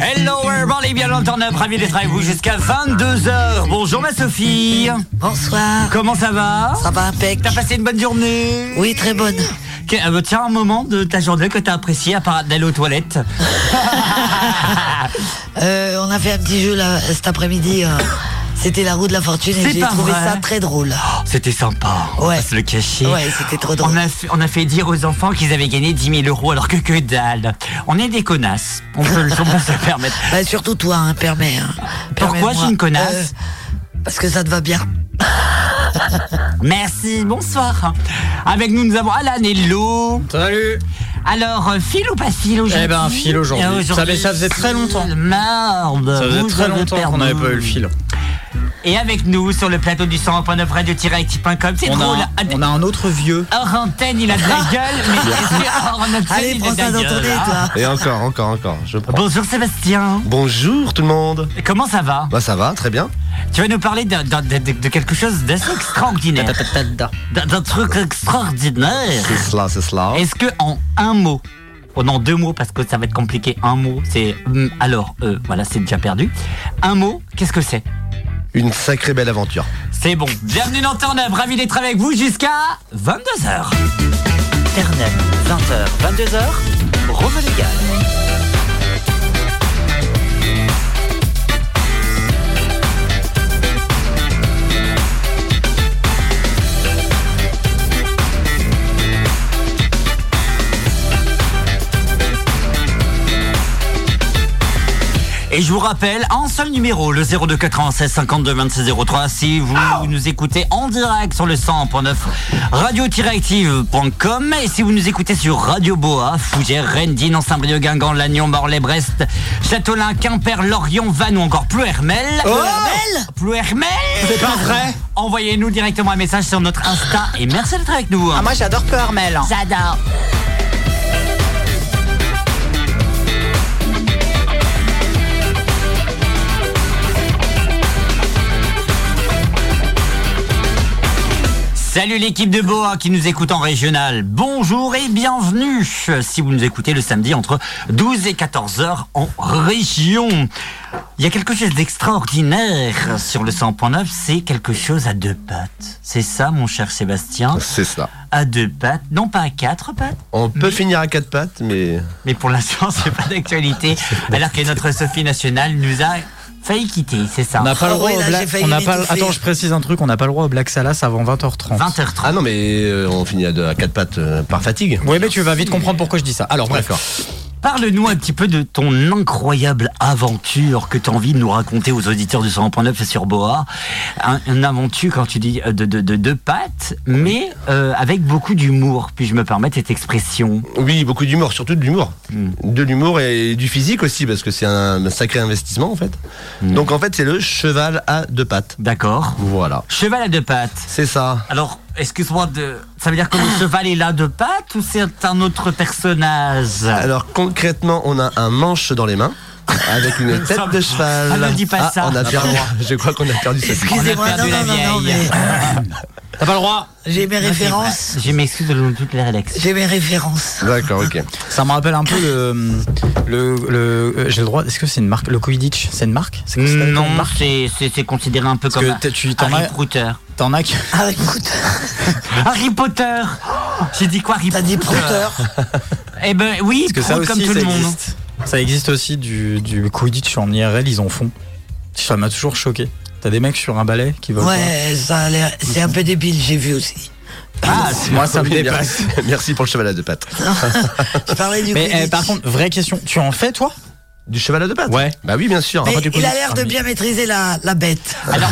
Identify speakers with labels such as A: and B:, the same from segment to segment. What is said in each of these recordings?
A: Hello everybody, bien longtemps neuf, ravi d'être avec vous jusqu'à 22h. Bonjour ma Sophie.
B: Bonsoir.
A: Comment ça va
B: Ah. Ça va impec.
A: T'as passé une bonne journée
B: Oui, très bonne.
A: Que- ah, bah, Tiens, un moment de ta journée que t'as apprécié à part d'aller aux toilettes.
B: Euh, on a fait un petit jeu là, cet après-midi. euh, C'était la roue de la fortune
A: C'est
B: et j'ai
A: pas
B: trouvé
A: vrai.
B: ça très drôle.
A: C'était sympa, on
B: Ouais.
A: va se le cacher.
B: Ouais, c'était trop drôle.
A: On a, fait, on a fait dire aux enfants qu'ils avaient gagné 10 000 euros alors que que dalle. On est des connasses, on peut, le- on peut se le permettre.
B: Bah, surtout toi, hein, permets. hein.
A: Pourquoi
B: Permets-moi. Euh,
A: je suis une connasse
B: Parce que ça te va bien.
A: Merci, bonsoir. Avec nous, nous avons Alan et Lo.
C: Salut
A: Alors, euh, fil ou pas fil aujourd'hui
C: Eh ben, fil aujourd'hui.
A: Et
C: Ça, mais ça faisait très longtemps.
A: Merde.
C: Ça faisait
A: vous
C: très
A: avez
C: longtemps
A: perdu.
C: qu'on n'avait pas eu le fil.
A: Et avec nous sur le plateau du 101.9 radio-actif.com, c'est
C: On a,
A: drôle.
C: un, on a un autre vieux.
A: Hors antenne, il a de la gueule, mais est-ce que hors antenne,
B: Allez,
A: il
B: prends
A: a de la
B: ça dans ton
A: gueule,
B: nez,
A: hein
B: toi.
D: Ah. Et encore, encore, encore. Je prends.
A: Bonjour Sébastien.
D: Bonjour tout le monde.
A: Comment ça va
D: Bah ça va, très bien.
A: Tu vas nous parler d'un- d'un- de, de- de quelque chose d'assez extraordinaire. D'un d'un truc extraordinaire.
D: C'est cela, c'est cela.
A: Est-ce que en un mot, oh non deux mots parce que ça va être compliqué, un mot c'est hum, alors euh, voilà c'est déjà perdu. Un mot, qu'est-ce que c'est
D: Une sacrée belle aventure.
A: C'est bon. Bienvenue dans Turn Up, ravi d'être avec vous jusqu'à 22h. Turn 20h, 22h, Rome Et je vous rappelle, un seul numéro, le 02 96 52 26 03, si vous nous écoutez en direct sur le 100.9 radio-active.com et si vous nous écoutez sur Radio Boa, Fougères, Rendine, Saint-Brieuc, Guingamp, Lannion, Morlaix, Brest, Châtelain, Quimper, Lorient, Vannes ou encore Plouermel.
B: Hermel
A: Plouermel
C: C'est pas vrai
A: Envoyez-nous directement un message sur notre Insta et merci d'être avec nous.
E: Ah, moi j'adore Pearmel.
A: J'adore. Salut l'équipe de Boa qui nous écoute en régional. Bonjour et bienvenue si vous nous écoutez le samedi entre 12 et 14 heures en région. Il y a quelque chose d'extraordinaire sur le 100.9, c'est quelque chose à deux pattes. C'est ça mon cher Sébastien
D: C'est cela.
A: à deux pattes, non pas à quatre pattes,
D: On peut finir à quatre pattes, mais
A: mais pour l'instant c'est pas d'actualité, alors que notre Sophie nationale nous a failli quitter, c'est ça.
C: On n'a pas le
B: Oh,
C: droit
B: oui,
C: au
B: là, j'ai
C: Black.
B: failli
C: on n'a pas-
B: m'étouffer.
C: Attends, je précise un truc, on n'a pas le droit au Black Salas avant 20h30.
A: 20h30.
D: ah non mais euh, on finit à, deux- à quatre pattes euh, par fatigue.
C: Oui, mais tu vas vite comprendre pourquoi je dis ça. Alors, bref.
D: D'accord.
A: Parle-nous un petit peu de ton incroyable aventure que tu as envie de nous raconter aux auditeurs du 100.9 et sur Boa. Un, une aventure, quand tu dis, euh, de de- de deux pattes, mais euh, avec beaucoup d'humour, puis-je me permettre cette expression.
D: Oui, beaucoup d'humour, surtout de l'humour.
A: Mm.
D: De l'humour et du physique aussi, parce que c'est un, sacré investissement en fait. Donc en fait, c'est le cheval à deux pattes.
A: Hmm. D'accord
D: Voilà.
A: Cheval à deux pattes.
D: C'est ça.
A: Alors, excuse-moi, de... ça veut dire que le cheval est là de pattes ou c'est un autre personnage
D: Alors concrètement, on a un manche dans les mains. Avec une
A: Ça-
D: tête de cheval.
A: Ah, ne dis pas
D: Ah,
A: ça.
D: On a perdu. Je crois qu'on a perdu cette
A: On
B: Excusez-moi,
A: a
B: non,
A: perdu
B: non,
A: la
B: non, non,
A: vieille.
B: mais
C: T'as pas le droit
B: j'ai mes références.
A: Je m'excuse de nom de toute la rédaction.
B: J'ai mes références.
D: D'accord, ok.
C: Ça me rappelle un peu le. le, le- euh, J'ai le droit. Est-ce que c'est une marque Le Quidditch, c'est une marque C'est considéré comme
A: Non,
C: une marque
A: c'est- c'est c'est considéré un peu
C: Parce
A: comme
C: que t'es- tu t'en
A: Harry
C: as-
A: Potter.
C: T'en as que.
B: Ah, écoute,
A: Harry Potter J'ai dit quoi Harry
B: t'as
A: Potter
B: dit prouteur.
A: Eh ben oui,
C: Parce que ça
A: prout
C: aussi,
A: comme tout
C: ça
A: le monde.
C: existe. Ça existe aussi du, du Quidditch en IRL, ils en font. Ça m'a toujours choqué. T'as des mecs sur un balai qui veulent.
B: Ouais, ça a l'air. C'est un peu débile, j'ai vu aussi.
C: Ah, moi ça me
D: Oui,
C: dépasse.
D: merci, merci pour le cheval à deux pattes.
B: Je parlais du
C: Mais eh,
B: Quidditch.
C: par contre, vraie question, tu en fais toi
D: Du cheval à deux pattes
C: Ouais.
D: Bah oui, bien sûr.
B: Mais
C: Enfin, du
B: il a
C: Quidditch.
B: l'air de bien maîtriser la, la bête.
A: Alors,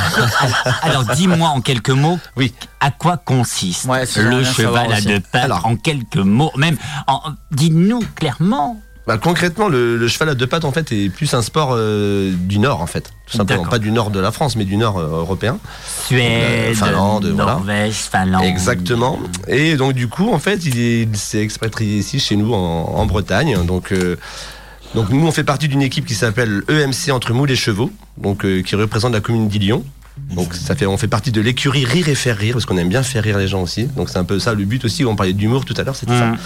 A: alors dis-moi en quelques mots,
D: Oui.
A: à quoi consiste
C: Ouais, c'est
A: le
C: bien savoir
A: cheval à
C: aussi.
A: deux pattes
D: Alors.
A: En quelques mots, même, en- dis-nous clairement.
D: Bah, concrètement, le, le cheval à deux pattes, en fait, est plus un sport euh, du Nord, en fait. Tout simplement.
A: D'accord.
D: Pas du Nord de la France, mais du Nord euh, européen. euh,
A: Suède,
D: Finlande, voilà.
A: Norvège, Finlande.
D: Exactement. Et donc, du coup, en fait, il est- il s'est expatrié ici, chez nous, en, en Bretagne. Donc, euh, donc, nous, on fait partie d'une équipe qui s'appelle EMC Entre Moules et Chevaux, donc, euh, qui représente la commune d'Illion. Donc, ça fait, on fait partie de l'écurie Rire et Faire Rire, parce qu'on aime bien faire rire les gens aussi. Donc, c'est un peu ça le but aussi. On parlait d'humour tout à l'heure, c'était ça.
A: Mmh.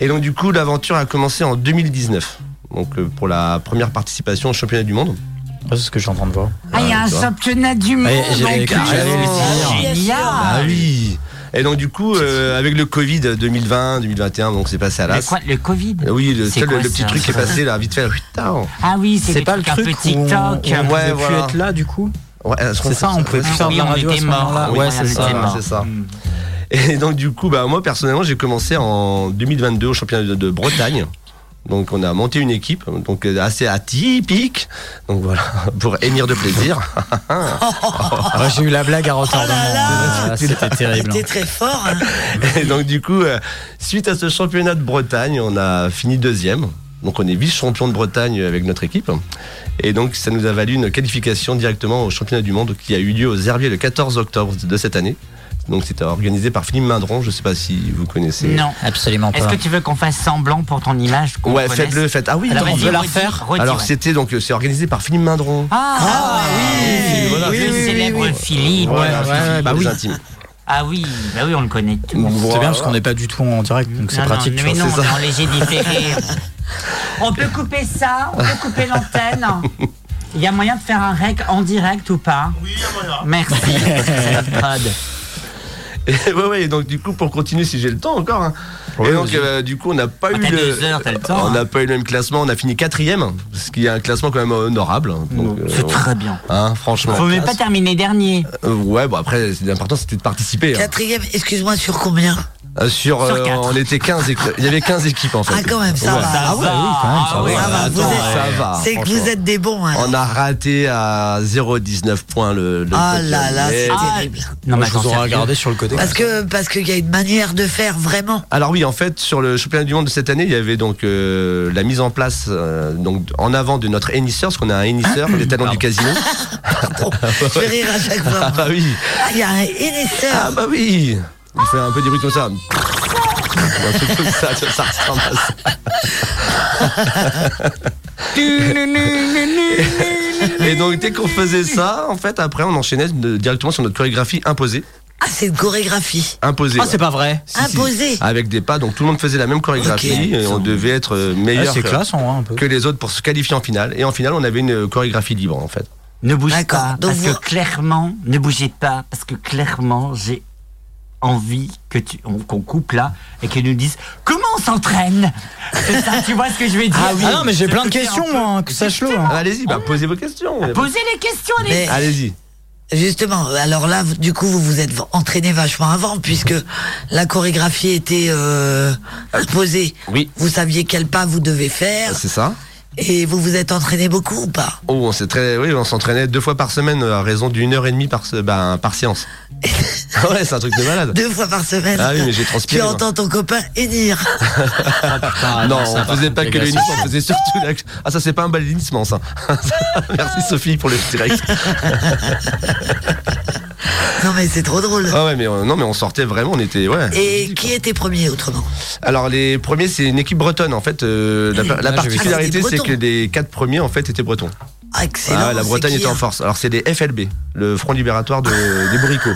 D: Et donc du coup, l'aventure a commencé en 2019. donc euh, pour la première participation au championnat du monde.
C: Ah, c'est ce que je suis en train de voir.
A: Ah, il y a un
D: tu vois. Eh,
A: championnat du monde.
C: Euh, bah. Ouais, j'avais
A: en
C: cru que
A: plus.
C: j'allais
B: le dire.
C: Bah
D: Ah
A: Génial.
D: oui Et donc du coup, euh, avec le Covid 2020, 2021, donc c'est passé à
A: Mais
D: l'as.
A: quoi, le Covid
D: Euh, Oui, le,
A: C'est
D: tu sais, le-
A: quoi,
D: le petit
A: ça
D: truc qui est passé là, vite fait. Putain.
A: Ah oui, c'est
C: C'est
A: des
C: pas le
A: trucs un peu
C: truc où on,
A: TikTok.
C: où on
D: Ouais,
C: pouvait plus
D: voilà.
C: être là du coup.
D: Ouais, est-ce qu'on
C: C'est ça,
D: fait
C: on pouvait plus
A: Oui,
C: faire de la
A: on
C: radio à
A: était
C: ce
A: morts.
C: moment-là.
A: Oui,
C: Ouais,
A: on
C: c'est
A: était
C: ça.
A: morts.
D: c'est ça.
A: Hmm.
D: Et donc du coup, bah moi personnellement, j'ai commencé en 2022 au championnat de, de Bretagne. Donc on a monté une équipe, donc euh, assez atypique. Donc voilà, pour émir de plaisir.
C: Ah, J'ai eu la blague à retardement.
B: là là.
C: Ah, C'était terrible.
B: T'es très fort. hein.
D: Et donc du coup, euh, suite à ce championnat de Bretagne, on a fini deuxième. Donc on est vice-champion de Bretagne avec notre équipe. Et donc ça nous a valu une qualification directement au championnat du monde qui a eu lieu aux Herbiers le 14 octobre de cette année. Donc c'était organisé par Philippe Mindron, je ne sais pas si vous connaissez.
A: Non.
C: Absolument
A: Est-ce
C: pas.
A: que tu veux qu'on fasse semblant pour ton image qu'on
D: Ouais,
A: reconnaisse
D: faites-le, faites. Ah oui,
A: Alors, vas-y,
D: attends, on peut la
A: redis,
D: refaire.
A: redis,
D: Alors
A: ouais.
D: c'était donc euh, c'est organisé par Philippe Mindron.
A: Ah,
D: oui, voilà,
A: le
D: oui, oui,
A: célèbre Philippe.
C: Ouais, ouais, ouais, bah
D: les
C: oui.
D: intimes.
A: Ah oui, bah oui, on le connaît. tous.
C: Bon, C'était
D: Voilà.
C: bien parce qu'on n'est pas du tout en direct, donc c'est
A: Non,
C: pratique.
A: non,
C: tu
A: mais
C: vois,
A: non,
D: c'est
A: on est
D: ça.
A: en léger différé. on peut couper ça, on peut couper l'antenne. Il y a moyen de faire un rec en direct ou pas Oui, il y a moyen. Merci. c'est notre prod.
D: Et ouais, ouais, et donc du coup, pour continuer, si j'ai le temps encore. hein.
C: Ouais,
D: et donc,
C: vas-y.
D: euh, du coup, on n'a pas eu
A: Ah, t'as
D: le.
A: deux heures, t'as le temps,
D: on
A: hein.
D: n'a pas eu le même classement. On a fini quatrième, ce qui est un classement quand même honorable. Donc, euh,
A: C'est très bien.
D: hein, franchement.
A: Faut même pas terminer dernier.
D: Euh, ouais, bon après, c'est- l'important c'était de participer. hein.
B: Quatrième, excuse-moi, sur combien
D: Euh, sur,
A: Sur
D: euh,
A: quatre.
D: on était 15 équ- Il y avait 15 équipes en fait.
B: Ah, quand même, ça
D: Ouais.
B: va.
A: Ça
C: Ah ouais, oui, quand même, ça
A: ah
C: va.
A: oui,
B: Ah bah,
A: attends,
B: vous êtes-
D: ça va.
B: C'est que vous
D: franchement.
B: êtes des bons. hein.
D: On a raté à 0,19 points le. le
B: Ah
D: podium.
B: là là,
D: Mais-
B: c'est
A: Ah,
B: terrible.
A: Non, mais
C: je
A: attends,
C: vous aurais
A: sérieux.
C: regardé sur le côté.
B: Parce que parce qu'il y a une manière de faire vraiment.
D: Alors oui, en fait, sur le championnat du monde de cette année, il y avait donc euh, la mise en place euh, donc en avant de notre hennisseur, parce qu'on a un hennisseur, les talents du casino.
B: Je vais rire à chaque
D: Ah
B: fois.
D: bah oui,
B: Ah, Il y a un
D: ah
B: énisseur.
D: bah oui. Il fait un peu des bruits comme ça. Un truc comme ça, ça ressemble à ça. Et donc dès qu'on faisait ça, en fait, après, on enchaînait de- directement sur notre chorégraphie imposée,
B: Ah, c'est une chorégraphie.
D: imposée.
C: Ah,
D: ouais.
C: c'est pas vrai.
D: Si, si.
B: imposée.
D: Avec des pas, donc tout le monde faisait la même chorégraphie
B: Ok.
D: et on devait être euh,
C: Ah,
D: meilleur.
C: C'est
D: que-
C: classe, en vrai, un peu.
D: que les autres pour se qualifier en finale. Et en finale, on avait une euh, chorégraphie libre, en fait.
A: Ne bouge
B: D'accord,
A: pas,
B: donc
A: parce
B: vous-
A: que clairement, ne bougez pas, parce que clairement, j'ai envie que tu on- qu'on coupe là et qu'ils nous disent comment on s'entraîne. C'est ça, tu vois ce que je vais dire
C: Ah, non, mais j'ai
A: Ce
C: plein de
A: côté
C: questions,
A: un peu-
C: hein, que sache-le. hein.
D: Allez-y, bah, posez vos questions.
A: Posez les questions, les.
B: Mais
D: Allez-y.
B: justement, alors là, vous- du coup, vous vous êtes entraîné vachement avant, puisque la chorégraphie était euh, imposée.
D: Oui.
B: Vous saviez quel pas vous devez faire,
D: C'est ça.
B: et vous vous êtes entraîné beaucoup ou pas
D: Oh, on s'est très, oui, on s'entraînait deux fois par semaine euh, à raison d'une heure et demie par, se- bah, par séance. Ah ouais, c'est un truc de malade.
B: Deux fois par semaine.
D: Ah oui, mais j'ai
B: tu
D: transpiré. moi.
B: entends ton copain hennir.
D: Non, on faisait pas que
C: les
D: l'unisme, on faisait surtout la... Ah, ça, c'est pas un balinisme, ça. Merci Sophie pour le direct.
B: Non mais c'est trop drôle.
D: Ah ouais, mais euh, non, mais on sortait vraiment, on était, ouais.
B: Et qui était premier autrement
D: Alors les premiers, c'est une équipe bretonne en fait. Euh, la,
C: Ah, j'ai
D: la
C: vu ça.
D: particularité,
B: Ah, c'est des
D: c'est que
B: Bretons.
D: les quatre premiers en fait étaient bretons.
B: Ah, Excellent.
D: Ah, la
B: c'est
D: Bretagne
B: qui,
D: était en
B: hein
D: force. Alors c'est les FLB, le Front Libératoire de- des Bourricots.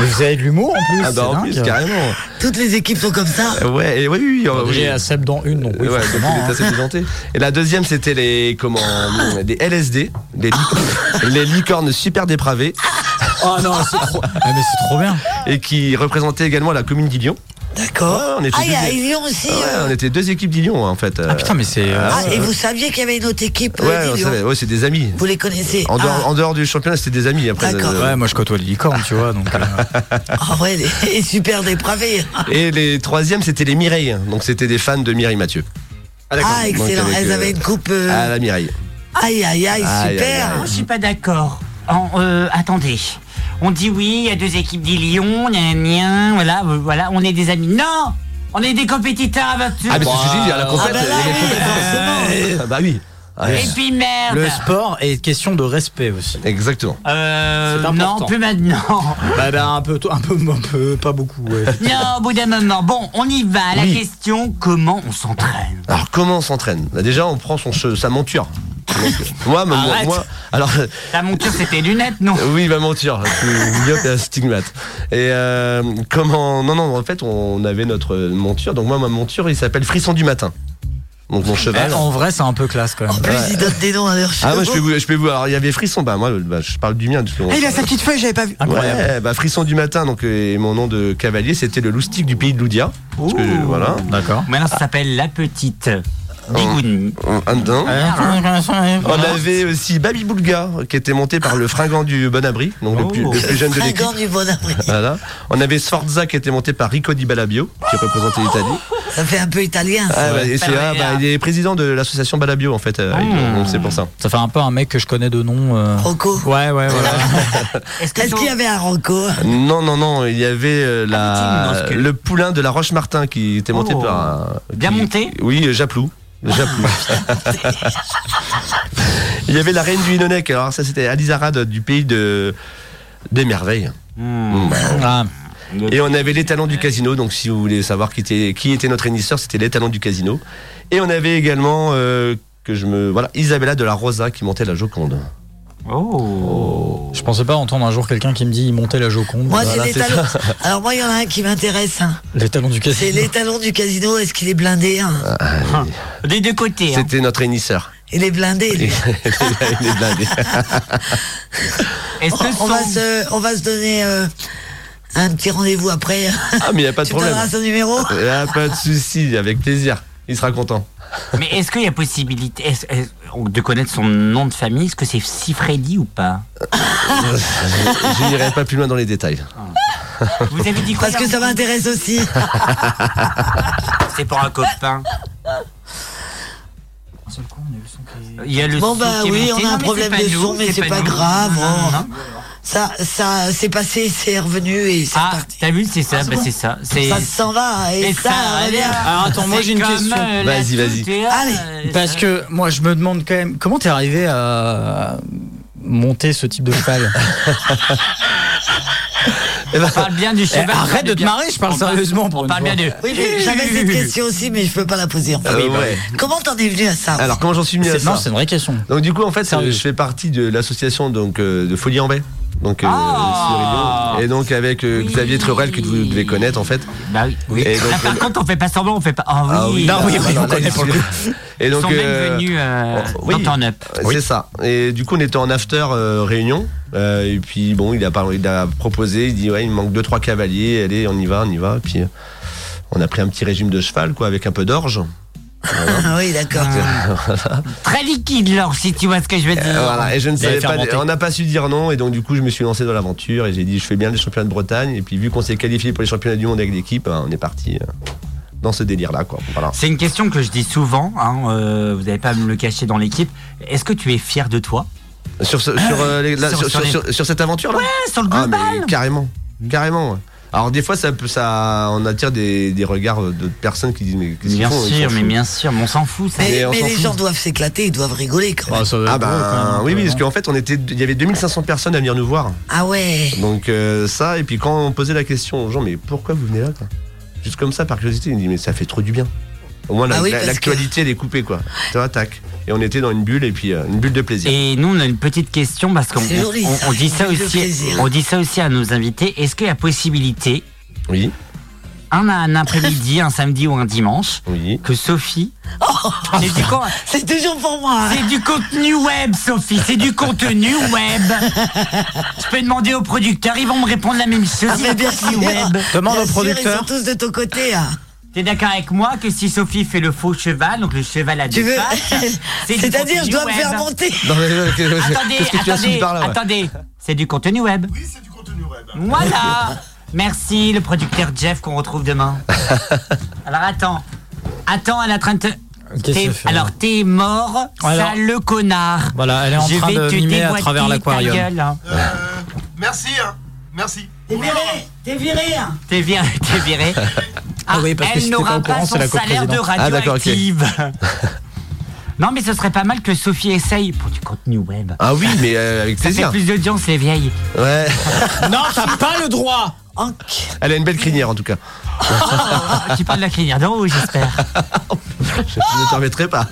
C: Mais vous avez de l'humour en plus.
D: Ah bah en
C: c'est
D: plus
C: dingue.
D: carrément.
B: Toutes les équipes sont comme ça.
D: Euh, Ouais, et oui, oui, oui, euh, oui.
C: J'ai à Seb dans une, donc oui,
D: Ouais, donc,
C: forcément.
D: il est
C: hein.
D: assez présenté. Et la deuxième, c'était les comment les LSD, les, lic- les licornes super dépravées,
C: Oh non, c'est trop. Ah, mais c'est trop bien.
D: et qui représentaient également la commune d'Illion. Ouais,
B: D'accord.
D: on était
B: ah, il y a
D: deux-
B: ils y ont aussi.
D: Ah ouais,
B: euh,
D: on était deux équipes d'Illion hein, en fait.
C: Ah putain, mais c'est. euh,
B: Ah, et vous saviez qu'il y avait une autre équipe euh,
D: ouais, on
B: d'Ilion
D: savait. ouais, c'est des amis.
B: Vous les connaissez
D: En dehors,
B: ah,
D: en dehors du championnat, c'était des amis après.
B: D'accord.
D: euh,
C: Ouais, moi je côtoie les licornes, tu vois, donc. euh,
B: ah ouais, les- super dépravés.
D: Et les troisièmes, c'était les Mireille. Donc c'était des fans de Mireille Mathieu.
B: Ah, excellent.
D: Donc, avec,
B: Elles
D: euh,
B: avaient une coupe. euh,
D: À la Mireille.
B: Aïe, aïe, aïe,
D: aïe,
B: super.
D: aïe,
A: Moi, je suis pas d'accord. En, euh, attendez. On dit oui, il y a deux équipes d'Illion, gna gna, voilà, euh, voilà, on est des amis. Non On est des compétiteurs Euh, aventureux.
D: Ah, mais ceci dit, à la
B: Ah,
D: compète,
B: bah là,
D: il y avait-
B: oui, forcément.
D: Ah bah oui. Ah,
A: Et puis merde
C: Le sport est question de respect aussi.
D: Exactement.
A: Euh,
C: C'est important.
A: non, plus maintenant.
C: Bah, bah, un peu, un peu, un peu, pas beaucoup. ouais.
A: Non, au bout d'un moment. Bon, on y va. La
C: Oui.
A: question, comment on s'entraîne
D: Alors comment on s'entraîne Bah, Déjà, on prend son che- sa monture. Donc, moi, ma- moi,
A: Arrête.
D: moi- alors euh,
A: La monture, c'était tes lunettes, non
D: oui, ma monture, je suis myope et un stigmate. Et euh, comment Non, non, en fait, on avait notre monture. Donc moi, ma monture, il s'appelle Frisson du matin. Donc mon cheval.
C: Eh, En vrai, c'est un peu classe quand
B: En
C: même.
B: plus, ils donnent des noms à leurs chevaux.
D: Ah ouais, je peux vous, je peux vous. Alors il y avait frisson, bah moi, bah, je parle du mien. du coup.
E: Ah, il a sa petite feuille, j'avais pas vu.
C: Incroyable.
D: Ouais, bah frisson du matin. Donc euh, et mon nom de cavalier, c'était le loustic du pays de Loudia. Parce que,
A: Ouh.
D: voilà.
C: D'accord.
A: Maintenant, ça s'appelle la petite Bigouni. Ah,
D: Un- un dedans.
E: Ah,
D: On avait aussi Babi Boulga, qui était monté par le fringant du Bon Abri, donc le,
A: Oh.
D: plus, le plus jeune de l'équipe.
B: Fringant du bon abri.
D: Voilà. On avait Sforza qui était monté par Rico Di Balabio, qui représentait l'Italie.
B: Ça fait un peu italien, ça.
D: Ah, bah, et c'est, ah, bah, il est président de l'association Balabio en fait, euh,
A: Ah.
D: avec- donc c'est pour ça.
C: Ça fait un peu un mec que je connais de nom. euh.
B: Rocco.
C: Ouais, ouais, ouais.
A: Est-ce que
B: Est-ce qu'il y avait un Rocco
D: Non, non, non, il y avait euh, la-
A: Ah, mais tu me lances que-
D: le poulain de la Roche-Martin qui était monté
A: Oh.
D: par. un-
A: Bien
D: qui-
A: monté Ah.
D: Oui, euh, Japlou. Japlou. il y avait la reine du Hinonnec, alors ça c'était Alizarade du pays de... des merveilles.
A: Hmm.
D: Bah,
C: Ah,
D: Et on avait l'étalon du casino, donc si vous voulez savoir qui était, qui était notre énisseur, c'était l'étalon du casino. Et on avait également, euh, que je me, voilà, Isabella de la Rosa qui montait la Joconde.
A: Oh.
C: je pensais pas entendre un jour quelqu'un qui me dit il montait la Joconde.
B: Moi,
C: Voilà,
B: c'est les talons. Alors, moi, il y en a un qui m'intéresse. hein.
C: les talons du
B: C'est
C: casino.
B: les talons du casino. Est-ce qu'il est blindé hein
D: Ah,
A: Des deux côtés. hein.
D: C'était notre énisseur.
B: Il est blindé. lui.
D: Il est blindé.
A: Est-ce que
B: On, va
A: son-
B: se, on va se donner euh, un petit rendez-vous après.
D: Ah, mais il n'y a pas de
B: Tu me
D: problème.
B: donneras son numéro
D: Il a pas de souci, avec plaisir. Il sera content.
A: Mais est-ce qu'il y a possibilité est-ce- est-ce- de connaître son nom de famille Est-ce que c'est Sifredi ou pas Ah,
D: Je n'irai pas plus loin dans les détails.
A: Vous avez dit quoi
B: Euh, Parce que ça m'intéresse aussi.
A: C'est pour un copain. Il y a le
B: Bon,
A: son
B: bah
A: qui est
B: oui,
A: monté.
B: on a
A: Non,
B: un
A: mais
B: problème
A: c'est
B: de
A: nous,
B: son, mais c'est pas
A: nous.
B: grave, hein.
A: Non, non, non, non.
B: Ça, ça c'est passé, c'est revenu et c'est
A: Ah,
B: parti.
A: t'as vu, c'est ça, bah, c'est ça. C'est-
B: Ça s'en va et,
A: et
B: ça, revient.
C: Alors, attends, moi,
A: C'est
C: j'ai une
A: comme,
C: question.
A: euh, la
D: Vas-y, vas-y.
A: toute et, euh,
B: Allez.
C: Parce que moi, je me demande quand même comment t'es arrivé à monter ce type de cheval.
D: Eh ben,
A: Parle bien du
C: Eh,
A: cheval.
C: arrête de te marrer, je parle
A: On parle-
C: sérieusement. Pour
A: On
C: une
A: parle
C: fois. Ah,
A: bien du.
B: Oui, mais j'avais cette question aussi, mais je peux pas la poser. en fait.
D: euh, ouais.
B: Comment t'en es venu à ça
D: Alors, comment j'en suis mis à
C: C'est-
D: ça
C: Non, c'est une vraie question.
D: Donc, du coup, en fait, euh,
C: Sérieux.
D: je fais partie de l'association donc euh, de Folie en Baie. Donc, euh,
A: Ah.
D: sur Rio. et donc avec euh,
A: Oui.
D: Xavier Trurel que vous devez connaître en fait.
A: Bah oui.
D: Et donc, euh,
A: Là, par contre, on fait pas semblant, on fait pas. Ah oui.
C: Non, oui,
D: Ah,
C: oui,
D: non,
C: on
D: là,
C: connaît
D: il
C: pour le
D: suit.
C: coup.
D: Et
A: Ils
D: donc,
A: sont
D: euh,
A: même venus euh,
D: oh, oui.
A: dans ton up.
D: c'est ça. Et du coup, on était en after euh, réunion. Euh, et puis, bon, il a, parlé- il a proposé, il dit, ouais, il me manque deux trois cavaliers, allez, on y va, on y va. Et puis, euh, on a pris un petit régime de cheval, quoi, avec un peu d'orge.
B: Ah oui, d'accord.
A: Euh, Très liquide, l'orge, si tu vois ce que je veux dire.
D: Euh, voilà, et je ne
C: Il avait
D: savais pas,
C: fermenté.
D: on n'a pas su dire non, et donc du coup, je me suis lancé dans l'aventure, et j'ai dit, je fais bien les championnats de Bretagne. Et puis, vu qu'on s'est qualifié pour les championnats du monde avec l'équipe, hein, on est parti euh, dans ce délire-là, quoi. Voilà.
A: C'est une question que je dis souvent, hein, euh, vous n'avez pas à me le cacher dans l'équipe. Est-ce que tu es fier de toi
D: Sur, ce- sur, euh, les- là,
A: Ah, Sur-
D: sur-
A: sur
D: sur-
A: les-
D: sur- sur cette aventure-là
A: Ah, Sur le
D: Ah,
A: global
D: mais carrément, carrément. ouais. Alors des fois, ça, peut- ça, on attire des, des regards de personnes qui disent mais qu'est-ce qu'ils
A: Bien
D: font ils
A: sûr,
D: sont
A: mais
D: fous.
A: bien sûr, mais on s'en fout ça.
B: Mais,
D: Mais on
B: mais
D: s'en
B: les
D: fout.
B: gens doivent s'éclater, ils doivent rigoler quand même.
C: Ah, ça doit être
D: Ah
C: drôle, quand
D: ben
C: même,
D: oui, oui,
C: vraiment.
D: parce qu'en fait, on était, il y avait 2500 personnes à venir nous voir.
B: Ah ouais.
D: Donc euh, ça, et puis quand on posait la question aux gens, mais pourquoi vous venez là quoi Juste comme ça, par curiosité, ils me disent mais ça fait trop du bien. Au moins, la-
B: Ah oui,
D: la-
B: parce
D: l'actualité, elle est coupée, quoi. Tu vois, tac. Et on était dans une bulle, et puis euh, une bulle de plaisir.
A: Et nous, on a une petite question parce qu'on
B: C'est
A: on-
B: joli,
A: on-
B: ça.
A: on dit ça
B: Ça fait du
A: aussi,
B: plaisir.
A: on dit ça aussi à nos invités. Est-ce qu'il y a possibilité,
D: Oui,
A: un, un après-midi, un samedi ou un dimanche,
D: oui.
A: que Sophie,
B: Oh.
A: c'est du, con-
B: Ah, C'est toujours pour moi. hein.
A: c'est du contenu web, Sophie, c'est du contenu web. Je peux demander aux producteurs, ils vont me répondre la même chose.
B: Ah, mais bien
A: contenu
B: sûr.
A: web.
C: Demande
B: Bien
C: au
B: sûr,
C: producteur.
B: Ils sont tous de ton côté. hein.
A: T'es d'accord avec moi que si Sophie fait le faux cheval, donc le cheval à
B: Tu
A: deux
B: veux
A: pattes, c'est du
B: C'est-à-dire,
A: contenu
B: je dois me
A: web.
B: faire monter.
D: Non, mais, euh, qu'est-ce que
A: Attendez,
D: tu insultes
A: attendez,
D: par là ouais
A: attendez, c'est du contenu web.
F: Oui, c'est du contenu web.
A: Voilà. Merci le producteur Jeff qu'on retrouve demain. Alors attends, attends, elle est en train de. te-
C: Qu'est-ce
A: t'es-
C: que ça fait, là
A: alors t'es mort,
C: Alors-
A: sale connard.
C: Voilà, elle est en
A: Je
C: train
A: vais
C: de
A: te
C: mimer à
A: déboîter
C: travers
A: ta
C: l'aquarium.
A: gueule, hein.
F: Euh, merci, hein. Merci.
B: T'es viré. T'es viré. hein.
A: T'es viré, t'es viré.
C: Ah oui, parce que
A: elle
C: si t'es pas
A: n'aura
C: au
A: pas,
C: courant,
A: son
C: c'est la
A: salaire de
C: coprésidente.
D: Ah, d'accord, ok.
A: radioactive. non, mais ce serait pas mal que Sophie essaye pour du contenu web.
D: Ah oui, mais euh, avec
A: Ça fait
D: plaisir.
A: plus d'audience, les vieilles.
D: Ouais.
C: Non, t'as pas le droit
B: En-
D: Elle a une belle crinière, en tout cas.
A: Oh, tu parles de la crinière d'en haut, Ah j'espère.
D: Je ne t'en remettrai pas.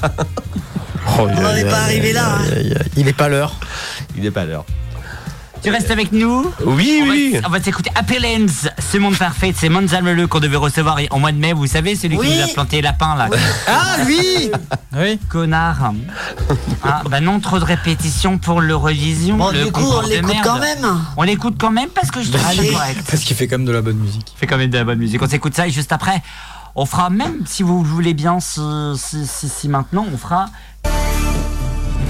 C: Oh,
B: On n'en est pas arrivé là. hein.
C: Il est pas l'heure.
D: Il n'est pas à l'heure.
A: Tu restes avec nous
D: Oui,
A: On va-
D: oui.
A: On va s'écouter Appellens, ce monde parfait, c'est Monzalmeleu qu'on devait recevoir en mois de mai, vous savez, celui
B: Oui.
A: qui nous a planté lapin là.
C: Ah oui Oui.
A: Connard. Ah, bah non, trop de répétitions pour l'Eurovision.
B: Bon,
A: le
B: du coup,
A: concours
B: on
A: de
B: l'écoute
A: merde.
B: quand même.
A: On l'écoute quand même parce que je
B: Allez.
A: suis correct.
C: Parce qu'il fait quand même de la bonne musique.
A: fait quand même de la bonne musique. On s'écoute ça et juste après, on fera même, si vous le voulez bien, si, si, si- si maintenant, on fera.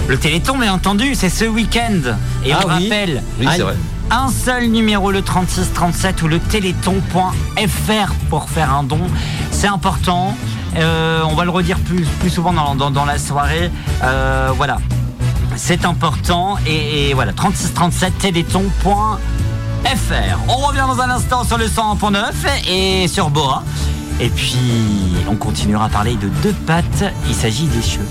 A: Le Téléthon, bien entendu, c'est ce week-end. Et
C: Ah
A: on
C: oui.
A: rappelle,
D: Oui, c'est vrai.
A: un seul numéro, le 3637 ou le téléthon.fr pour faire un don. C'est important. Euh, on va le redire plus, plus souvent dans, dans- dans la soirée. Euh, voilà. C'est important. Et, et voilà, 3637 téléthon.fr. On revient dans un instant sur le 101.9 et sur Boa. Et puis, on continuera à parler de deux pattes. Il s'agit des cheveux.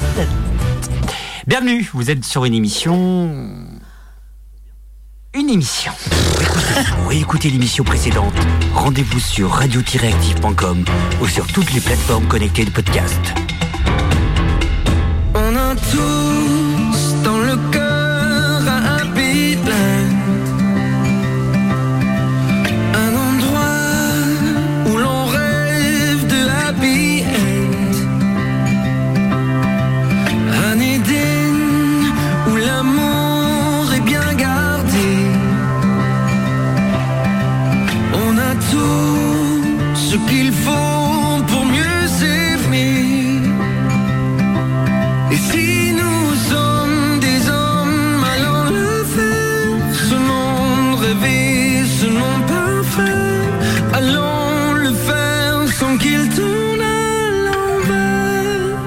A: Bienvenue, vous êtes sur une émission une émission. Pour écouter l'émission précédente, rendez-vous sur radio-active.com ou sur toutes les plateformes connectées de podcast.
E: On a tous dans le cœur un Beatles, un endroit où l'on rêve de happy end, un Éden où l'amour est bien gardé. On a tout ce qu'il faut pour mieux s'aimer. Et si nous sommes des hommes, allons le faire. Ce monde rêvé, ce monde parfait, allons le faire sans qu'il tourne à l'envers.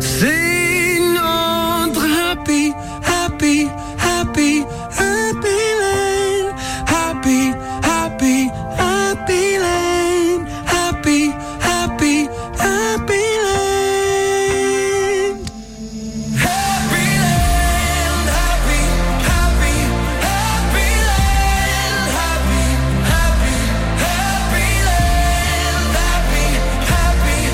E: C'est notre happy, happy, happy, happy lane. Happy, happy, happy lane. Happy, happy, happy lane. Happy land, happy, happy, happy land, happy, happy, happy land, happy, happy,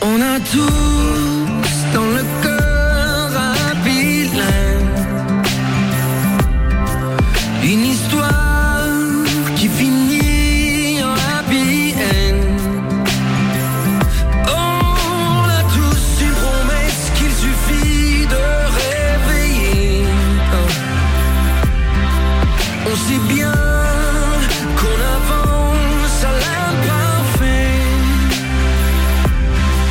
E: happy land. On a tous dans le cœur un happy land. Une histoire qui finit en happy end. On a tous une promesse qu'il suffit de réveiller. Oh. On sait bien qu'on avance à l'imparfait.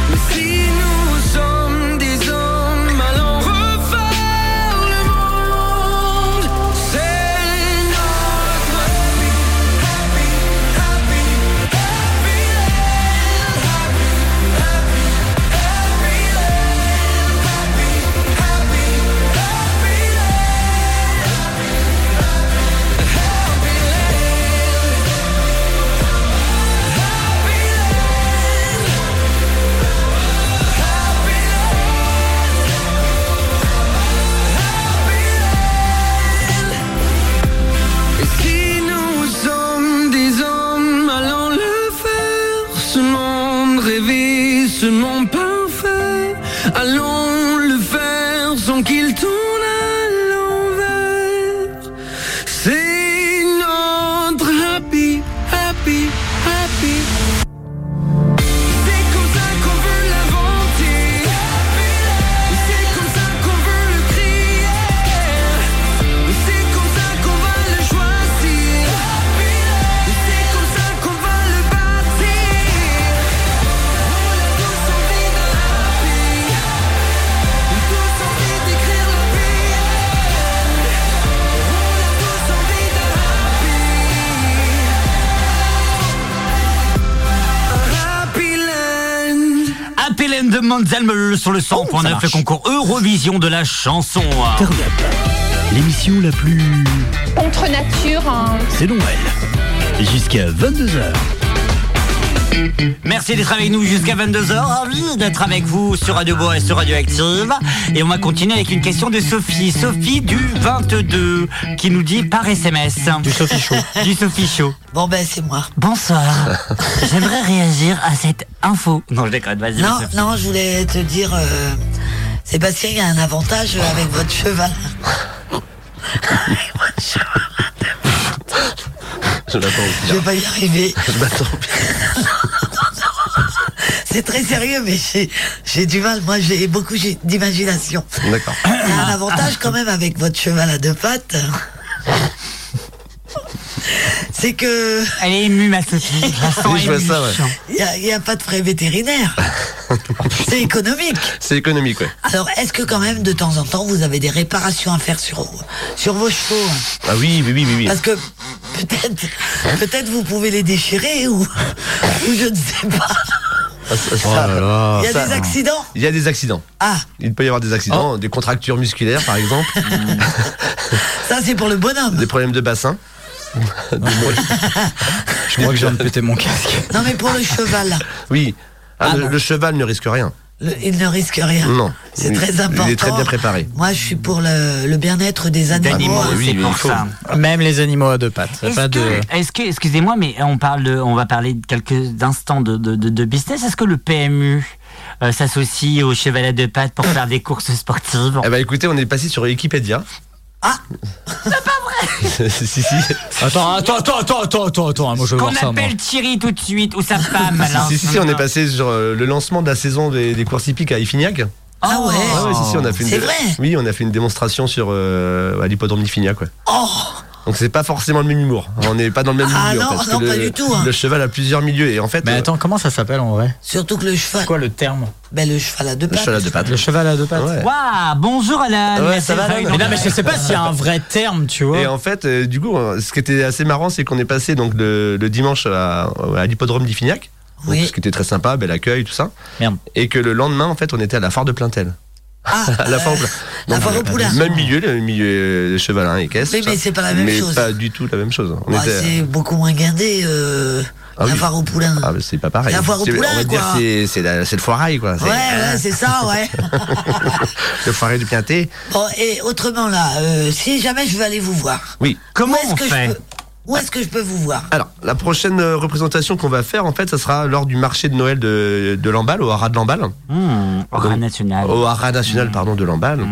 E: Mais si nous sommes des hommes, allons refaire le monde. C'est notre happy, happy, happy, happy land. Happy Et si nous sommes des hommes, allons le faire. Ce monde rêvé, ce monde parfait, allons le faire sans qu'il tourne à l'envers. C'est notre happy, happy, happy. C'est comme ça qu'on veut l'inventer. C'est comme ça qu'on veut le crier. C'est comme ça qu'on va le choisir. C'est comme ça qu'on va le bâtir. On a tous envie de la vie. Tous envie d'écrire la vie. On a tous envie de la vie. Happy Land.
A: Appelens de Monzalmeleu sur le 100.9, le concours Eurovision de la chanson. hein.
G: L'émission la plus.
H: contre nature. hein.
G: C'est Noël. Jusqu'à 22h.
A: Merci d'être avec nous jusqu'à 22h. Ravi d'être avec vous sur Radio Bois et sur Radio Active. Et on va continuer avec une question de Sophie. Sophie du 22 qui nous dit par SMS. Du Sophie Show. Du Sophie Show.
B: Bon, ben, c'est moi.
A: Bonsoir. J'aimerais réagir à cette info. Non, je déconne, vas-y.
B: Non,
A: Sophie.
B: non, je voulais te dire, euh, Sébastien, il y a un avantage avec votre cheval.
D: Je l'attends aussi.
B: Je vais pas y arriver.
D: Je m'attends au pire.
B: C'est très sérieux, mais j'ai- j'ai du mal. Moi, j'ai beaucoup j'ai- d'imagination.
D: D'accord.
B: Il y a un avantage quand même avec votre cheval à deux pattes. C'est que
A: Elle est émue, ma Sophie. Je la sens
D: Oui, je vois
A: émue.
D: ça, ouais.
B: il n'y a, pas de frais vétérinaires. C'est économique.
D: C'est économique, ouais.
B: Alors, est-ce que quand même, de temps en temps, vous avez des réparations à faire sur, sur vos chevaux hein
D: Ah oui, oui, oui, oui. oui.
B: Parce que peut-être peut-être vous pouvez les déchirer ou, ou je ne sais pas.
D: Ah, ça-
C: Oh
D: ça-
C: là là.
B: Il y a
D: ça-
B: des accidents
D: Il y a des accidents.
B: Ah, Oh.
D: Il peut y avoir des accidents, des contractures musculaires par exemple,
B: ça c'est pour le bonhomme. Ah.
D: des problèmes de bassin.
C: Je crois que je viens de péter mon casque.
B: Non mais pour le cheval,
D: Oui. Ah,
B: Ah
D: le,
B: bon.
D: le cheval ne risque rien.
B: le- il ne risque rien.
D: Non.
B: C'est
D: Il-
B: très important.
D: Il est très bien préparé.
B: Moi, je suis pour le, le bien-être des animaux.
A: D'animaux,
D: Ah oui,
A: c'est
D: mais
A: pour
D: il faut.
A: ça.
C: Même les animaux à deux pattes. Y a
A: Est-ce
C: pas
A: que,
C: de-
A: est-ce que- excusez-moi, mais on parle, de- on va parler de quelques instants de, de- de- de business. Est-ce que le PMU euh, s'associe au cheval à deux pattes pour faire des courses sportives
D: Eh ben écoutez, on est passé sur Wikipédia.
B: Ah
D: C'est pas vrai Si, si.
C: Attends, attends, attends, attends, attends, attends, attends. hein, Moi, je veux
A: Qu'on
C: voir ça. moi.
A: appelle Thierry tout de suite ou sa femme.
D: Si, si, si, si, on est passé sur euh, le lancement de la saison des, des courses hippiques à Ifignac.
B: Ah ouais.
D: Ah ouais, si, si, on a fait une
B: C'est vrai
D: Oui, on a fait une démonstration sur euh, à l'hippodrome d'Ifignac, ouais.
B: Oh
D: Donc c'est pas forcément le même humour. On n'est pas dans le même
B: Ah
D: milieu.
B: non,
D: parce
B: non,
D: que
B: pas
D: le,
B: du tout, hein.
D: Le cheval a plusieurs milieux et en fait,
C: Mais
D: euh,
C: attends, comment ça s'appelle en vrai
B: Surtout que le cheval,
C: C'est quoi le terme
B: ben, le cheval à deux
D: le
B: pattes.
D: cheval à deux pattes.
C: Le cheval à deux pattes.
D: Ouais.
A: Waouh, bonjour
B: Ah,
A: Alan.
D: Ouais,
A: Merci
D: ça va,
A: de faire
D: Alan
A: une
C: Mais non, mais je sais pas s'il y a un vrai terme, tu vois.
D: Et en fait, euh, du coup, euh, ce qui était assez marrant, c'est qu'on est passé donc le, le dimanche à, à l'hippodrome d'Ifignac. Donc,
B: Oui.
D: Ce qui était très sympa, bel accueil, tout ça.
C: Merde.
D: Et que le lendemain, en fait, on était à la phare de Plaintel.
B: Ah,
D: À la phare, au Pla-
B: la
D: Donc,
B: phare au Poulard.
D: Même milieu, le milieu euh, des chevalins et caisses.
B: Oui,
D: tout
B: mais
D: ça.
B: c'est pas la même
D: Mais
B: chose.
D: pas du tout la même chose. On
B: bah,
D: était- euh,
B: c'est beaucoup moins guindé, euh,
D: Ah
B: la
D: oui.
B: phare au poulain.
D: Ah, mais c'est pas pareil.
B: La foire au
D: C'est-
B: Poulard,
D: on va
B: quoi.
D: dire c'est c'est la- c'est le foirail quoi. C'est
B: ouais, ouais, c'est ça, ouais.
D: le foirail du Pienté.
B: bon, et autrement là, euh, si jamais je veux aller vous voir,
D: Oui.
A: Comment
B: où est-ce
A: on
B: que
A: fait
B: je peux, où est-ce que je peux vous voir
D: Alors, la prochaine euh, représentation qu'on va faire, en fait, ça sera lors du marché de Noël de, de Lamballe, au haras de Lamballe.
A: Hmm, Aura national. Mmh.
D: Au haras national, pardon, de Lamballe.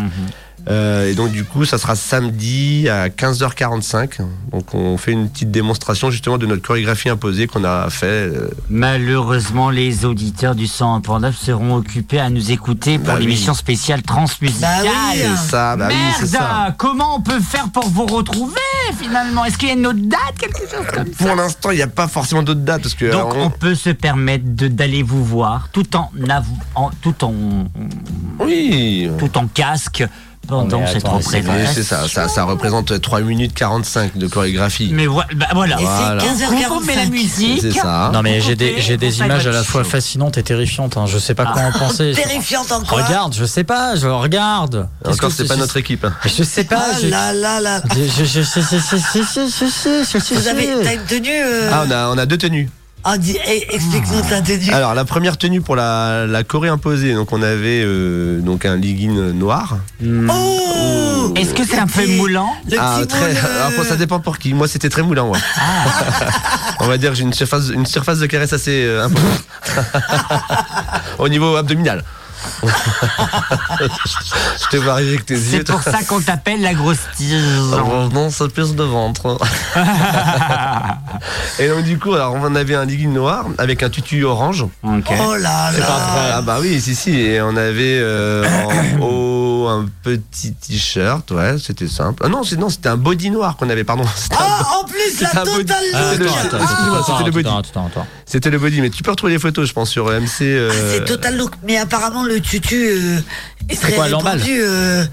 D: Euh, et donc, du coup, ça sera samedi à 15h45. Donc, on fait une petite démonstration, justement, de notre chorégraphie imposée qu'on a fait. euh,
A: Malheureusement, les auditeurs du 101.9 seront occupés à nous écouter pour
D: Bah oui.
A: l'émission spéciale Transmusicale.
B: Bah oui, hein.
D: ça, bah oui, c'est
A: Merde
D: ça.
A: Comment on peut faire pour vous retrouver finalement Est-ce qu'il y a une autre date Quelque chose comme ça
D: Pour l'instant, il n'y a pas forcément d'autres dates, parce que.
A: Donc
D: euh,
A: on peut se permettre de- d'aller vous voir tout en, avou- en- tout en
D: on- Oui.
A: tout en casque pendant
C: Non, mais
A: cette
C: attends, c'est-
D: Mais
A: représentation.
D: c'est ça, ça, ça représente 3 minutes 45 de chorégraphie.
A: Mais voi- bah, voilà.
B: Et
D: Voilà.
B: c'est
A: On vous met la
B: 15h45.
A: musique.
D: C'est ça.
C: Non mais
A: Vous
C: j'ai des,
A: coupez,
C: j'ai des
A: vous
C: images à la
A: saccochez.
C: fois fascinantes et terrifiantes. hein. Je sais pas quoi en penser.
B: Terrifiante Ah. encore. hein.
C: Regarde, je sais pas, je regarde. Qu'est-ce
D: Encore,
C: que
D: c'est pas notre équipe. hein.
C: Je sais pas.
B: Ah
C: je-
B: là là là.
C: je- je- je- je- je- je- je- je- je- je-
B: Vous avez t'as
C: je-
B: une tenue euh,
D: Ah, on a, on a deux tenues.
B: ah, dis- eh, Explique-nous ta tenue.
C: Ah,
D: Alors la première tenue pour la, la Corée imposée, donc on avait euh, donc un legging noir.
A: Hmm.
B: Oh
A: Est-ce que c'est un peu
B: Petit-
A: moulant
B: Le
D: Ah,
B: petit
D: très,
B: moule, euh,
D: alors, ça dépend pour qui. Moi c'était très moulant. ouais.
A: Ah.
D: on va dire que j'ai une surface, une surface de caresse assez euh, importante au niveau abdominal. Je te vois arriver avec tes yeux.
A: C'est
D: toi.
A: pour ça qu'on t'appelle la grosse tige.
B: Ah,
D: Oh, non, ça pisse de ventre. Et donc du coup, alors on avait un legging noir avec un tutu orange.
A: Ok.
B: Oh là là.
D: Ah bah oui, si, si. Et on avait euh, en haut un petit t-shirt, ouais, c'était simple. Ah non, c'est- non, c'était un body noir qu'on avait, pardon. C'était un-
B: Ah, en plus, la
D: C'est un beau-
B: totale
D: Ah,
B: look.
D: attends, attends, excuse-moi, c'était le body.
C: Attends, attends, attends.
D: C'était le body, mais tu peux retrouver les photos, je pense, sur MC. euh,
B: Ah, c'est total look. Mais apparemment, le tutu euh, est très
C: quoi, l'emballe
B: répandu. euh,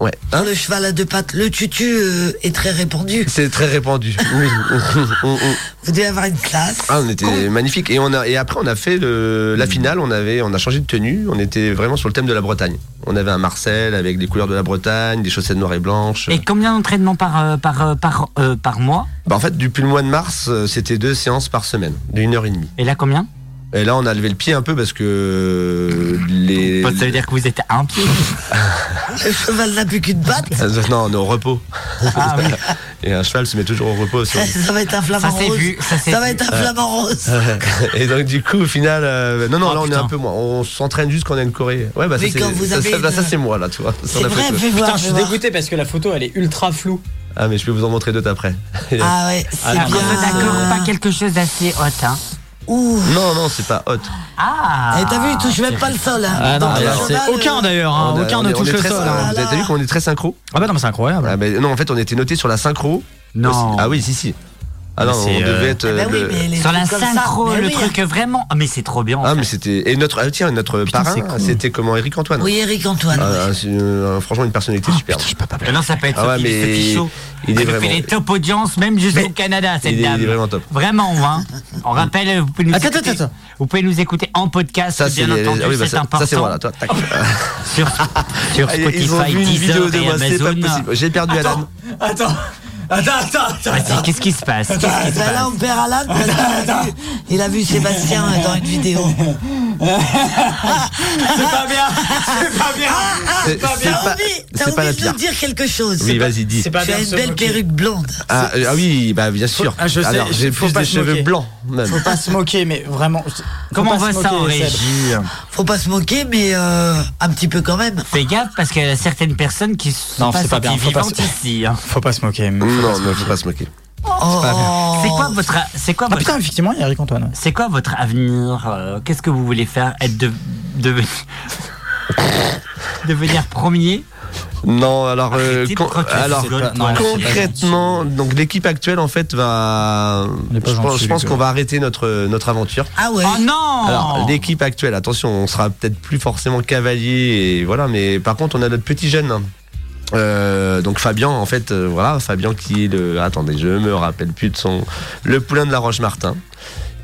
D: Ouais.
B: dans
D: Hein
B: le cheval à deux pattes, le tutu euh, est très répandu.
D: c'est très répandu. Oui.
C: Mm,
D: On- on- on-
B: Vous devez avoir une classe.
D: ah, on était magnifique. Et, on a, et après, on a fait le, la finale. On, avait, on a changé de tenue. On était vraiment sur le thème de la Bretagne. On avait un Marcel avec les couleurs de la Bretagne, des chaussettes noires et blanches.
A: Et combien d'entraînements par euh, par euh, par euh, par mois
D: Bah, en fait, depuis le mois de mars, euh, c'était deux séances par semaine, d'une heure et demie.
A: Et là combien
D: Et là, on a levé le pied un peu parce que les.
A: Bah, Ça veut dire que vous êtes à un pied.
B: Le cheval n'a plus qu'une patte.
D: Ah, Non, on est au repos.
A: Ah oui,
D: Et un cheval se met toujours au repos. sur-
B: Ça va être un flamant
A: ça s'est
B: rose.
A: vu. Ça s'est
B: Ça va
A: vu.
B: être un flamant rose.
D: Et donc, du coup, au final. euh, Non, non,
A: Oh,
D: là, on est
A: putain.
D: un peu moins. On s'entraîne juste quand on a une Corée. Ouais, bah, ça,
B: Mais
D: c'est-
B: quand vous
D: ça,
B: avez
D: ça-
B: une-
D: ça, c'est moi, là, tu vois. Ça, on
B: C'est
D: a fait
B: vrai,
D: peu.
B: fais voir.
I: Putain, je suis
B: fais voir.
I: dégoûté parce que la photo elle est ultra floue.
D: Ah, mais je peux vous en montrer d'autres après.
B: Ah ouais, c'est
A: Ah,
B: bien.
A: bon, D'accord, pas quelque chose d'assez hot. Hein.
B: Ouh.
D: Non, non, c'est pas hot.
A: Ah
B: Et Eh, t'as vu, il touche même pas le sol. hein.
C: Ah non,
B: Dans le
C: là,
D: alors,
C: c'est
B: cheval,
C: aucun
B: euh,
C: d'ailleurs, hein,
D: On a-
C: aucun
D: on
C: ne
D: est- on
C: touche
D: est
C: le
D: très-
C: sol.
D: Ah,
C: hein.
D: Vous avez t'as vu qu'on est très synchro
C: Ah bah non, mais c'est incroyable.
D: Ah, mais Non, en fait, on était noté sur la synchro.
A: Non.
D: Aussi. Ah oui, si, si. Ah
C: Mais
D: non,
C: c'est,
D: on
C: euh,
D: devait être.
B: Ah bah
D: euh,
B: oui,
D: le-
B: mais les
A: Sur la
B: trucs comme ça,
A: synchro,
B: mais
A: le
B: oui,
A: truc vraiment. Ah, mais c'est trop bien. en
D: Ah,
A: fait.
D: mais c'était. Et notre, ah, tiens, notre
C: Putain, c'est
D: parrain,
C: cool.
D: c'était comment Eric Antoine.
B: Oui, Eric Antoine.
D: Ah,
B: ouais.
D: c'est, euh, franchement, une personnalité
C: Oh,
D: superbe.
A: Ah Non, ça peut être
D: Ah ouais,
A: Sophie-
D: mais
A: Sophie Chaud.
D: il est
A: Elle
D: vraiment-
A: fait les top audiences, même jusqu'au
D: Mais-
A: Canada, cette
D: il, est, il est
A: dame.
D: vraiment top.
A: Vraiment, hein. On rappelle, vous pouvez nous,
C: Attends,
A: écouter,
C: attends, attends.
A: Vous pouvez nous écouter en podcast,
D: Ça, c'est
A: bien entendu,
D: ah oui, bah,
A: c'est
D: ça-
A: important.
D: ça, c'est voilà, toi. tac.
A: Sur, sur
D: Ah, ils ont
A: Spotify,
D: vu une vidéo
A: Deezer
D: de
A: et
D: moi, c'est pas
A: Amazon.
D: possible. J'ai perdu Alan.
I: Attends, attends, attends, attends.
A: Vas-y, Qu'est-ce qui se passe Qu'est-ce qui se
B: Bah là,
A: passe
B: on perd Alan parce qu'il a vu- il a vu Sébastien euh, dans une vidéo.
I: C'est pas bien, c'est pas bien.
D: C'est
I: pas
D: c'est
B: Ah, T'as
D: pas,
B: oublié,
D: c'est
B: t'as
D: pas la
B: oublié de
D: pire.
B: nous dire quelque chose.
D: Oui, vas-y, dis.
I: C'est pas
B: Tu
I: bien.
B: as
I: de
B: une
I: se
B: belle
I: moquer.
B: perruque blonde.
D: Ah, euh, ah oui, bah bien sûr.
C: Ah, je sais,
D: Alors, j'ai
C: faut
D: plus
C: pas
D: de
C: se
D: cheveux
C: moquer.
D: blancs, même.
C: Faut pas se moquer, mais vraiment. faut
A: Comment
C: pas
A: va
C: se
A: ça en
C: moquer, Seb.
A: régie
B: Faut pas se moquer, mais euh, un petit peu quand même.
A: Fais gaffe parce qu'il y a certaines personnes qui sont
C: Non,
A: pas
C: c'est pas bien,
A: sorties
C: faut pas
A: vivantes
C: se-
A: ici. hein.
C: Faut pas se moquer. mais-
D: Non, ne faut pas se moquer.
B: Oh,
A: C'est quoi votre, c'est quoi
C: Ah
A: votre,
C: putain, effectivement, il y a Eric Antoine. ouais.
A: c'est quoi votre avenir euh, Qu'est-ce que vous voulez faire Être de, devenir, devenir premier
D: Non, alors, euh,
A: Arrêtez de
D: con-
A: croquer,
D: alors euh,
A: c'est pas-
C: non,
A: voilà.
C: con-
D: concrètement, donc l'équipe actuelle en fait va.
C: On est pas
D: je pense,
C: gentil,
D: je pense
C: les
D: qu'on
C: gars.
D: va arrêter notre euh, notre aventure.
B: Ah ouais.
A: Oh non
D: Alors l'équipe actuelle, attention, on sera peut-être plus forcément cavalier et voilà, mais par contre on a notre petit jeune. hein. Euh, donc Fabien, en fait, euh, voilà, Fabien qui est le. Attendez, je me rappelle plus de son. Le poulain de la Roche Martin,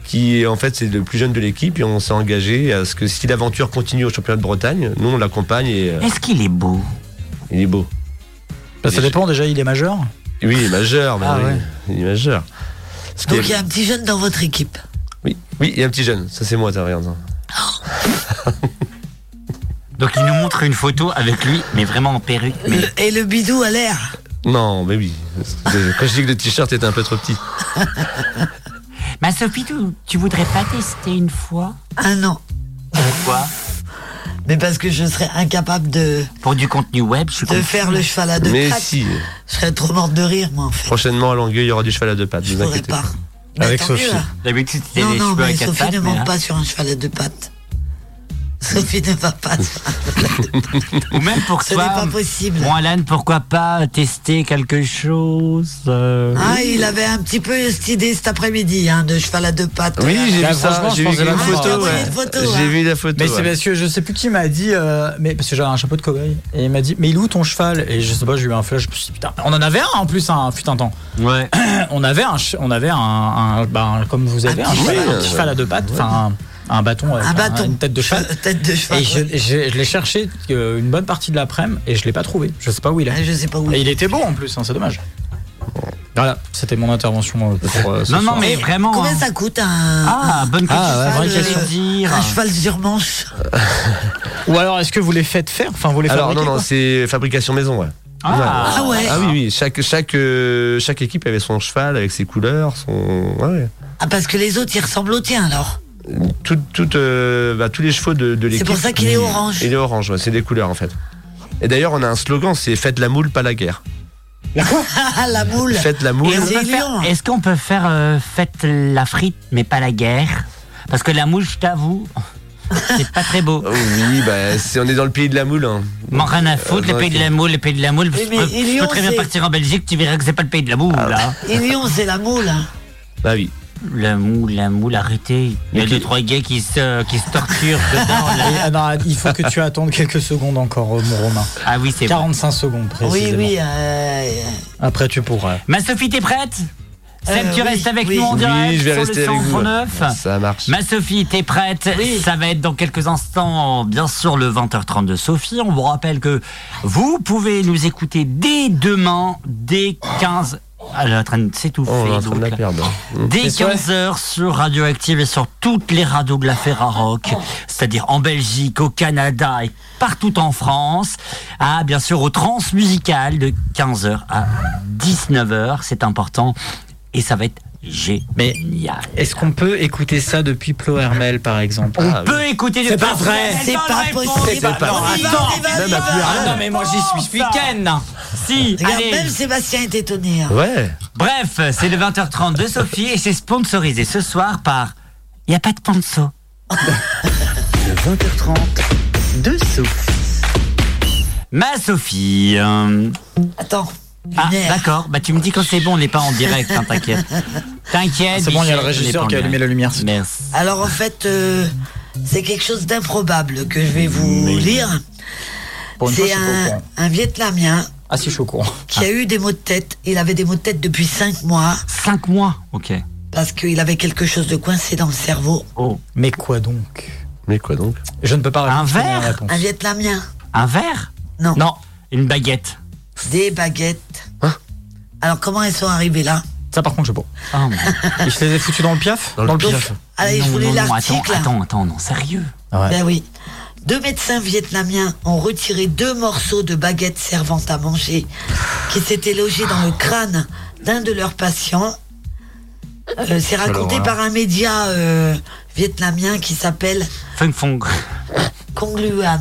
D: qui en fait c'est le plus jeune de l'équipe et on s'est engagé à ce que si l'aventure continue au championnat de Bretagne, nous on l'accompagne et euh,
A: Est-ce qu'il est beau
D: il est beau.
C: Bah, ça dépend déjà, il est majeur.
D: Oui, il est majeur, mais
C: Ah
D: oui,
C: ouais.
D: il est majeur. Ce qui
B: Donc
D: est-
B: il y a un petit jeune dans votre équipe.
D: Oui, oui, il y a un petit jeune, ça c'est moi, t'as regarde.
A: Donc il nous montre une photo avec lui, mais vraiment en perruque. Mais
B: Le- Et le bidou a l'air.
D: Non, mais oui. Quand je dis que le t-shirt était un peu trop petit.
A: ma Sophie, tu, tu voudrais pas tester une fois
B: Un an.
A: Pourquoi
B: Mais parce que je serais incapable de,
A: Pour du contenu web, je suis
B: de
A: con-
B: faire le cheval à deux
D: Mais
B: pattes.
D: si,
B: Je serais trop morte de rire, moi, en fait.
D: prochainement à Longueuil, il y aura du cheval à deux pattes,
B: Je
D: ne vous
B: pourrais
D: inquiétez
B: pas. Mais
C: Avec
B: tant mieux,
C: Sophie.
B: là.
A: D'habitude c'était
B: Non,
A: les
B: non,
A: cheveux à
B: mais
A: quatre
B: Sophie
A: pattes.
B: ne
A: mais là-
B: monte pas sur un cheval à deux pattes. Sophie ne va pas. sur un-
A: Ou même pour
B: Ce n'est
A: toi,
B: pas possible.
A: Bon Alan, pourquoi pas tester quelque chose euh,
B: Ah, il avait un petit peu cette idée cet après-midi, hein, de cheval à deux pattes.
D: pas. Oui, j'ai
C: Là,
D: vu ça,
C: franchement, je
D: j'ai vu
C: pense que
D: une
C: là, on
D: photo.
B: va
D: ouais.
B: regarder une photo,
D: J'ai
B: hein.
D: vu la photo.
C: Mais c'est
D: ouais.
C: parce que je sais plus qui m'a dit, euh, mais parce que j'avais un chapeau de cow-boy et il m'a dit, mais il est où ton cheval Et je sais pas, j'ai eu un flash. je me suis dit, Putain, on en avait un en plus, hein, un putain de temps.
A: Ouais.
C: On avait un, ch- on avait un, un- ben, comme vous avez, un,
B: petit
C: cheval,
D: cheval.
C: un petit cheval à deux pattes, enfin un, un bâton, avec
B: Un bâton.
C: une tête de cheval.
B: Che- Tête de cheval.
C: Et je,
B: ouais.
C: je- je l'ai cherché euh, une bonne partie de l'après-midi et je l'ai pas trouvé. Je sais pas où il
B: Ah,
C: est.
B: Je sais pas où.
C: Et il était beau en plus, hein, c'est dommage. Voilà, c'était mon intervention euh, pour euh, ce
A: Non, non,
C: soir.
A: mais vraiment.
B: Combien
A: hein.
B: ça coûte un, euh,
A: Ah, bonne
C: Ah, ouais,
A: question.
C: vraie
A: j'allais dire.
B: un cheval sur manche
C: Ou alors, est-ce que vous les faites faire Enfin, vous les
D: Alors
C: fabriquez,
D: non, non,
C: quoi
D: c'est fabrication maison, ouais.
A: Ah.
B: Ah ouais.
D: Ah oui, oui, chaque, chaque, euh, chaque équipe avait son cheval avec ses couleurs, son... ouais, Ouais.
B: Ah, parce que les autres, ils ressemblent au tien alors.
D: Tout, tout, euh, bah, tous les chevaux de, de l'équipe.
B: pour ça qu'il est orange.
D: Il est orange, ouais, c'est des couleurs en fait. Et d'ailleurs, on a un slogan, c'est Faites la moule, pas la guerre.
B: Ah, la moule.
D: Faites la
A: Et
D: moule.
A: on peut
B: C'est
A: faire-
B: lion.
A: Est-ce qu'on peut faire euh, fête la frite, mais pas la guerre Parce que la mouche, je t'avoue, c'est pas très beau.
D: Oh Oui, bah, c'est- on est dans le pays de la moule. hein.
A: M'en rien à foutre,
D: Euh,
A: le
D: non,
A: pays de
D: ok.
A: la moule, le pays de la moule.
B: Oui,
A: je
B: mais
A: peux,
B: ils
A: je peux
B: l'ont,
A: très bien
B: c'est-
A: partir en Belgique, tu verras que c'est pas le pays de la
D: Ah.
A: moule. là.
B: Et Lyon, c'est la moule. hein.
D: Bah oui.
A: La moule, la moule, arrêtez. Il y a
D: Ok.
A: deux, trois gays qui se, qui se torturent dedans. là.
C: Et- ah, non, il faut que tu attendes quelques secondes encore, euh, mon Romain.
A: Ah oui, c'est bon.
C: 45 secondes
B: Oui,
C: précisément.
B: oui. euh,
C: Après, tu pourras.
A: Ma Sophie, t'es prête Seb,
B: Euh,
A: tu
B: oui,
A: restes avec
B: oui.
A: nous en
D: Oui,
A: direct
D: je vais
A: sur
D: rester
A: le
D: avec vous.
A: 109.
D: Ça marche.
A: Ma Sophie, t'es prête Ça va être dans quelques instants, bien sûr, le 20h30 de Sophie. On vous rappelle que vous pouvez nous écouter dès Ah, demain, dès 15 Elle est en train de s'étouffer.
D: Oh, on est en train de la
A: donc.
D: perdre. hein.
A: Dès
C: C'est vrai.
A: 15h sur Radioactive et sur toutes les radios de la Ferrarock, c'est-à-dire en Belgique, au Canada et partout en France. Ah, bien sûr, au transmusical de 15h à 19h, c'est important et ça va être
J: Mais
A: génial.
J: Est-ce qu'on peut écouter ça depuis Plo Hermel, par exemple
A: On peut écouter
C: C'est pas vrai.
A: C'est pas
B: possible.
A: possible.
D: Ah, pas
C: Non,
D: vrai.
C: attends.
D: Même à plus
C: Ah non, mais moi j'y suis ce week-end.
A: Si,
B: Regarde,
A: allez.
B: même Sébastien est étonné. hein.
D: Ouais.
A: Bref, c'est le 20h30 de Sophie et c'est sponsorisé ce soir par Il n'y a pas de ponceau.
G: Le 20h30 de Sophie.
A: Ma Sophie. euh,
B: Attends.
A: Ah,
B: Lunaire.
A: d'accord. Bah, tu me dis quand c'est bon, on n'est pas en direct, hein, t'inquiète. T'inquiète.
C: C'est bon, il y
A: Michel,
C: a le régisseur
A: on est pas en
C: qui a allumé la
A: direct.
C: lumière.
A: Merci.
B: Alors en fait, euh, c'est quelque chose d'improbable que je vais vous lire.
C: Pour une fois,
B: C'est
C: je suis pas au
B: un,
C: courant.
B: un Vietnamien
C: Ah si, je suis au courant.
B: qui a eu des maux de tête. Il avait des maux de tête depuis 5 mois
A: Cinq mois. Ok.
B: parce qu'il avait quelque chose de coincé dans le cerveau.
A: Oh.
C: Mais quoi donc
D: Mais quoi donc
C: Je ne peux pas
A: Un
C: répondre, je connais la
A: verre
C: réponse.
B: Un Vietnamien
A: Un verre
B: Non.
A: Non. Une baguette. Hein
B: Des baguettes. Alors comment ils sont arrivés là
C: Ça par contre, je sais
A: Oh,
C: pas.
A: mon Dieu.
C: Et je les ai foutus dans le piaf Ah, Dans le
B: Donc,
C: piaf.
B: allez, Ah,
A: Non,
B: je vous
A: non,
B: lis
A: non, attends,
B: l'article.
A: attends, attends, non, sérieux.
C: Ah
B: Ben oui. Deux médecins vietnamiens ont retiré deux morceaux de baguette servant à manger qui s'étaient logés dans le crâne d'un de leurs patients. Euh, C'est raconté par un média euh, vietnamien qui s'appelle
A: Fung Fong.
B: Kong Luan.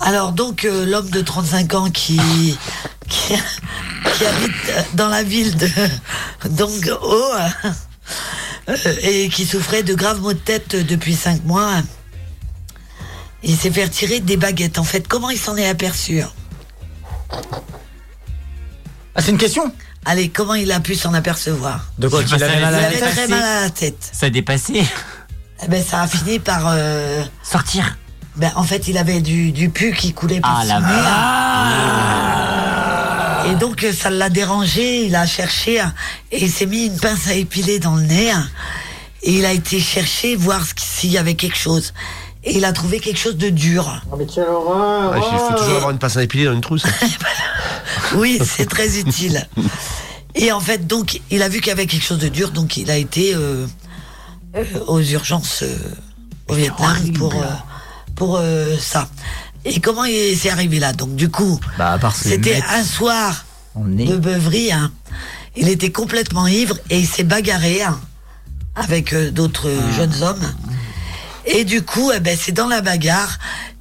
B: Alors donc euh, l'homme de 35 ans qui, qui, qui habite euh, dans la ville de Dong Ho euh, et qui souffrait de graves maux de tête depuis 5 mois, il s'est fait tirer des baguettes. En fait, comment il s'en est aperçu hein
C: Ah, c'est une question
B: Allez, comment il a pu s'en apercevoir
C: De quoi
A: C'est
C: Qu'il
A: pas
C: avait
A: ça,
C: mal
B: Il
C: à la
B: avait
A: tête,
B: très
A: c'est-
B: mal à la tête.
A: Ça a dépassé.
B: Eh ben, ça a fini par... euh,
A: Sortir.
B: ben, en fait, il avait du, du pu qui coulait par
A: Ah,
B: son
A: la vache.
B: nez. Et donc euh, ça l'a dérangé, il a cherché hein, et il s'est mis une pince à épiler dans le nez. hein. Et il a été chercher voir ce qui- s'il y avait quelque chose. Et il a trouvé quelque chose de dur.
D: Ah, Il faut toujours avoir une pince à épiler dans une trousse.
B: Oui, c'est très utile. Et en fait, donc, il a vu qu'il y avait quelque chose de dur, donc il a été euh, euh, aux urgences euh, au Vietnam pour, euh, pour euh, ça. Et comment il s'est arrivé là Donc, du coup,
J: Bah, à part
B: C'était un soir de beuverie. hein. Il était complètement ivre et il s'est bagarré hein, avec euh, d'autres euh,
J: Ah.
B: jeunes hommes. Et du coup, eh ben, c'est dans la bagarre.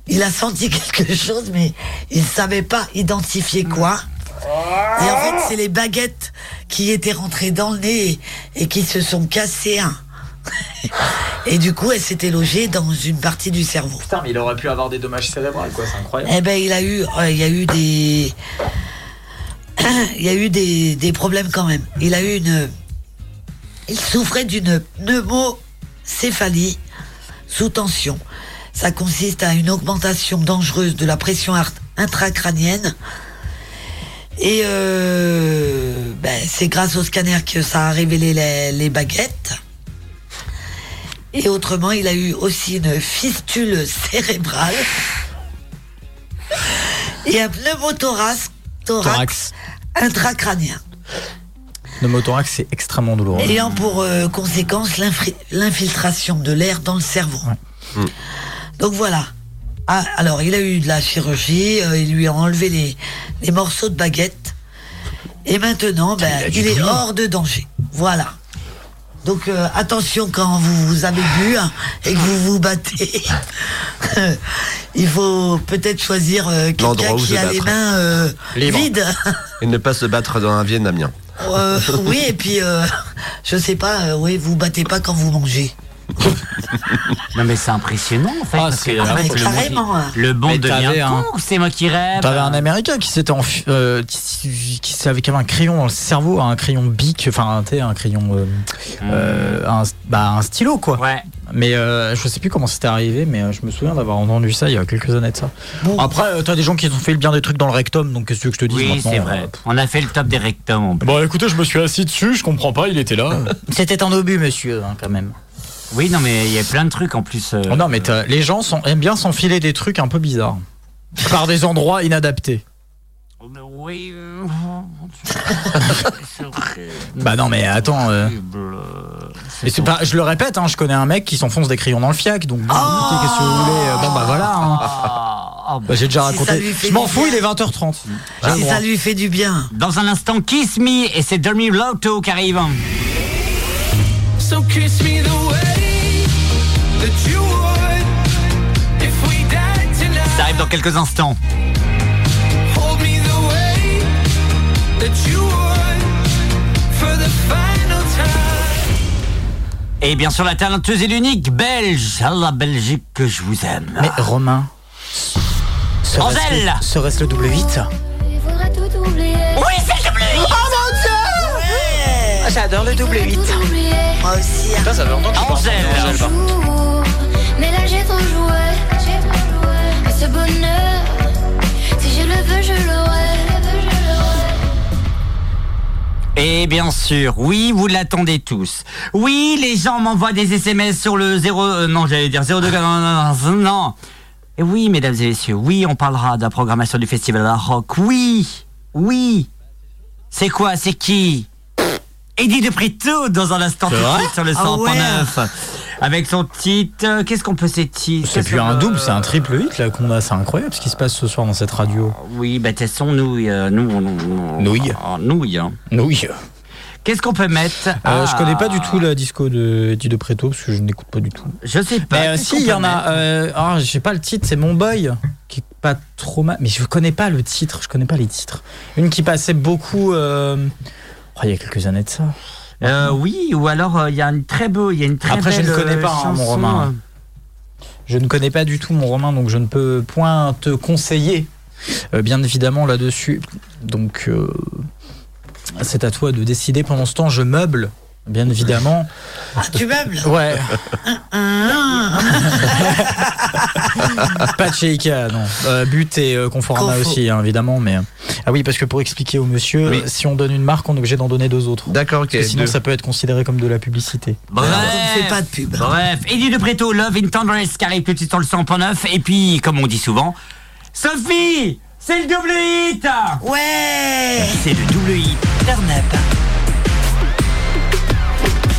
B: Il a senti quelque chose, mais il ne savait pas identifier quoi. Et en fait, c'est les baguettes qui étaient rentrées dans le nez et, et qui se sont cassées. hein. et du coup, elle s'était logée dans une partie du cerveau.
C: Putain, mais il aurait pu avoir des dommages cérébraux, quoi, c'est incroyable.
B: Eh ben, il a eu, ouais, il y a eu des, il y a eu des, des problèmes quand même. Il a eu une, il souffrait d'une pneumocéphalie sous tension. Ça consiste à une augmentation dangereuse de la pression art- intracrânienne. Et euh, ben, c'est grâce au scanner que ça a révélé les, les baguettes. Et autrement, il a eu aussi une fistule cérébrale et un pneumothorax thorax,
C: Eh, Thorax.
B: intracrânien.
C: Le mothorax, c'est extrêmement douloureux.
B: ayant pour euh, conséquence l'infri- l'infiltration de l'air dans le cerveau.
D: Hmm.
B: Donc voilà. Ah, alors, il a eu de la chirurgie, euh, il lui a enlevé les, les morceaux de baguette. Et maintenant, ben, il, est hors de danger. Voilà. Donc euh, attention quand vous, vous avez bu hein, et que vous vous battez. il faut peut-être choisir euh, quelqu'un
D: L'endroit où se
B: qui a les
D: battre.
B: mains euh,
D: Libre.
B: vides.
D: Et ne pas se battre dans un Vietnamien.
B: Euh, oui, et puis, euh, je sais pas, euh, oui, vous battez pas quand vous mangez.
A: Non, mais c'est impressionnant, en fait.
C: Ah,
A: parce
C: c'est-
A: que,
C: ah,
A: en
B: mais
A: fait, le
B: carrément,
A: monde-
B: hein.
A: le bon
C: Mais
A: devient
C: t'avais un-
A: con ou c'est moi qui rêve
C: T'avais un Américain qui s'était enfu- euh, qui, qui s'avait qui avait un crayon dans le cerveau, un crayon bic, enfin un, tu sais, un crayon, euh, euh, un, bah, un stylo quoi.
A: Hmm. Ouais.
C: Mais euh, je sais plus comment c'était arrivé, mais euh, je me souviens d'avoir entendu ça il y a quelques années de ça. Après, euh, t'as des gens qui ont fait bien des trucs dans le rectum, donc qu'est-ce que tu veux que je te dise
A: Oui,
C: maintenant,
A: c'est
C: euh,
A: vrai. On a fait le top des rectums. en plus.
J: Bon, écoutez, je me suis assis dessus, je comprends pas, il était là.
C: C'était un obus, monsieur, hein, quand même.
A: Oui, non, mais il y a plein de trucs en plus. euh,
C: Oh non, mais t'as- les gens sont- aiment bien s'enfiler des trucs un peu bizarres. Par des endroits inadaptés.
A: Oui, euh,
C: Bah non, mais attends. euh. Et c'est pas- je le répète, hein, je connais un mec qui s'enfonce des crayons dans le fiac, donc qu'est-ce que vous
A: euh,
C: voulez Bon bah voilà. hein. Bah, J'ai déjà
A: Ah, Si ça lui
C: raconté.
A: fait
C: Je m'en
A: du
C: fous,
A: bien.
C: il est 20h30. J'ai le droit.
A: lui
B: fait du bien.
A: Dans un instant, Kiss Me et c'est Demi Loto qui arrive.
E: So kiss me the way that you would if we died tonight.
A: Ça arrive dans quelques instants.
E: Hold me the way that you would for the final time.
A: Et bien sûr, la talentueuse et l'unique belge. À la Belgique que je vous aime.
C: Mais Romain.
A: Ansel.
C: Serait-ce le, serait-ce le double 8
A: Oui, c'est le bleu
E: Oh mon dieu J'adore le double 8.
B: Moi aussi.
J: Ça, ça fait longtemps que je pense à Angèle, par contre.
K: Mais là j'ai trop joué, j'ai trop joué à ce bonheur. Si je le veux, je l'aurai.
A: Et bien sûr, oui, vous l'attendez tous. Oui, les gens m'envoient des SMS sur le 0... euh, non, j'allais dire 02... Non, non, non, non. Et oui, mesdames et messieurs, oui, on parlera de la programmation du Festival de la Rock. Oui, oui. C'est quoi, c'est qui Eddie de Prito dans un instant tout de suite sur le
E: Ah
A: 100.9.
E: ouais.
A: Avec son titre... euh, Qu'est-ce qu'on peut s'étirer
C: C'est plus un double, c'est un triple 8 là qu'on a. C'est incroyable ce qui se passe ce soir dans cette radio.
A: Oui, bah de toute façon, nous, euh, nous, on- on-
C: Nouilles.
A: on- nouilles. hein.
C: Oui.
A: Qu'est-ce qu'on peut mettre
C: Euh, Je
A: Ah.
C: connais pas du tout la disco de Eddie de Preto parce que je n'écoute pas du tout.
A: Je sais pas.
C: Mais euh,
A: Qu'est-ce
C: si,
A: qu'on
C: il y
A: peut
C: en
A: mettre
C: a. Euh, ah, je sais pas le titre, c'est Mon Boy, qui est pas trop mal. Mais je connais pas le titre, je connais pas les titres. Une qui passait beaucoup. euh, oh, il y a quelques années de ça.
A: Euh, oui, ou alors euh, il y a une très beau, il y a une très
C: Après, je
A: belle,
C: ne connais
A: euh,
C: pas hein, mon
A: chanson, euh.
C: Romain. Je ne connais pas du tout mon Romain, donc je ne peux point te conseiller, euh, bien évidemment, là-dessus. Donc, euh, c'est à toi de décider. Pendant ce temps, je meuble, bien évidemment.
B: Ah, tu meubles Ah,
C: Ouais.
B: Hum.
C: Pas de chez Ikea, non. Euh, but et euh, Conforama
B: ah. Confo.
C: aussi, hein, évidemment. Mais... Ah oui, parce que pour expliquer au monsieur,
D: Oui.
C: si on donne une marque, on est obligé d'en donner deux autres.
D: D'accord, ok.
C: Parce que sinon,
D: Deux.
C: ça peut être considéré comme de la publicité.
A: Bref,
B: On ne fait pas de pub.
A: Bref, Eddie de Preto, Love in Tendresse qui arrive tout de suite sur le 100.9. Et puis, comme on dit souvent, Sophie, c'est le double hit
B: Ouais
A: C'est le double hit.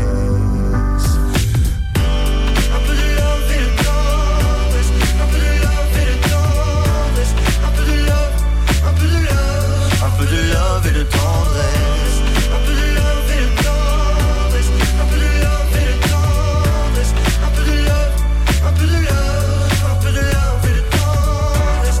L: presse. Un peu de love et de tendresse. Un peu de love et de tendresse. Un peu de love. Un peu de love, un peu de love et de tendresse. Un peu de love et de tendresse. Un peu de love et de tendresse. Un peu de love, un peu de love, un peu de love et de tendresse.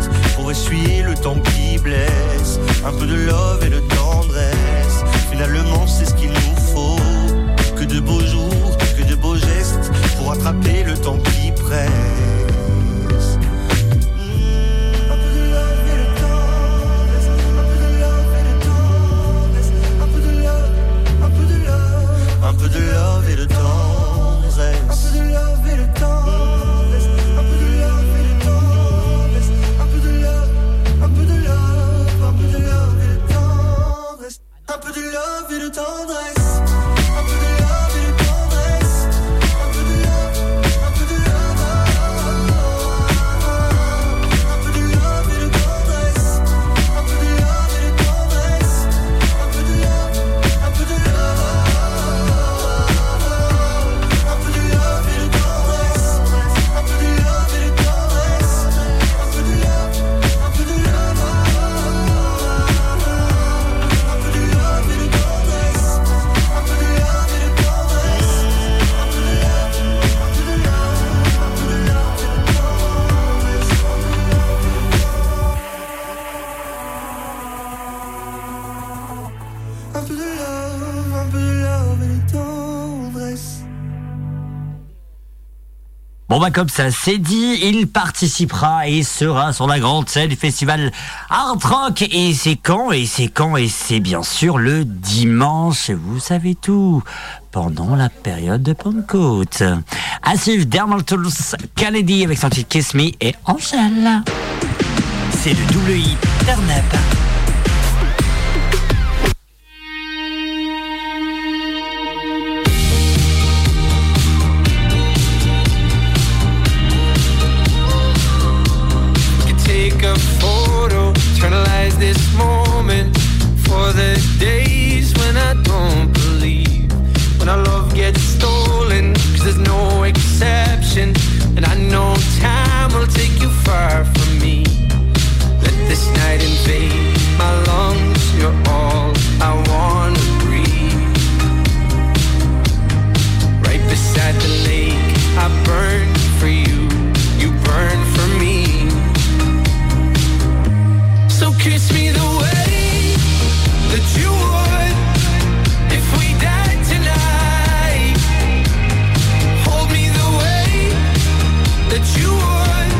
L: pour essuyer le temps qui blesse. Un peu de love et de tendresse, finalement c'est ce qu'il nous faut. Que de beaux jours, que de beaux gestes pour attraper le temps qui presse. Un peu de love et de tendresse. Un peu de love et de tendresse. Un peu de love et de tendresse. Un peu de love, un peu de love, un peu de love et de tendresse. Un peu de love et de tendresse. Un peu de love et de tendresse. Un peu de love, un peu de love et de tendresse.
A: Bon bah comme ça c'est dit, il participera et sera sur la grande scène du festival Hard Rock et c'est quand et c'est quand et c'est bien sûr le dimanche, vous savez tout, pendant la période de Pentecôte. À suivre Dermal Toulouse, Kennedy avec son titre Kiss Me et Angèle. C'est le double hit
E: could take a photo, eternalize this moment for the days when I don't believe. When our love gets stolen, cause there's no exception. And I know time will take you far from me. Let this night invade my lungs, you're all I wanna breathe. Right beside the lake, I burn for you, you burn for me. So kiss me the way that you would if we died tonight. Hold me the way that you would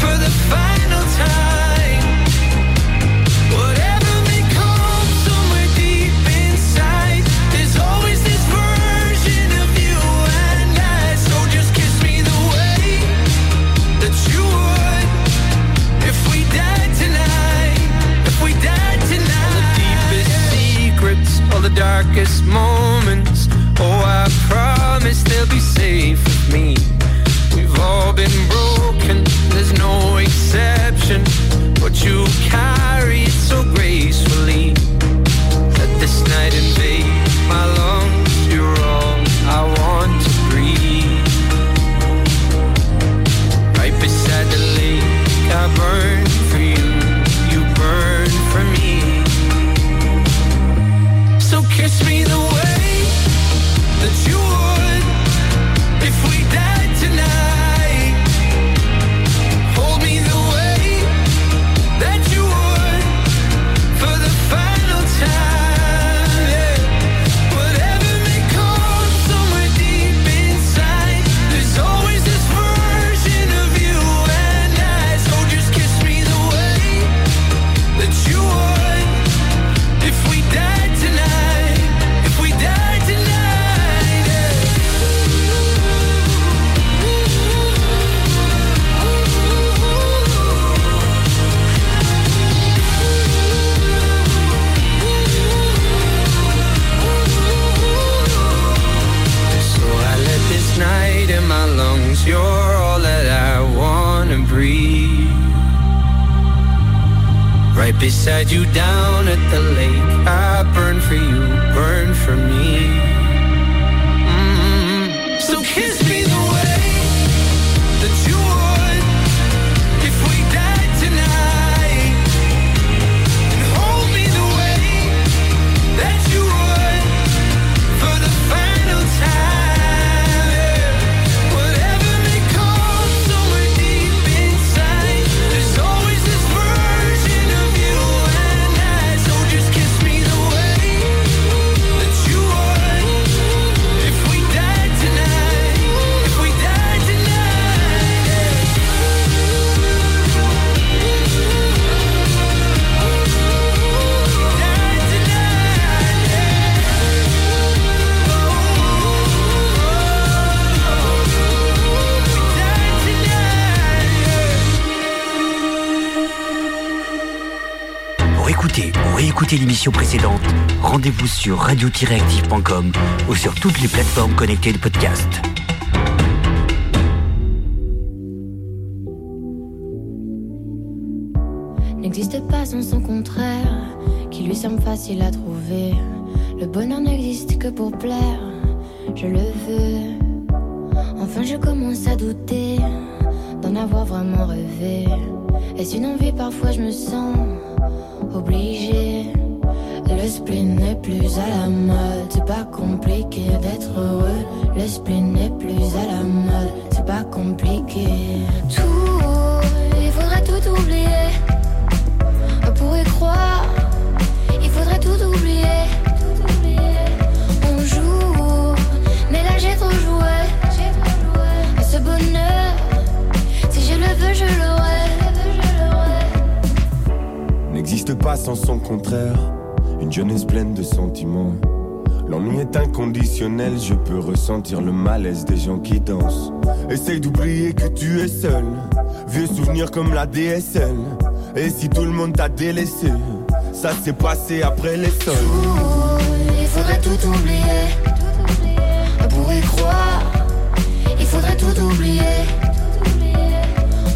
E: for the final time. Whatever may come somewhere deep inside, there's always this version of you and I. So just kiss me the way that you would. If we die tonight, if we die tonight, all the deepest secrets, all the darkest moments. Oh, I promise they'll be safe with me. We've all been broken, there's no exception. What you carry it so gracefully. Let this night invade my lungs. You're all I want to breathe. Right beside the lake, I burn for you, you burn for me. So kiss me the way that you would if we died tonight. Hold me the way that you would for the final time. yeah. Whatever may come somewhere deep inside, there's always this version of you and I. So just kiss me the way that you would if we died tonight. If we died tonight. yeah. So I let this night in my lungs, you're all that I wanna breathe. Right beside you down at the lake, I burn for you, burn for me. Mm. So kiss me the way that you would if we died tonight. And hold me the way that you would for the final time. Whatever may come somewhere deep inside, there's always this version of you and I. So just kiss me the way that you would if we died tonight. If we died tonight.
A: Pour écouter ou réécouter l'émission précédente, rendez-vous sur radio-active.com ou sur toutes les plateformes connectées de podcast.
M: N'existe pas sans son contraire, qui lui semble facile à trouver. Le bonheur n'existe que pour plaire, je le veux. Enfin, je commence à douter d'en avoir vraiment rêvé. Est-ce une envie Parfois, je me sens obligée. Le spleen n'est plus à la mode, c'est pas compliqué d'être heureux. Le spleen n'est plus à la mode, c'est pas compliqué.
K: Tout, il faudrait tout oublier. On pourrait croire, il faudrait tout oublier.
N: n'existe pas sans son contraire. Une jeunesse pleine de sentiments. L'ennui est inconditionnel, je peux ressentir le malaise des gens qui dansent. Essaye d'oublier que tu es seul, vieux souvenir comme la DSL. Et si tout le monde t'a délaissé, ça s'est passé après les sols.
K: Il faudrait tout oublier. On pourrait croire. Il faudrait tout oublier.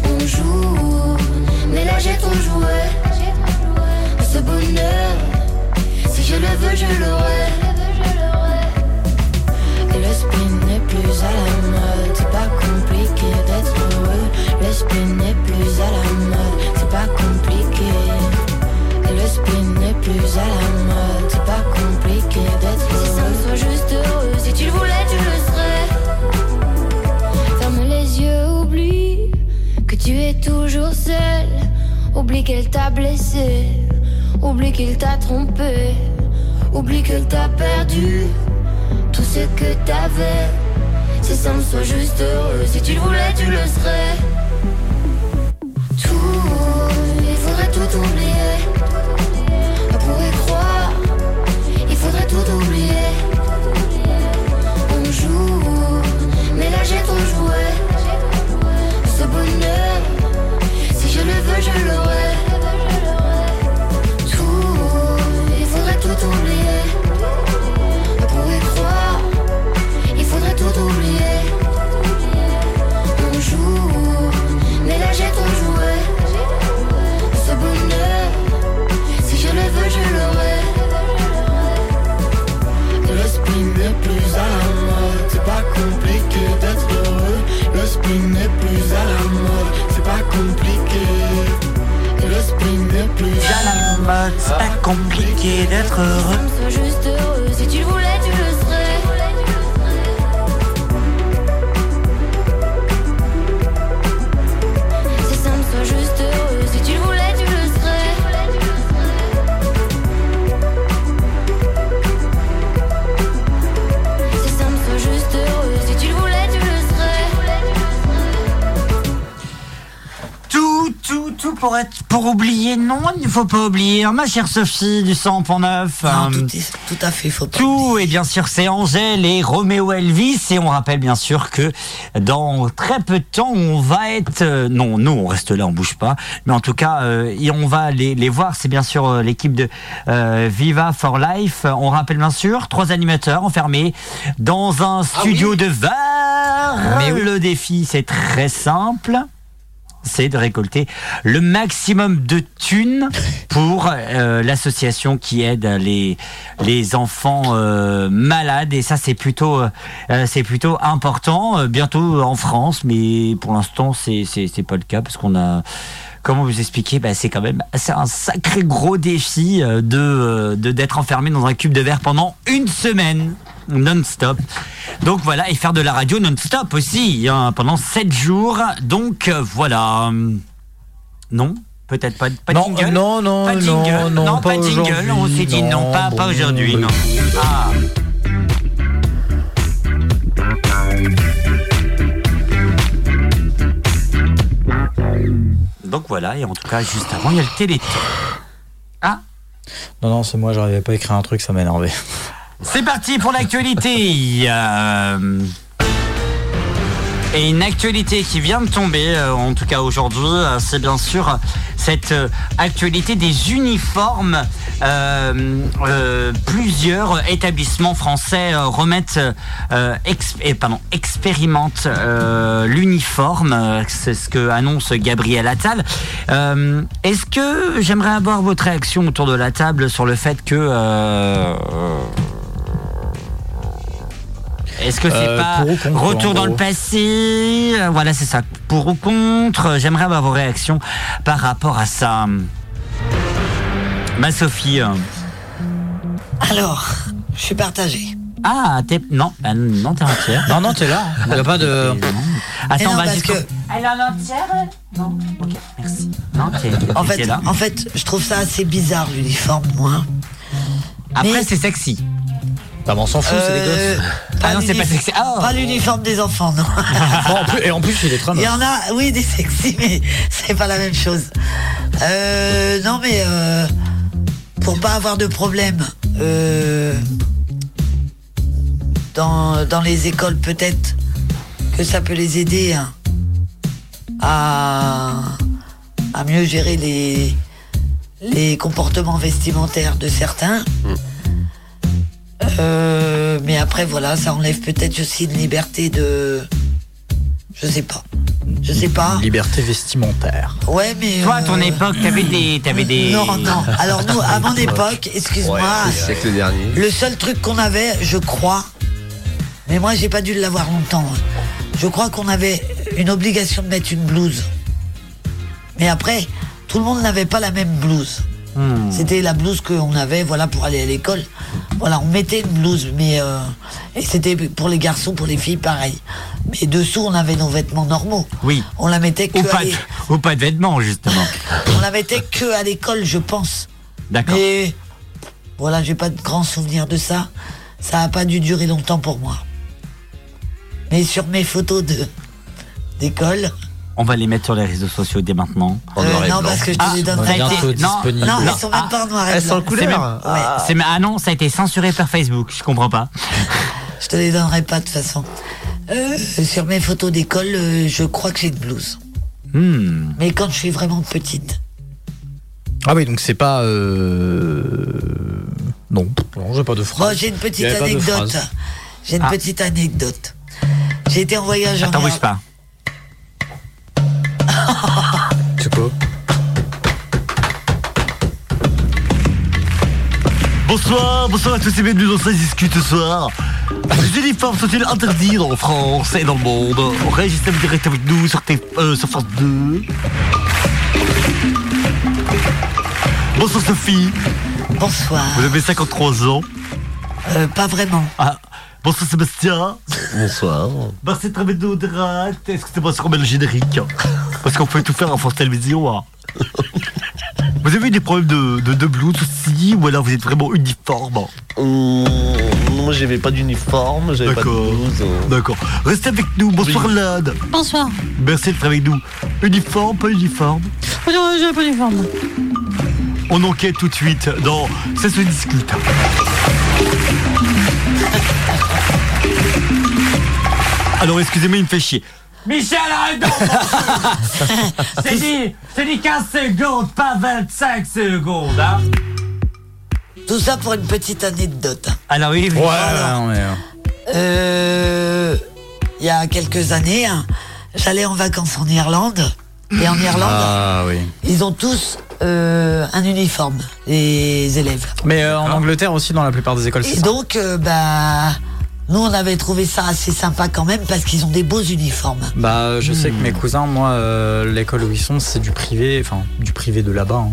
K: On joue. Mélanger ton jouet. Ce bonheur. Si je le veux, je l'aurai.
M: Et l'esprit n'est plus à la mode, c'est pas compliqué d'être heureux. L'esprit n'est plus à la mode, c'est pas compliqué. Et l'esprit n'est plus à la mode, c'est pas compliqué d'être
K: Si ça me soit
M: heureux.
K: juste heureux, si tu le voulais, tu le serais.
M: Ferme les yeux, oublie que tu es toujours seul. Oublie qu'elle t'a blessé, oublie qu'il t'a trompé, oublie qu'elle t'a perdu
K: Tout ce que t'avais, si ça me soit juste heureux, si tu le voulais, tu le serais. Tout, il faudrait tout oublier. On pourrait croire, il faudrait tout oublier. On joue, mélanger ton jouet. Ce bonheur, si je le veux, je l'aurai. Tout, il faudrait tout oublier. On pourrait croire, il faudrait tout oublier. On joue, mélanger ton jouet. Ce bonheur, si je le veux, je l'aurai.
M: L'esprit n'est plus à la mode, c'est pas compliqué d'être heureux. L'esprit n'est plus à la mode, c'est pas compliqué. L'esprit n'est plus à la mode, c'est pas compliqué d'être heureux.
K: Sois juste heureux, si tu le voulais, tu le serais. Si ça me soit juste heureux, si tu le voulais, tu le serais. Si ça me soit juste heureux, si tu le voulais, tu le serais.
A: Tout, tout, tout pour être, pour oublier. Non, il ne faut pas oublier. hein, Ma chère Sophie du 100.9. euh,
B: Tout à fait, faut pas.
A: Tout, et bien sûr, c'est Angèle et Roméo Elvis. Et on rappelle bien sûr que dans très peu de temps, on va être. euh, non, nous, on reste là, on bouge pas. Mais en tout cas, euh, et on va les, les voir. C'est bien sûr euh, l'équipe de euh, Viva for Life. On rappelle bien sûr trois animateurs enfermés dans un studio de verre.
C: Mais oui.
A: Le défi, c'est très simple c'est de récolter le maximum de thunes pour euh, l'association qui aide les, les enfants euh, malades. Et ça, c'est plutôt, euh, euh, c'est plutôt important. Euh, bientôt en France, mais pour l'instant, c'est c'est- c'est pas le cas parce qu'on a. Comment vous expliquer Bah, C'est quand même c'est un sacré gros défi euh, de euh, de- d'être enfermé dans un cube de verre pendant une semaine non-stop. Donc voilà, et faire de la radio non-stop aussi, hein, pendant 7 jours. Donc euh, voilà. Non Peut-être pas, pas de
C: Non,
A: jingle
C: non, non,
A: pas de
C: non,
A: jingle.
C: non, pas
A: de jingle.
C: aujourd'hui,
A: On s'est dit non,
C: non,
A: pas, pas
C: bon,
A: aujourd'hui,
C: bah
A: non.
C: écoute.
A: Ah. Donc voilà, et en tout cas, juste avant, il y a le téléthon.
C: Non, non, c'est moi, j'arrivais pas à écrire un truc, ça m'a énervé.
A: C'est parti pour l'actualité. Euh, Et une actualité qui vient de tomber, euh, en tout cas aujourd'hui, euh, c'est bien sûr euh, cette euh, actualité des uniformes. Euh, euh, plusieurs établissements français euh, remettent, euh, exp- eh, pardon, expérimentent euh, l'uniforme. euh, C'est ce que annonce Gabriel Attal. Euh, Est-ce que j'aimerais avoir votre réaction autour de la table sur le fait que euh, est-ce que c'est
C: Euh,
A: pas
C: pour ou contre,
A: retour
C: en
A: dans le
C: gros.
A: passé euh, Voilà, c'est ça. Pour ou contre euh, J'aimerais avoir vos réactions par rapport à ça. Ma Sophie. euh,
B: Alors, je suis partagée.
A: Ah, t'es. Non, bah non, t'es entière.
C: Non, non, t'es là. Il n'y a pas de.
B: Mais
A: Attends,
B: Eh non,
A: on va
B: parce
A: jusqu'au-
B: que-
A: Elle est en entière Non. Ok, merci. Non, hein. t'es.
B: En
A: t'es
B: fait,
A: là.
B: en fait, je trouve ça assez bizarre l'uniforme, moi.
A: Après, c'est sexy.
C: Bah, on s'en fout,
B: Euh,
C: c'est des gosses.
B: Pas
A: Ah non, c'est pas
B: l'unif-
A: sexy. Ah.
B: Pas l'uniforme des enfants, non.
C: Non, en plus- et en plus, il est très
B: Il y
C: moche.
B: en a, oui, des sexy, mais c'est pas la même chose. Euh, non, mais euh, pour pas avoir de problème euh, dans, dans les écoles, peut-être que ça peut les aider hein, à, à mieux gérer les, les comportements vestimentaires de certains. Euh, mais après, voilà, ça enlève peut-être aussi une liberté de. Je sais pas. Je sais pas.
C: Liberté vestimentaire.
B: Ouais, mais.
A: Toi, à
B: euh,
A: ton époque, t'avais des, t'avais des.
B: Non, non. Alors, nous, à mon époque, excuse-moi.
D: c'est le siècle dernier.
B: Le seul truc qu'on avait, je crois, mais moi j'ai pas dû l'avoir longtemps. hein. Je crois qu'on avait une obligation de mettre une blouse. Mais après, tout le monde n'avait pas la même blouse.
A: Hmm.
B: C'était la blouse qu'on avait, voilà, pour aller à l'école. Voilà, on mettait une blouse, mais euh, et c'était pour les garçons, pour les filles, pareil. Mais dessous, on avait nos vêtements normaux.
A: Oui.
B: On la mettait que
A: Ou
B: à
A: pas, de,
B: l'é-
A: ou pas de vêtements, justement.
B: on la mettait que à l'école, je pense.
A: D'accord.
B: Mais voilà, j'ai pas de grands souvenirs de ça. Ça a pas dû durer longtemps pour moi. Mais sur mes photos de d'école,
A: On va les mettre sur les réseaux sociaux dès maintenant. Ah,
B: Euh, non parce que je te les donne
A: ça a été- non,
B: non,
A: non, ah,
B: elles sont même pas en hein. noir et blanc.
A: C'est même- c'est même- ah non, ça a été censuré par Facebook, je comprends pas.
B: Je te les donnerai pas de toute façon. Euh, sur mes photos d'école, euh, je crois que j'ai une blouse.
A: Hmm.
B: Mais quand je suis vraiment petite.
C: Ah oui, donc c'est pas. euh, Non, non j'ai pas de
B: Bon,
C: phrase.
B: j'ai une petite
C: Il y avait pas de
B: anecdote.
C: phrase.
B: J'ai une
C: Ah.
B: petite anecdote. J'étais en voyage en
A: Attends,
B: Irlande.
A: bouge pas.
C: C'est quoi
O: Bonsoir, bonsoir à tous et bienvenue dans Ça se discute ce soir. Les uniformes sont-ils interdits en France et dans le monde Régis en direct avec nous sur, T- euh, sur France 2. Bonsoir Sophie.
B: Bonsoir.
O: Vous avez 53 ans.
B: Euh, pas vraiment.
O: Ah, bonsoir Sébastien. Bonsoir. Merci de travailler nous en direct. Est-ce que c'est moi ce qu'on met le générique Parce qu'on peut tout faire en France Télévisions. hein. Vous avez eu des problèmes de, de, de blues aussi Ou alors vous êtes vraiment uniforme
P: Moi, j'avais pas d'uniforme, j'avais pas de
O: D'accord.
P: blouse. euh.
O: D'accord. Restez avec nous. Bonsoir Lade.
Q: Bonsoir.
O: Merci d'être avec nous. Uniforme, pas uniforme.
Q: J'ai pas d'uniforme.
O: On enquête tout de suite dans Ça se discute. Alors excusez-moi, il me fait chier.
A: Michel, arrête donc C'est dit, c'est dit 15 secondes, pas 25 secondes, hein
B: Tout ça pour une petite anecdote.
A: Alors oui, Ah, oui.
B: Euh, il y a quelques années, hein, j'allais en vacances en Irlande. Et en Irlande,
C: Ah oui.
B: ils ont tous euh, un uniforme, les élèves.
C: Mais euh, en Angleterre aussi, dans la plupart des écoles, c'est
B: Hein Et
C: ça.
B: donc, euh, bah, nous, on avait trouvé ça assez sympa quand même parce qu'ils ont des beaux uniformes.
C: Bah, euh, je sais que
A: Hmm.
C: mes cousins, moi, euh, l'école où ils sont, c'est du privé, enfin, du privé de là-bas. hein.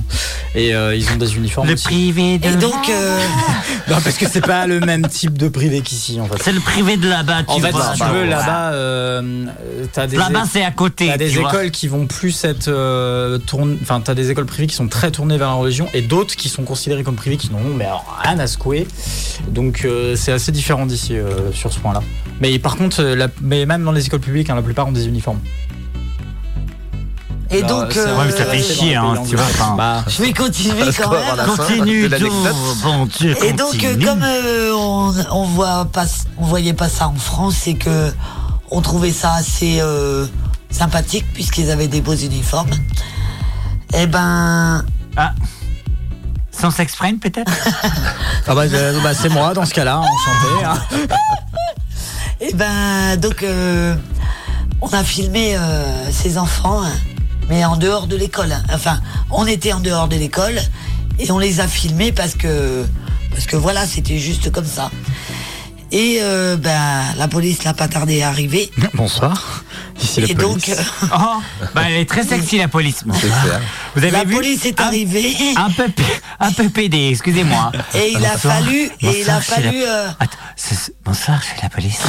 C: Et euh, ils ont des uniformes. aussi.
A: privé de
B: Et donc, euh,
C: Non, parce que c'est pas le même type de privé qu'ici, en fait.
A: C'est le privé de là-bas, tu
C: En fait,
A: vois. bah,
C: si tu veux, là-bas, euh, euh, t'as des.
A: Là-bas, c'est à côté,
C: T'as des
A: tu
C: écoles
A: vois.
C: qui vont plus être euh, tourn- Enfin, t'as des écoles privées qui sont très tournées vers la religion et d'autres qui sont considérées comme privées qui n'en ont mais alors, rien à secouer. Donc, euh, c'est assez différent d'ici euh, sur ce point-là. Mais par contre, euh, la- mais même dans les écoles publiques, hein, la plupart ont des uniformes.
B: et
C: Bah,
B: donc,
C: c'est
B: euh,
C: vrai, mais ça fait chier, hein, tu vois, enfin. Bah.
B: je vais continuer
C: Parce
B: quand
C: qu'on va avoir la
B: même.
C: fin Continue de l'anecdote. donc, bon Dieu,
B: Et donc, euh,
C: continue.
B: comme euh, on, on voit pas, on voyait pas ça en France, et que on trouvait ça assez euh, sympathique puisqu'ils avaient des beaux uniformes. Eh ben,
A: Sans s'exprimer peut-être
C: Ah bah, euh, bah, c'est moi dans ce cas-là, enchanté. hein.
B: Et ben donc euh, on a filmé euh, ces enfants, hein, mais en dehors de l'école. hein. Enfin, on était en dehors de l'école et on les a filmés parce que parce que voilà, c'était juste comme ça. Et euh, ben la police n'a pas tardé à arriver.
C: Bonsoir. Ici la
B: Et
C: police.
B: donc, euh,
A: Oh, bah, elle est très sexy la police. Vous avez
B: La
A: vu
B: police est arrivée.
A: Un peu, p- un peu pédé, excusez-moi.
B: Et il a fallu- et il a
A: Bonsoir, je suis
B: fallu,
A: la-
B: euh,
A: Attends, c'est- c'est- bonsoir, je suis la police.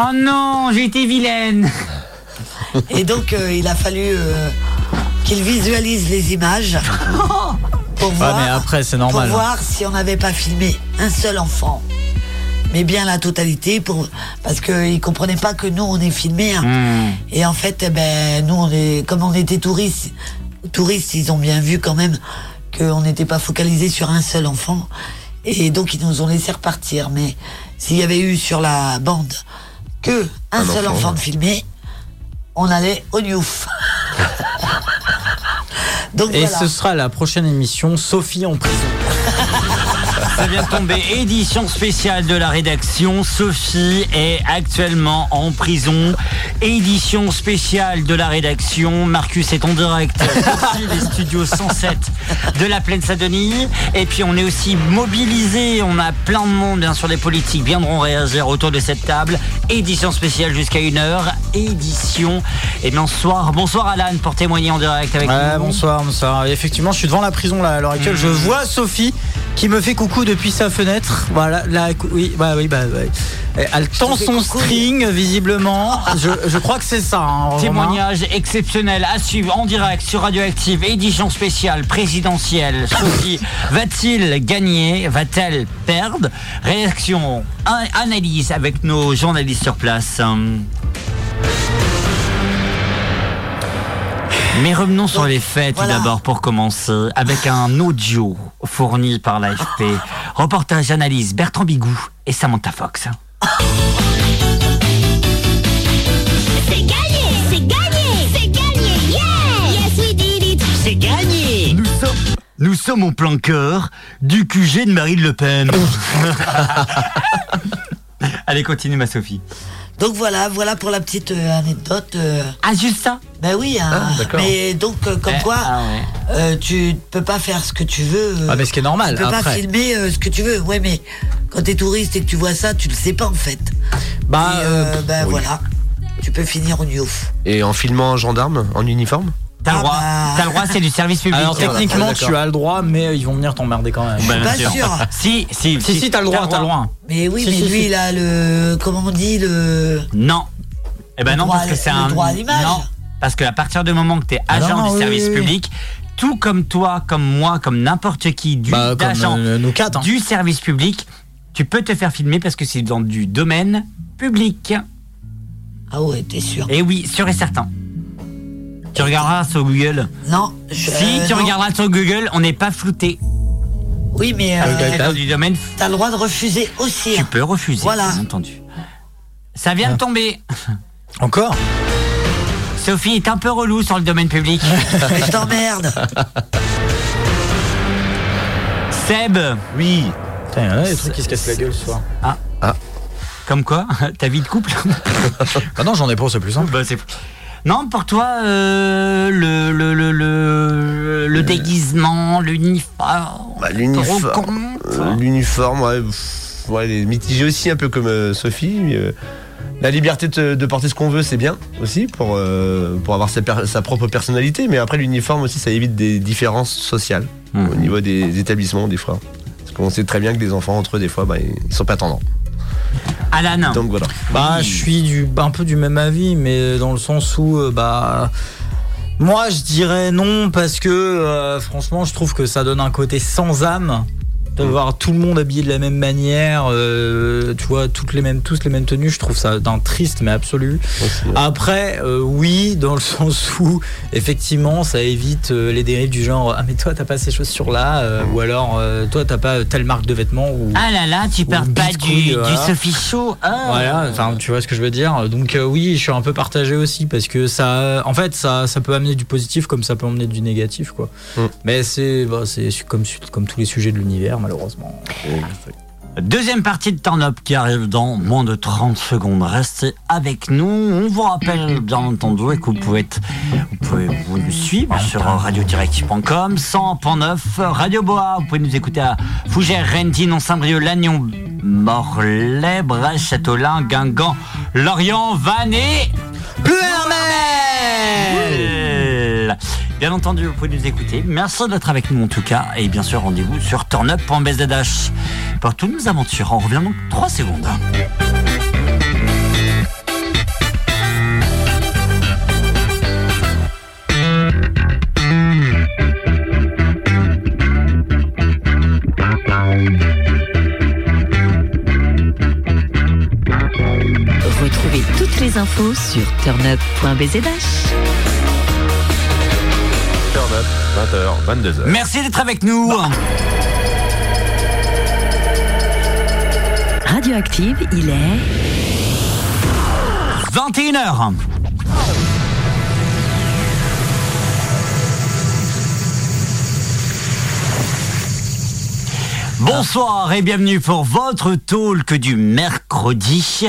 A: oh non, j'ai été vilaine.
B: et donc euh, il a fallu euh, qu'ils visualisent les images
A: Oh,
B: pour
C: Ouais,
B: voir.
C: Ah, mais après, c'est normal. hein.
B: Pour voir si on n'avait pas filmé un seul enfant, mais bien la totalité, pour, parce qu'ils ne comprenaient pas que nous, on est filmés. hein.
A: Hmm.
B: Et en fait, eh ben, nous, on est, comme on était touristes, touristes, ils ont bien vu quand même qu'on n'était pas focalisé sur un seul enfant. Et donc, ils nous ont laissé repartir. Mais s'il y avait eu sur la bande que un,
K: Un
B: seul
K: enfant,
B: enfant de
K: ouais.
B: filmé, on allait au Newf. donc,
C: Et
B: voilà.
C: ce sera la prochaine émission Sophie en prison.
A: Ça vient de tomber. Édition spéciale de la rédaction. Sophie est actuellement en prison. Édition spéciale de la rédaction. Marcus est en direct. Sophie, les studios 107 de la plaine Saint-Denis. Et puis on est aussi mobilisé. On a plein de monde. Bien sûr, les politiques viendront réagir autour de cette table. Édition spéciale jusqu'à une heure. Édition. Eh Et bonsoir. Bonsoir Alan pour témoigner en direct avec
C: Ouais,
A: nous.
C: bonsoir, bonsoir. Et Effectivement, je suis devant la prison là à l'heure actuelle. Je
A: Mhm.
C: vois Sophie qui me fait coucou depuis sa fenêtre. Voilà, là, cou- oui, bah oui, bah. ouais. Elle- Elle
A: te
C: tend
A: fais
C: son
A: coucou.
C: string, visiblement. Je, je crois que c'est ça. hein, Romain.
A: Témoignage exceptionnel à suivre en direct sur Radioactive, édition spéciale présidentielle. Sophie va-t-il gagner Va-t-elle perdre Réaction, an- analyse avec nos journalistes sur place. Hum. Mais revenons sur les faits tout d'abord pour commencer avec un audio fourni par l'AFP. Reportage analyse Bertrand Bigou et Samantha Fox.
K: C'est gagné, c'est gagné, c'est gagné, yeah Yes, we did it C'est gagné
O: Nous sommes, nous sommes en plein cœur du QG de Marine Le Pen.
A: Allez, continue ma Sophie.
B: Donc voilà, voilà pour la petite euh, anecdote.
A: Ah, juste ça
B: Ben oui, hein.
C: Ah, d'accord.
B: mais donc euh, comme
C: Eh,
B: quoi,
C: ah
B: euh, tu ne peux pas faire ce que tu veux. euh,
C: Ah, mais ce qui est normal,
B: Tu peux pas
C: après.
B: filmer euh, ce que tu veux. Ouais, mais quand tu es touriste et que tu vois ça, tu le sais pas en fait.
C: Bah,
B: Et, euh, ben voilà, tu peux finir au newf.
D: Et en filmant un gendarme en uniforme
A: T'as
B: Ah,
A: le droit, Ah. t'as le droit, c'est du service public.
C: Alors techniquement, tu as le droit, mais euh, ils vont venir t'emmerder quand même.
A: Je suis Bah, bien pas sûr. sûr. Si, si,
C: si,
A: si,
C: t'as le droit, t'as le droit.
B: Mais oui,
C: Si,
B: mais
C: si,
B: lui,
C: si.
B: il a le. Comment on dit le.
A: Non. Eh ben
B: Le
A: non,
B: droit
A: parce
B: à-
A: que c'est
B: le
A: un.
B: droit à l'image.
A: Non, parce qu'à partir du moment que tu es
C: Ah
A: agent
C: non,
A: du
C: oui,
A: service
C: oui, oui.
A: public, tout comme toi, comme moi, comme n'importe qui, du,
C: Bah, comme,
A: d'agent
C: euh, nous quatre, hein.
A: du service public, tu peux te faire filmer parce que c'est dans du domaine public.
B: Ah ouais, t'es sûr
A: Eh oui, sûr et certain. Tu regarderas sur Google.
B: Non. je-
A: si
B: euh,
A: tu
B: non.
A: regarderas sur Google, on n'est pas flouté.
B: Oui, mais.
A: Parce
B: euh,
A: que c'est dans du domaine
B: T'as le droit de refuser aussi. hein.
A: Tu peux refuser,
B: Voilà.
A: bien entendu. Ça vient de tomber.
C: Encore
A: Sophie est un peu relou sur le domaine public.
B: Je t'emmerde.
A: Seb
D: Oui.
C: Putain, Eh ouais, les trucs qui se cassent la gueule ce soir.
A: Ah. Comme quoi Ta vie de couple Bah,
C: Ah non, j'en ai pas, c'est plus simple.
A: Non, pour toi, euh, le, le, le, le,
C: Euh.
A: le déguisement, l'uniforme.
D: Bah,
A: te rends
D: L'uniforme.
A: compte
D: euh, L'uniforme, ouais, pff, ouais, elle est mitigée aussi, un peu comme euh, Sophie. euh, la liberté de, de porter ce qu'on veut, c'est bien aussi pour, euh, pour avoir sa, per- sa propre personnalité. Mais après, l'uniforme aussi, ça évite des différences sociales
C: Mmh.
D: au niveau des établissements, des fois. Parce qu'on sait très bien que les enfants, entre eux, des fois, bah, ils sont pas tendants.
A: Alan
D: Donc voilà.
C: Bah, je suis du, bah, un peu du même avis, mais dans le sens où, euh, bah. Moi, je dirais non, parce que euh, franchement, je trouve que ça donne un côté sans âme de
A: Mm.
C: voir tout le monde habillé de la même manière, euh, tu vois, toutes les mêmes, tous les mêmes tenues. Je trouve ça d'un triste, mais absolu. Après, euh, oui, dans le sens où, effectivement, ça évite euh, les dérives du genre Ah, mais toi, t'as pas ces chaussures là, euh, ou alors euh, toi, t'as pas telle marque de vêtements. Ou,
A: Mm. Ah là là, tu
C: ou
A: parles pas
C: bite
A: du,
C: couille,
A: du
C: voilà.
A: Sophie Show. Ah.
C: Voilà, enfin, tu vois ce que je veux dire. Donc euh, oui, je suis un peu partagé aussi parce que ça, en fait, ça, ça peut amener du positif comme ça peut amener du négatif, quoi. Mais c'est, bah, c'est comme, comme tous les sujets de l'univers, malheureusement.
A: Deuxième partie de Turn Up qui arrive dans moins de 30 secondes. Restez avec nous. On vous rappelle, bien entendu, que vous pouvez, être- vous pouvez vous nous suivre sur radiodirect.com, 100.9, Radio Boa. Vous pouvez nous écouter à Fougères, Rennes, Saint-Brieuc, Lannion, Morlaix, Brest, Châtelain, Guingamp, Lorient, Vannes Pleuermel Bien entendu, vous pouvez nous écouter. Merci d'être avec nous en tout cas. Et bien sûr, rendez-vous sur turnup.bsdh. Pour toutes nos aventures, on revient dans 3 secondes.
Q: Retrouvez toutes les infos sur turnup.bzh.
A: Turn
Q: 20h, 22h.
A: Merci d'être avec nous.
R: Radioactive, il est
A: 21h. Bonsoir et bienvenue pour votre talk du mercredi.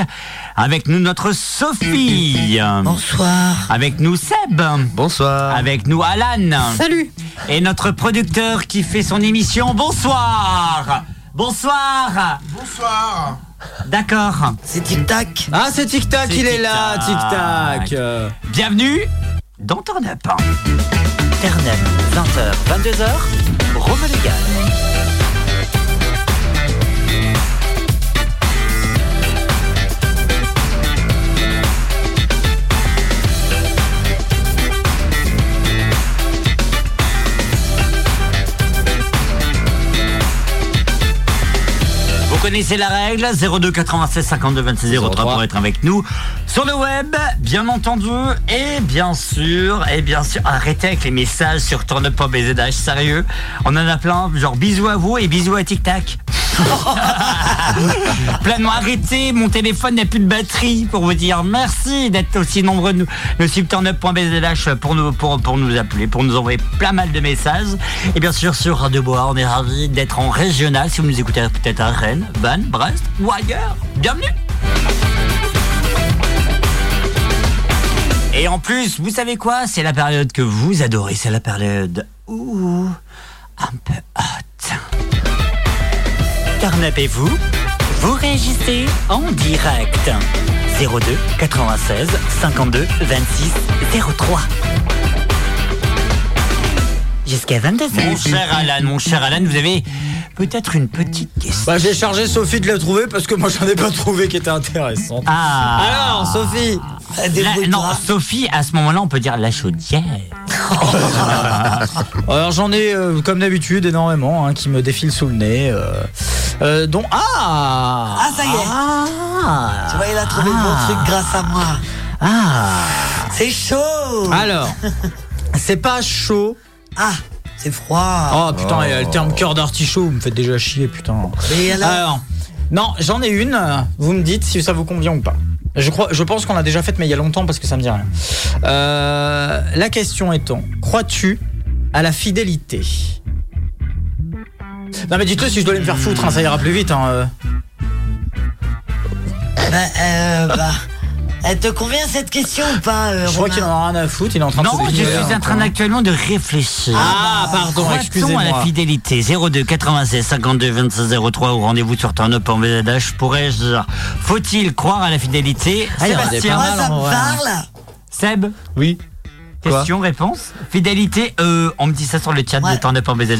A: Avec nous notre Sophie.
B: Bonsoir.
A: Avec nous Seb. Bonsoir. Avec nous Alan. Salut. Et notre producteur qui fait son émission. Bonsoir. Bonsoir.
F: Bonsoir.
A: D'accord.
B: C'est Tic Tac.
C: Ah, c'est Tic Tac, il est là, Tic Tac. Euh,
A: Bienvenue dans Turn Up.
G: Turn Up, 20h, 22h, Rome Légal.
A: Vous connaissez la règle 02 96 52 26 03, pour être avec nous sur le web, bien entendu, et bien sûr, et bien sûr, arrêtez avec les messages sur Turn Pop et ZH, sérieux, on en a plein, genre bisous à vous et bisous à Tic Tac. Pleinement arrêté, mon téléphone n'a plus de batterie pour vous dire merci d'être aussi nombreux. nous- Le subturnup.bzh pour nous, pour, pour nous appeler, pour nous envoyer plein mal de messages. Et bien sûr, sur Radio Bois, on est ravis d'être en régional. Si vous nous écoutez peut-être à Rennes, Vannes, Brest ou ailleurs, bienvenue! Et en plus, vous savez quoi C'est la période que vous adorez, c'est la période ouh, un peu hot. Carnapez-vous, vous réagissez en direct. 02 96 52 26 03. Jusqu'à 22 Mon cher Alan, mon cher Alan, vous avez peut-être une petite question.
C: Bah, j'ai chargé Sophie de la trouver parce que moi j'en ai pas trouvé qui était intéressante.
A: Ah.
C: Alors, Sophie
A: La- non, Sophie, à ce moment-là, on peut dire la chaudière.
C: Alors j'en ai euh, comme d'habitude énormément hein, qui me défilent sous le nez. euh, euh, dont ah
B: Ah, ça y est. Tu vois, il a trouvé le bon truc grâce à moi.
C: Ah
B: C'est chaud.
C: Alors, c'est pas chaud.
B: Ah, c'est froid.
C: Oh putain, et, euh, le terme cœur d'artichaut, vous me faites déjà chier, putain.
B: Mais alors
C: non, j'en ai une, euh, vous me dites si ça vous convient ou pas. Je, crois, je pense qu'on l'a déjà faite, mais il y a longtemps parce que ça me dit rien. Euh, la question étant, crois-tu à la fidélité Non, mais dites-le si je dois aller me faire foutre, hein, ça ira plus vite. hein, euh.
B: Bah, euh, bah, elle te convient cette question ou pas euh,
C: Je crois
B: Romain
C: qu'il en a rien à foutre, il est en train de se
A: Non, je
C: dégueuler,
A: suis
C: hein,
A: en train
C: quoi.
A: actuellement de réfléchir.
C: Ah, pardon,
A: Croit-on
C: excusez-moi.
A: à la fidélité 02 96 52 26 03 au rendez-vous sur Turn Up en VZH. Pourrais-je dire, Faut-il croire à la fidélité
B: Ah, il y en a des
A: Sébastien,
B: pas mal, en Moi, ça me vrai. parle.
A: Seb Oui. Question, réponse Fidélité, euh, on me dit ça sur le chat de Turn Up en VZH.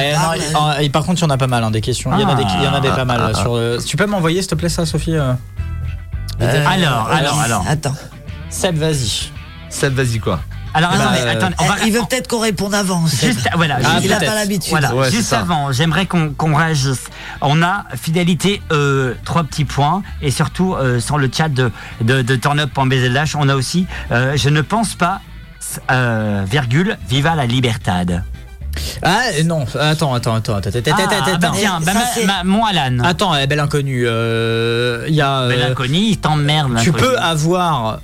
C: Eh, non, il- en- et par contre, il y en a pas mal hein, des questions. Il y en a des, il y en a des pas mal.
A: Ah.
C: là, sur, euh, tu peux m'envoyer, s'il te plaît, ça, Sophie euh
A: Euh, alors, alors, alors.
B: Attends.
C: Seb, vas-y. Eh ben,
D: Seb, vas-y quoi
A: Alors, attendez, attendez, on va-
B: Eh, Il veut peut-être qu'on réponde avant. c'est
A: Juste, ah,
B: vrai.
A: voilà,
C: Ah,
A: juste-
B: il n'a pas l'habitude.
A: Voilà, juste avant, j'aimerais qu'on qu'on réagisse. On a fidélité, euh, trois petits points, et surtout euh, sur le chat de, de, de turnup.bzlh, on a aussi euh, Je ne pense pas, euh, virgule, viva la libertad.
C: Ah non, attends, attends, attends, attends, attends,
A: Ah,
C: attends, attends,
A: bah
C: attends.
A: tiens, bah, ma- ma- mon Alan.
C: Attends, eh, belle inconnue. euh, Il y a. euh,
A: Mais l'inconnu, il t'emmerde.
C: tu
A: l'inconnu.
C: peux avoir.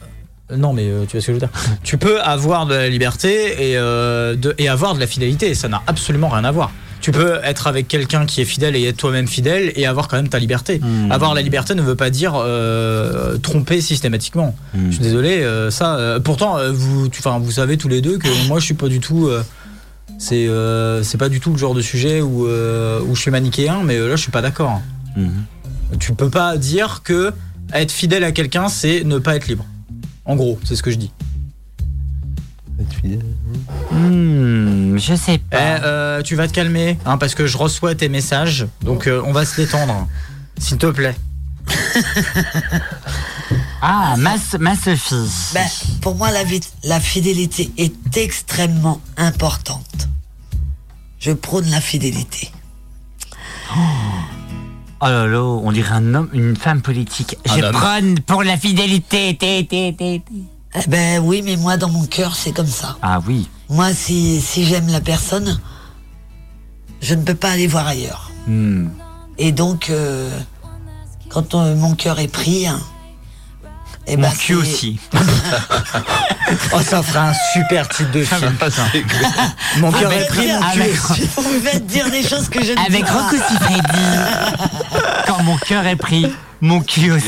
C: Non mais euh, tu vois ce que je veux dire. tu peux avoir de la liberté et, euh, de, et avoir de la fidélité. Ça n'a absolument rien à voir. Tu peux être avec quelqu'un qui est fidèle et être toi-même fidèle et avoir quand même ta liberté. Avoir la liberté ne veut pas dire euh, tromper systématiquement. Je suis désolé, euh, ça. euh, pourtant, euh, vous, tu- 'fin, vous savez tous les deux que moi je suis pas du tout. euh, c'est euh, c'est pas du tout le genre de sujet où, euh, où je suis manichéen, mais euh, là je suis pas d'accord. Tu peux pas dire que être fidèle à quelqu'un, c'est ne pas être libre. En gros, c'est ce que je dis.
A: Hmm, je sais pas.
C: Eh, euh, tu vas te calmer, hein, parce que je reçois tes messages, donc euh, on va se détendre. S'il te plaît.
A: Ah, ma, ma Sophie.
B: Ben, pour moi, la, vit- la fidélité est extrêmement importante. Je prône la fidélité.
A: Oh là là,
C: Ah, bah,
A: on dirait un homme, une femme politique.
B: Un
A: je
B: homme.
A: prône pour la fidélité. té, té, té, té.
B: Eh ben oui, mais moi, dans mon cœur, c'est comme ça.
A: Ah oui.
B: Moi, si, si j'aime la personne, je ne peux pas aller voir ailleurs.
A: Hmm.
B: Et donc, euh, quand euh, mon cœur est pris, hein, eh
A: Mon
B: ben,
A: cul
B: c'est-
A: aussi.
C: Oh, ça fera un super titre de film. Mon
B: Ah,
C: cœur est pris, mon cul aussi.
B: Vous faites dire des choses que je ne dis
A: Avec
B: pas.
A: Rocco Siffredi. Quand mon cœur est pris, mon cul aussi.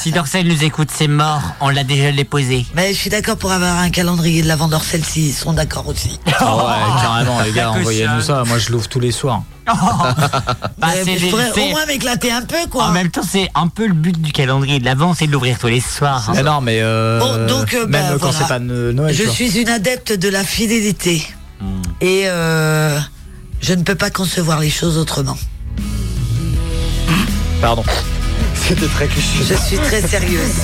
A: si Dorsel nous écoute, c'est mort. On l'a déjà déposé.
B: Mais Ben, je suis d'accord pour avoir un calendrier de l'avant d'Orcel s'ils sont d'accord aussi.
C: Ah ouais, carrément, les gars,
B: La
C: envoyez-nous ça. Moi, je l'ouvre tous les soirs.
A: Bah,
B: Eh, Mais
A: c'est
B: je
A: les-
B: pourrais
A: c'est-
B: au moins m'éclater un peu, quoi.
A: En même temps, c'est un peu le but du calendrier de l'avant, c'est de l'ouvrir tous les soirs. hein.
C: Mais non, mais euh,
B: Bon, donc, euh,
C: même
B: bah,
C: quand
B: voilà.
C: c'est pas euh, Noël.
B: je
C: tu vois. Hmm.
B: suis une adepte de la fidélité. Et euh, je ne peux pas concevoir les choses autrement.
C: Pardon. C'était très cliché.
B: Je suis très sérieuse.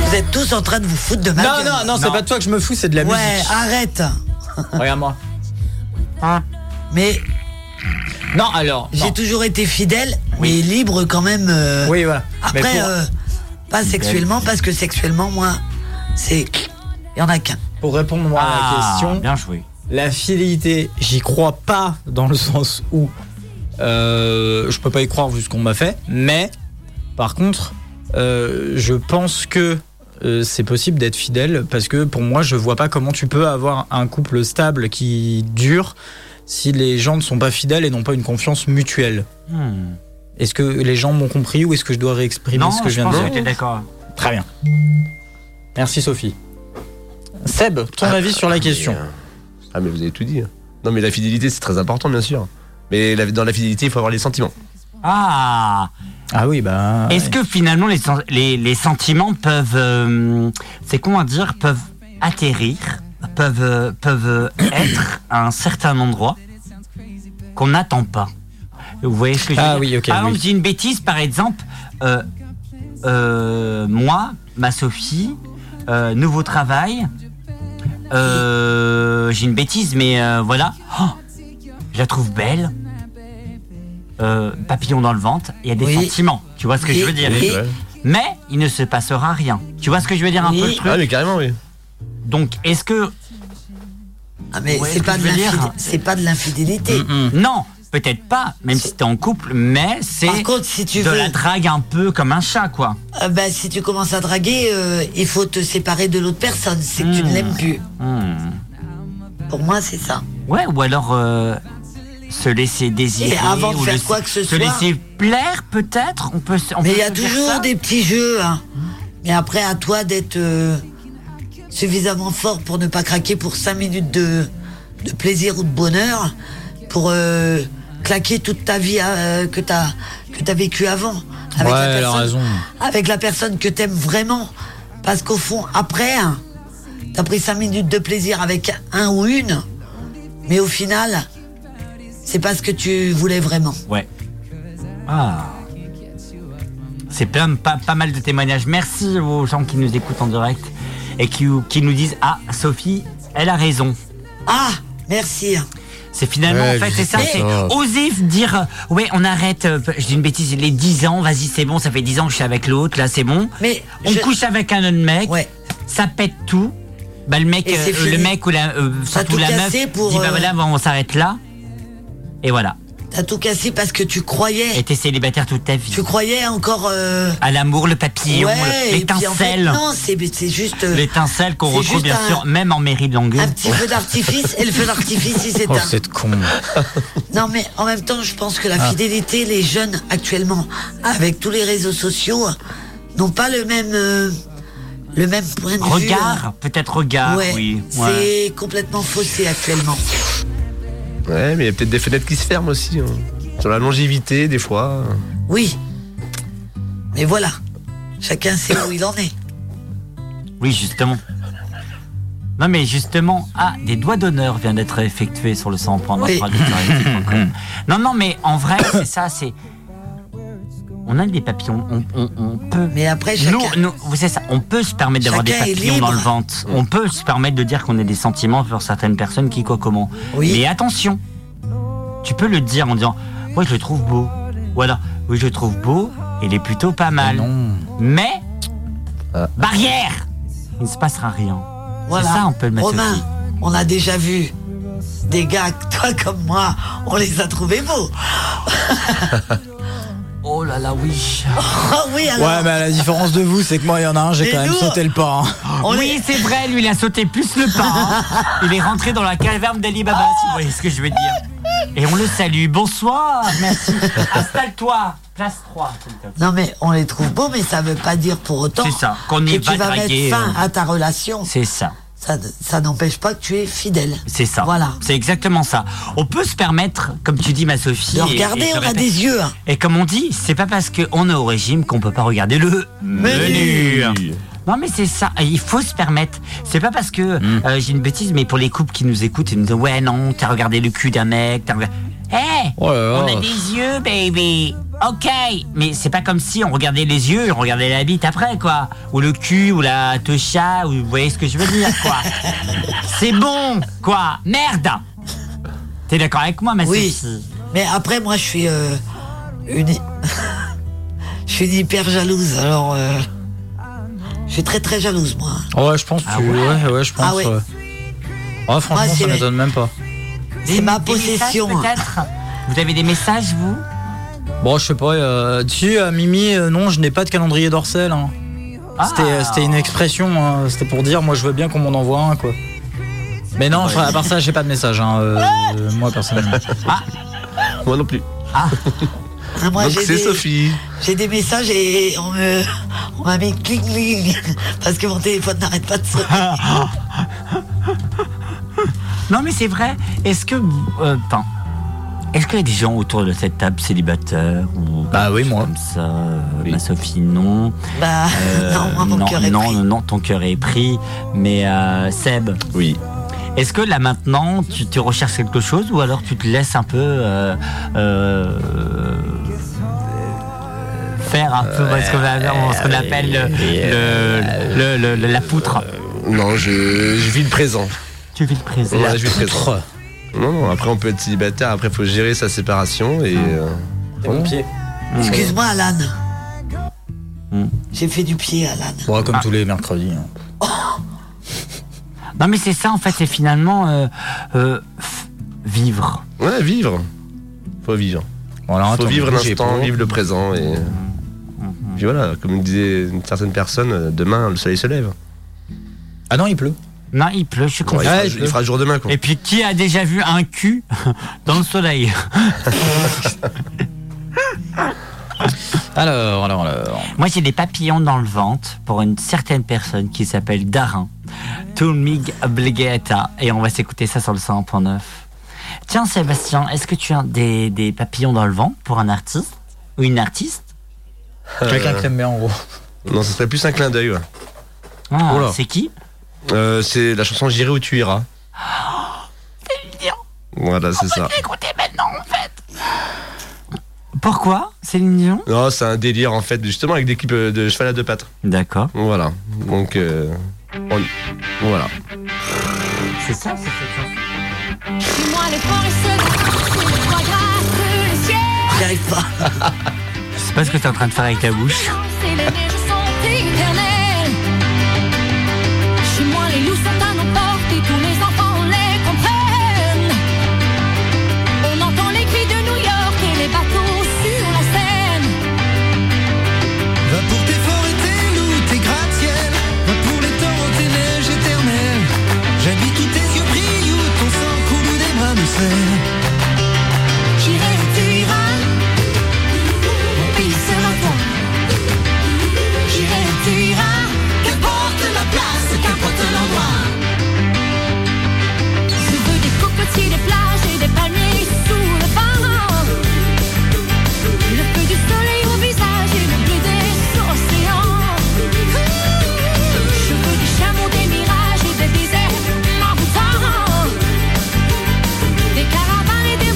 B: Vous êtes tous en train de vous foutre de ma
C: Non,
B: gueule.
C: Ah non, non, c'est pas de toi que je me fous, c'est de la
B: Ouais,
C: musique.
B: arrête. Hein
C: Regarde-moi.
B: Mais
C: Non, alors.
B: j'ai toujours été fidèle, mais libre quand même. euh,
C: Oui, voilà. Mais
B: Après,
C: pour-
B: euh, pas sexuellement, parce que sexuellement, moi, c'est. Il y en a qu'un.
C: Pour répondre moi à la
A: Ah,
C: question,
A: Bien joué.
C: la fidélité, j'y crois pas dans le sens où euh, je peux pas y croire vu ce qu'on m'a fait, mais par contre, euh, je pense que euh, c'est possible d'être fidèle parce que pour moi, je vois pas comment tu peux avoir un couple stable qui dure si les gens ne sont pas fidèles et n'ont pas une confiance mutuelle.
A: Hmm.
C: Est-ce que les gens m'ont compris ou est-ce que je dois réexprimer
A: Non,
C: ce que je,
A: je
C: viens
A: pense
C: de
A: que t'es
C: dire
A: d'accord.
C: Très bien. Merci Sophie. Seb, ton
A: Ah.
C: avis sur la question
D: Ah, mais vous avez tout dit. Non, mais la fidélité, c'est très important, bien sûr. Mais la- dans la fidélité, il faut avoir les sentiments.
A: Ah
C: Ah oui, bah.
A: Est-ce que finalement les, sen- les, les sentiments peuvent, euh, c'est comment dire, peuvent atterrir, peuvent, euh, peuvent euh, être à un certain endroit qu'on n'attend pas Vous voyez ce que je veux
C: Ah
A: dire
C: oui, ok,
A: Par exemple,
C: oui.
A: je dis une bêtise, par exemple, euh, euh, moi, ma Sophie, euh, nouveau travail, euh, j'ai une bêtise, mais euh, voilà, Oh, je la trouve belle. Euh, papillon dans le ventre, il y a des
B: Oui.
A: sentiments, tu vois ce que
B: Oui,
A: je veux dire
B: oui.
A: Mais il ne se passera rien. Tu vois ce que je veux dire un peu le truc
D: Ah, mais carrément, oui.
A: Donc est-ce que
B: Ah, mais
A: Ouais,
B: c'est
A: ce
B: pas,
A: que
B: de
A: je veux
B: l'infidé-
A: dire.
B: c'est pas de l'infidélité.
D: Mm,
A: non, peut-être pas, même si t'es en couple, mais c'est
B: Par contre, si tu
A: de
B: veux-
A: la drague un peu comme un chat quoi.
B: Euh, bah, si tu commences à draguer, euh, il faut te séparer de l'autre personne. C'est que tu ne l'aimes plus.
A: Hmm.
B: Pour moi, c'est ça.
A: Ouais, ou alors euh, se laisser désirer
B: Et avant de
A: ou
B: faire
A: laisser-
B: quoi que ce
A: se
B: soit.
A: laisser plaire peut-être, on peut se- on
B: Mais
A: peut
B: il y a
A: se dire
B: toujours
A: ça
B: des petits jeux. hein. Mais après, à toi d'être euh, suffisamment fort pour ne pas craquer pour 5 minutes de, de plaisir ou de bonheur, pour euh, claquer toute ta vie euh, que tu as, vécue avant. Avec,
C: Ouais,
B: la
C: elle a
B: personne,
C: raison.
B: avec la personne que t'aimes vraiment. Parce qu'au fond, après, hein, t'as pris 5 minutes de plaisir avec un ou une, mais au final, c'est pas ce que tu voulais vraiment.
A: Ouais. Ah. C'est plein, de- pas, pas mal de témoignages. Merci aux gens qui nous écoutent en direct et qui, qui nous disent Ah, Sophie, elle a raison.
B: Ah, merci. hein.
A: C'est finalement,
B: Ouais,
A: en fait, c'est ça,
B: mais-
A: c'est oser dire euh, Ouais, on arrête, euh, je dis une bêtise, les 10 ans, vas-y, c'est bon, ça fait 10 ans que je suis avec l'autre, là, c'est bon.
B: Mais
A: on
B: je-
A: couche avec un autre mec, ça pète tout. Bah, le mec,
B: Et c'est
A: euh, le
B: fini.
A: mec ou la, euh,
B: T'as
A: surtout
B: tout
A: la meuf,
B: cassé pour,
A: dit Bah
B: euh,
A: voilà, bon, on s'arrête là. Et voilà.
B: T'as tout cassé parce que tu croyais.
A: Et t'es célibataire toute ta vie.
B: Tu croyais encore. euh,
A: À l'amour, le papillon,
B: ouais, et puis en fait,
A: l'étincelle.
B: non, c'est c'est juste euh,
A: L'étincelle qu'on
B: c'est
A: retrouve
B: juste
A: bien
B: un-
A: sûr même en mairie de Langueux.
B: un petit feu d'artifice et le feu d'artifice il
C: Oh,
B: s'éteint.
C: cette con.
B: non, mais en même temps, je pense que la
C: Ah.
B: fidélité, les jeunes actuellement, avec tous les réseaux sociaux, n'ont pas le même euh, le même point de vue.
A: Regard, peut-être regard,
B: Ouais,
A: oui. ouais.
B: c'est complètement faussé actuellement.
D: Ouais, mais il y a peut-être des fenêtres qui se ferment aussi. hein. Sur la longévité, des fois.
B: Oui. Mais voilà, chacun sait où il en est.
A: Oui, justement. Non mais justement, ah, des doigts d'honneur viennent d'être effectués sur le 100
B: Oui.
A: Non, non, mais en vrai, c'est ça, c'est... On a des papillons, on, on- on peut...
B: Mais après,
A: nous,
B: chacun-
A: nous, vous savez ça, on peut se permettre d'avoir des
B: Chacun est
A: papillons dans le
B: libre.
A: ventre. On peut se permettre de dire qu'on a des sentiments pour certaines personnes qui quoi comment. Mais attention, tu peux le dire en disant, moi je le trouve beau. Voilà, oui je le trouve beau, il est plutôt pas mal. Mais Barrière Il ne se passera rien.
B: Voilà.
A: C'est ça, on peut le mettre
B: Romain,
A: aussi.
B: on a déjà vu des gars, toi comme moi, on les a trouvés beaux.
A: oh là là, oui.
B: Oh oui, alors.
C: Ouais, mais à la différence de vous, c'est que moi, il y en a un, j'ai
B: Mais
C: quand même
B: nous,
C: sauté le pas. hein.
A: oui, c'est vrai, lui, il a sauté plus le pas. hein. Il est rentré dans la caverne d'Ali Baba, si vous voyez ce que je veux dire. Et on le salue. Bonsoir, merci. Installe-toi, place 3.
B: Non mais on les trouve beaux, mais ça veut pas dire pour autant
A: C'est ça, qu'on
B: que
A: y
B: tu
A: va
B: vas
A: draguer,
B: mettre fin
A: euh.
B: à ta relation.
A: C'est ça.
B: Ça, ça n'empêche pas que tu es fidèle.
A: C'est ça. C'est exactement ça. On peut se permettre, comme tu dis, ma Sophie.
B: De
A: et-
B: regarder,
A: et je
B: on a
A: répète.
B: des yeux, hein.
A: Et comme on dit, c'est pas parce qu'on est au régime qu'on peut pas regarder le menu. Non mais c'est ça, il faut se permettre. C'est pas parce que
B: Hmm.
A: euh, j'ai une bêtise, mais pour les couples qui nous écoutent, ils nous disent ouais non, t'as regardé le cul d'un mec, t'as regardé. Hé,
C: Oh là là.
A: on a des yeux, baby. Ok, mais c'est pas comme si on regardait les yeux, et on regardait la bite après quoi, ou le cul, ou la techa, ou vous voyez ce que je veux dire quoi. c'est bon quoi, merde. T'es d'accord avec moi, ma
B: Oui.
A: Sophie
B: Mais après, moi, je suis euh, une. je suis une hyper jalouse. Alors, euh, je suis très très jalouse, moi.
C: Ouais, je pense. que tu- ouais. ouais, je pense.
B: Ah ouais.
C: ouais. Ah, franchement,
B: Moi, c'est-
C: ça m'étonne même pas.
B: C'est ma
A: Des messages,
B: possession.
A: peut-être Vous avez des messages, vous
C: Bon, je sais pas. Euh, tu, euh, Mimi, euh, non, je n'ai pas de calendrier d'Orcel. hein.
B: Ah.
C: C'était, euh, C'était une expression. hein. C'était pour dire, moi, je veux bien qu'on m'en envoie un, quoi. Mais non, enfin, à part ça, j'ai pas de message. hein, euh, euh, moi, personnellement.
D: Moi non plus.
A: Ah.
B: Moi,
D: Donc
B: j'ai
D: c'est
B: des-
D: Sophie.
B: J'ai des messages et on me. On m'a mis cling cling. Parce que mon téléphone n'arrête pas de sonner.
A: Non, mais c'est vrai. Est-ce que. euh, attends. Est-ce qu'il y a des gens autour de cette table célibataires ou Bah oui, moi. Comme ça, euh, ma Sophie, non. Euh,
B: Bah, non, moi, mon
A: non,
B: cœur est
A: non, non, non, ton cœur est pris. Mais euh, Seb
D: Oui.
A: Est-ce que là maintenant, tu, tu recherches quelque chose ou alors tu te laisses un peu. euh, euh, faire un peu ce qu'on va- ce
D: Euh,
A: qu'on appelle le- le- le- le- la poutre
D: Non, je, je vis le présent.
A: Tu vis le présent.
D: Voilà, je vis le présent. Non, non, après on peut être célibataire, après faut gérer sa séparation et. euh, voilà.
C: Mmh.
B: Excuse-moi, Alan.
A: Hmm.
B: J'ai fait du pied, Alan.
C: Ouais, comme tous les mercredis. hein.
A: Non, mais c'est ça, en fait, c'est finalement euh, euh, f- vivre.
D: Ouais, vivre. Faut vivre.
C: Voilà,
D: Faut
C: attends,
D: vivre
C: bougez
D: l'instant,
C: pas.
D: vivre le présent
A: Mm,
D: et. Puis voilà, comme disait une certaine personne, euh, demain le soleil se lève.
C: Ah non, il pleut.
A: Non, il pleut, je suis
D: il,
A: confiant.
D: fera, il fera jour demain quoi.
A: Et puis, qui a déjà vu un cul dans le soleil
C: Alors, alors, alors.
A: Moi, j'ai des papillons dans le ventre pour une certaine personne qui s'appelle Darin. Tulmig Obligata. Et on va s'écouter ça sur le 100.9. Tiens, Sébastien, est-ce que tu as des, des papillons dans le ventre pour un artiste Ou une artiste
C: Quelqu'un
D: Euh,
C: qui l'aime bien, en gros.
D: Non, ce serait plus un clin d'œil. ouais.
A: Ah,
D: Oula.
A: C'est qui
D: Euh, c'est la chanson J'irai où tu iras. Voilà, c'est ça.
A: Écoutez maintenant, en fait. Pourquoi Céline Dion
D: Non, c'est un délire en fait, justement avec l'équipe euh, de cheval à deux pattes.
A: D'accord.
D: Voilà. Donc, euh, on- voilà.
A: C'est ça, c'est cette
K: Suis-moi le fort et solide, le foie gras brûle le ciel.
B: J'arrive pas.
A: Je sais pas ce que t'es en train de faire avec ta bouche.
K: C'est les neiges sont éternelles. Chez moi, les loups sont à nos portes et tous les enfants les comprennent. On entend les cris de New York et les bateaux sur la Seine.
E: Va pour tes forts et tes loups, tes gratte-ciel Va pour les torrents, tes neiges éternelles J'habite où tes yeux brillent, où ton sang coule, où des bras de sel
K: J'irai où tu iras, mon pays sera toi. J'irai où tu iras, qu'importe la place, qu'importe l'endroit. Je veux des cocotiers, des plages et des palmiers sous le vent. Le feu du soleil au visage et le bleu des océans. Je veux des chameaux, des mirages et des déserts en Des caravanes et
E: e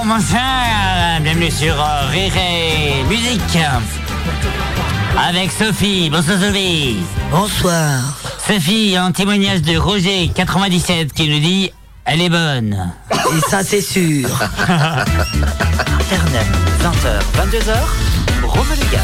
A: bonsoir, bienvenue sur euh, Rire et Musique. Avec Sophie, bonsoir Sophie.
B: Bonsoir.
A: Sophie, un témoignage de Roger, 97, qui nous dit Elle est bonne.
B: Et ça, c'est sûr.
G: Internet, 20h, 22h, Rome Légal.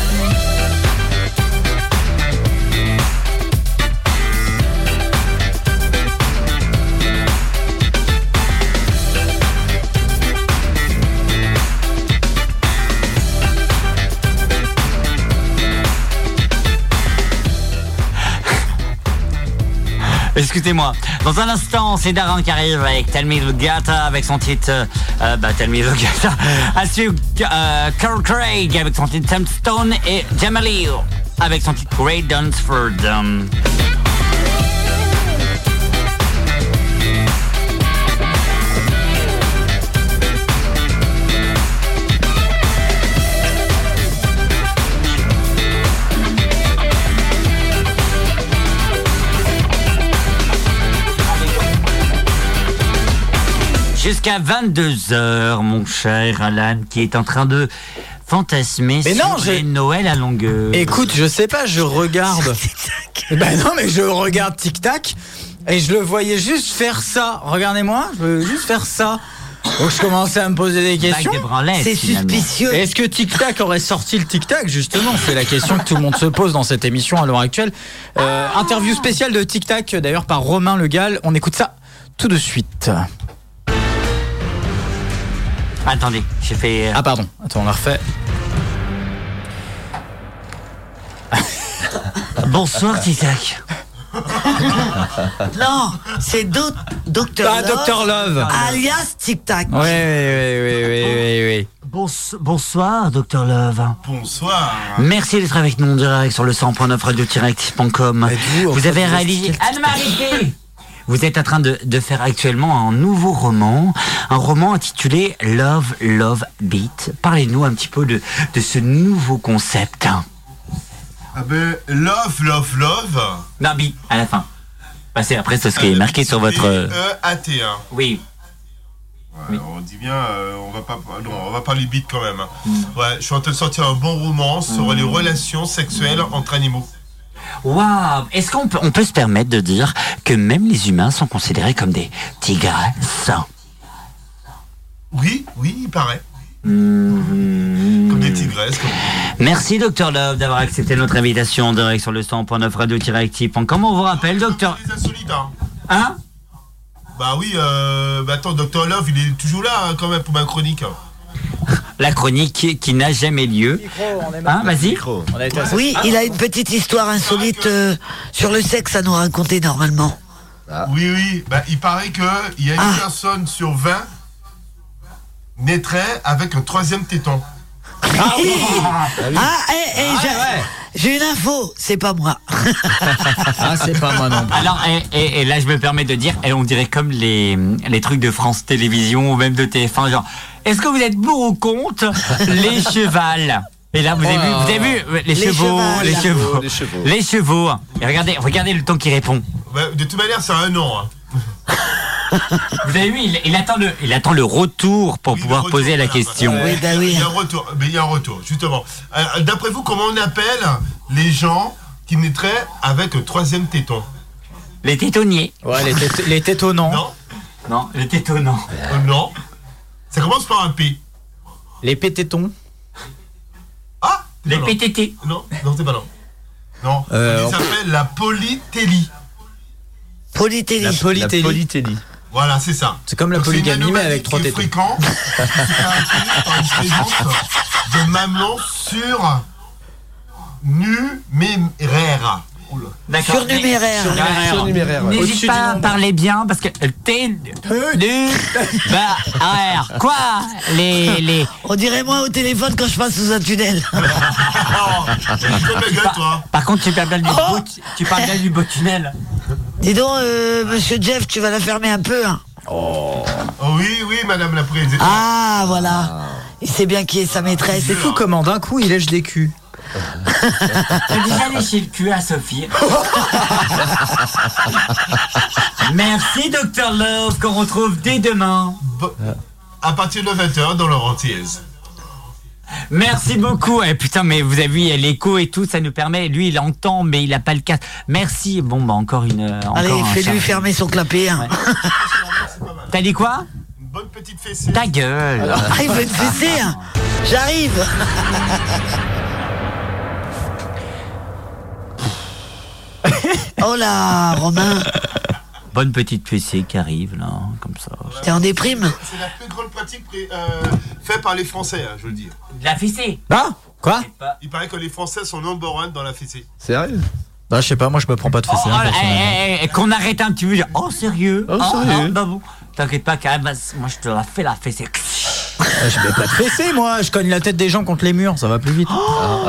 A: Excusez-moi. Dans un instant, c'est Daran qui arrive avec Tell Me the Gata, avec son titre. euh, euh, bah, Tell Me the Gata. À suivre, euh, Carl Craig avec son titre Tempstone et Jamali avec son titre Ray Dunsford. Euh, Jusqu'à 22h, mon cher Alan, qui est en train de fantasmer
C: Mais
A: sur
C: non, j'ai-
A: les Noël à longueur.
C: Écoute, je sais pas, je regarde. ben non, mais je regarde Tic Tac et je le voyais juste faire ça. Regardez-moi, je veux juste faire ça. Donc je commençais à me poser des questions.
A: des branlettes, C'est finalement. suspicieux.
C: Est-ce que Tic Tac aurait sorti le Tic Tac justement C'est la question que tout le monde se pose dans cette émission à l'heure actuelle. Euh,
A: Ah.
C: interview spéciale de Tic Tac d'ailleurs par Romain Le Gall. On écoute ça tout de suite.
A: Attendez, j'ai fait. euh,
C: Ah pardon, attends, on la refait.
A: Bonsoir, Tisac.
B: Non, c'est Do- Dr.
C: Ah, Dr. Love.
B: Alias Tic Tac.
C: Oui, oui, oui, oui, oui, oui.
A: bonsoir, docteur Love.
F: Bonsoir.
A: Merci d'être avec nous en direct sur le 100.9 radio-actif.com. Vous, avez réalisé. Anne-Marie Vous êtes en train de, de faire actuellement un nouveau roman, un roman intitulé Love, Love Beat. Parlez-nous un petit peu de, de ce nouveau concept.
F: Ah ben, love, love, love.
A: Non, beat, à la fin. Passez après c'est ce qui est marqué sur votre. euh,
F: B-E-A-T, hein.
A: Oui.
F: On dit bien, euh, on va pas, non, on va parler bite quand même. hein.
A: Hmm.
F: Ouais, je suis en train de sortir un bon roman sur les relations sexuelles
A: Hmm.
F: entre animaux.
A: Waouh Est-ce qu'on peut, on peut se permettre de dire que même les humains sont considérés comme des tigresses
F: Oui, oui, il paraît.
A: Hmm.
F: Comme des tigresses. Comme...
A: Merci Docteur Love d'avoir accepté notre invitation en direct sur le 100.9 radio-actif.com. On vous rappelle Docteur...
F: Les insolites, hein.
A: Hein
F: Bah oui, euh, bah attends, Dr Love, il est toujours là hein, quand même pour ma chronique. hein.
A: La chronique qui, qui n'a jamais lieu. Hein, vas-y.
B: Oui, il a une petite histoire insolite euh, sur le sexe à nous raconter normalement. Ah.
F: Oui, oui, bah, il paraît que il y a une personne sur 20 naîtrait avec un troisième téton.
B: Ah oui Ah, eh, eh, j'ai- j'ai une info, c'est pas moi.
C: Ah, c'est pas moi non plus.
A: Alors, et, et- et là, je me permets de dire, et on dirait comme les, les trucs de France Télévisions ou même de TF1, genre, est-ce que vous êtes pour ou contre les chevals Et là, Ah, vous avez vu, vous avez vu
B: Oh.
A: euh, les, chevaux, les chevaux, les chevaux, Et regardez, regardez le temps qu'il répond.
F: Bah, de toute manière, c'est un nom. hein.
A: Vous avez vu, il, il attend le, il attend le retour bah pour pouvoir poser la question.
F: Il y a un retour, mais il y a un retour, justement. Euh, D'après vous, comment on appelle les gens qui naîtraient avec un troisième téton
A: Les tétonniers.
C: Ouais, les, tét- les tétonnants.
F: Non. Euh,
A: Non, les tétonnants.
F: non. Ça commence par un P.
C: Les pététons.
F: Ah
A: Les
F: non.
A: PTT.
F: Non, non, c'est pas non. Non,
C: Euh,
F: on les appelle la polytélie.
B: Polytélie.
C: La polytélie. La
F: Voilà, c'est ça.
C: C'est comme la
F: Donc, c'est une
C: polygamie, mais
F: anomalie
C: avec trois
F: qui est
C: tétons.
F: fréquente, par une présence de mamelons sur numéraire. Oula.
B: Surnuméraire.
A: Surnuméraire. N'hésite pas à parler Eh bien parce que t'es du bah R. Quoi les les
B: On dirait moi au téléphone quand je passe sous un tunnel.
A: par, par contre tu parles bien du beau, tu parles bien du beau tunnel.
B: Oh Dis donc, euh, monsieur Jeff, tu vas la fermer un peu. hein.
F: Oh oui, oui, madame la présidente.
B: Ah, voilà. Il sait bien qui est sa maîtresse.
C: C'est fou comment d'un coup il lèche des culs.
A: T'as déjà léché le cul à Sophie. Merci Docteur Love qu'on retrouve dès demain.
F: à partir de 20h dans Laurentiaise.
A: Merci beaucoup. Eh, putain, mais vous avez vu l'écho et tout, ça nous permet. Lui, il entend, mais il a pas le casque. Merci. Bon, bah encore une. euh, encore
B: Allez,
A: un
B: fais-lui
A: chargé.
B: fermer son clapet. hein.
A: T'as dit quoi Ta gueule.
B: Ah, il veut te fesser. hein. J'arrive. oh là, Romain,
A: Bonne petite fessée qui arrive là, comme ça.
B: t'es en déprime
F: C'est la plus grande pratique euh, faite par les Français, hein, je veux le dire.
A: La fessée
B: Bah,
C: Ah Quoi
F: Il paraît que les Français sont number one dans la fessée.
D: Sérieux
C: Bah, je sais pas, moi je me prends pas de
A: Oh,
C: fessée.
A: oh,
C: hein,
A: eh,
C: personnellement.
A: eh, eh, Qu'on arrête un petit peu. genre, Oh sérieux
C: Oh, sérieux
A: ah, bah bon. T'inquiète pas, quand même, vas- moi je te la fais la fessée.
C: Ah, je mets pas de fessée, moi. Je cogne la tête des gens contre les murs, ça va plus vite.
J: Oh.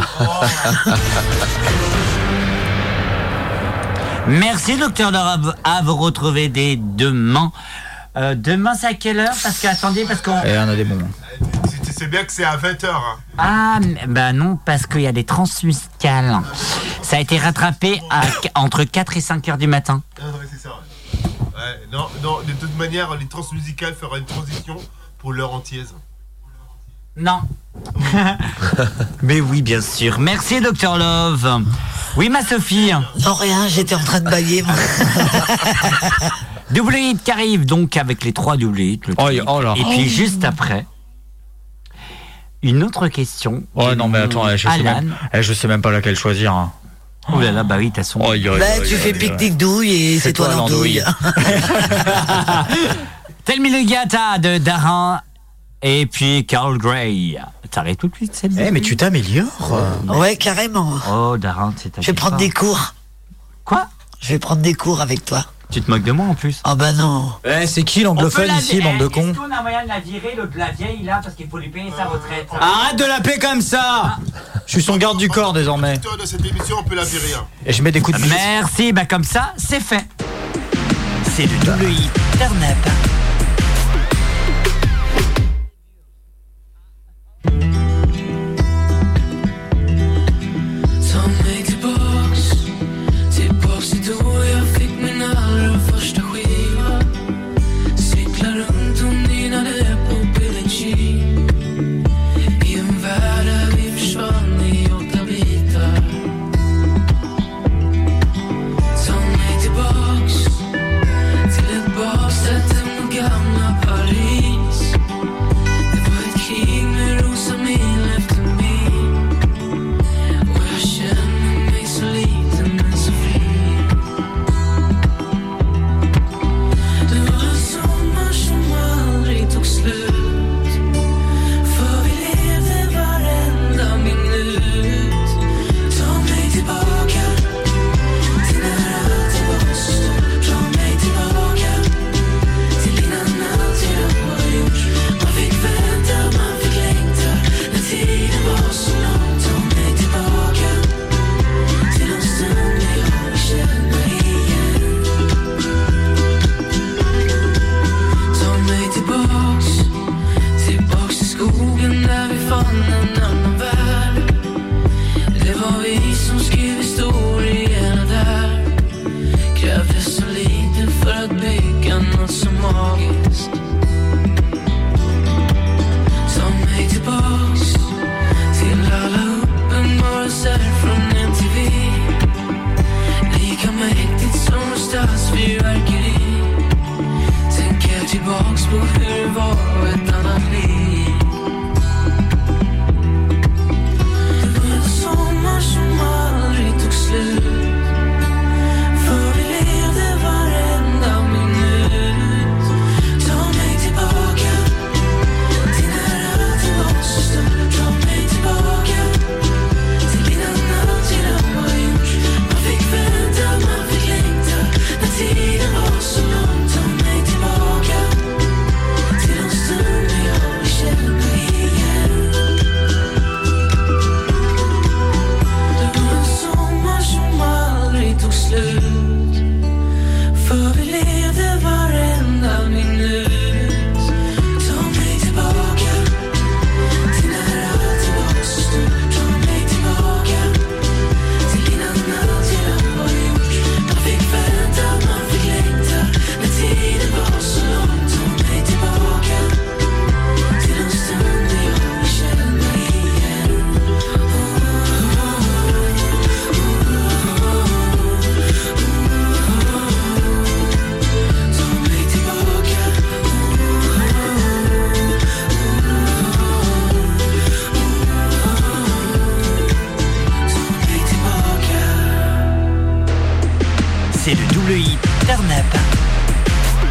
A: Merci docteur Lorab à vous retrouver dès demain. Euh, demain c'est à quelle heure Parce que attendez, parce qu'on.
C: Et Eh, on a des bons.
F: Tu sais bien que c'est à 20h. hein.
A: Ah, mais- bah non, parce qu'il y a des transmuscales. Ça a été rattrapé à, qu- entre 4 et 5 heures du matin.
F: Ah, ouais, c'est ça. ouais. Ouais, non, non, de toute manière, les transmusicales fera une transition pour l'heure entière.
A: Non. Mais oui, bien sûr. Merci, docteur Love. Oui, ma Sophie.
B: Non, rien, j'étais en train de bailler. moi.
A: Ah, Double hit qui arrive donc avec les trois double hits. le clip. Et puis
C: Oh.
A: juste après, une autre question.
J: Oh non, mais attends, eh, je sais,
A: Alan.
J: même, eh, je sais même pas laquelle choisir. hein.
A: Oh là là, bah oui, t'as son.
B: Bah, tu fais pique-nique douille et c'est toi l'andouille.
A: Tell me the gata de Darin et puis Carl Gray. T'arrêtes tout de suite cette
C: Eh, mais tu t'améliores.
B: Ouais, carrément.
A: Oh, Darin, c'est
B: Je vais prendre des cours.
A: Quoi
B: Je vais prendre des cours avec toi.
A: Tu te moques de moi en plus
B: Ah bah non.
C: Eh, c'est qui l'anglophone ici, bande de cons
A: qu'on a moyen de la virer, de la vieille là, parce qu'il faut lui payer sa retraite
C: Arrête de la paix comme ça Je suis son garde du corps désormais.
F: Toi, de cette émission, on peut la virer. hein.
C: Et je mets des
J: Ah,
C: coups de bise.
A: Merci, bah comme ça, c'est fait. C'est le double hit.
Q: Ta mig tillbaks Tillbaks till då jag fick min allra första skiva Cyklar runt och nynade på Billie Jean I en värld där vi försvann i åtta bitar Ta mig tillbaks Till ett baksäte mot
A: le hit turn up.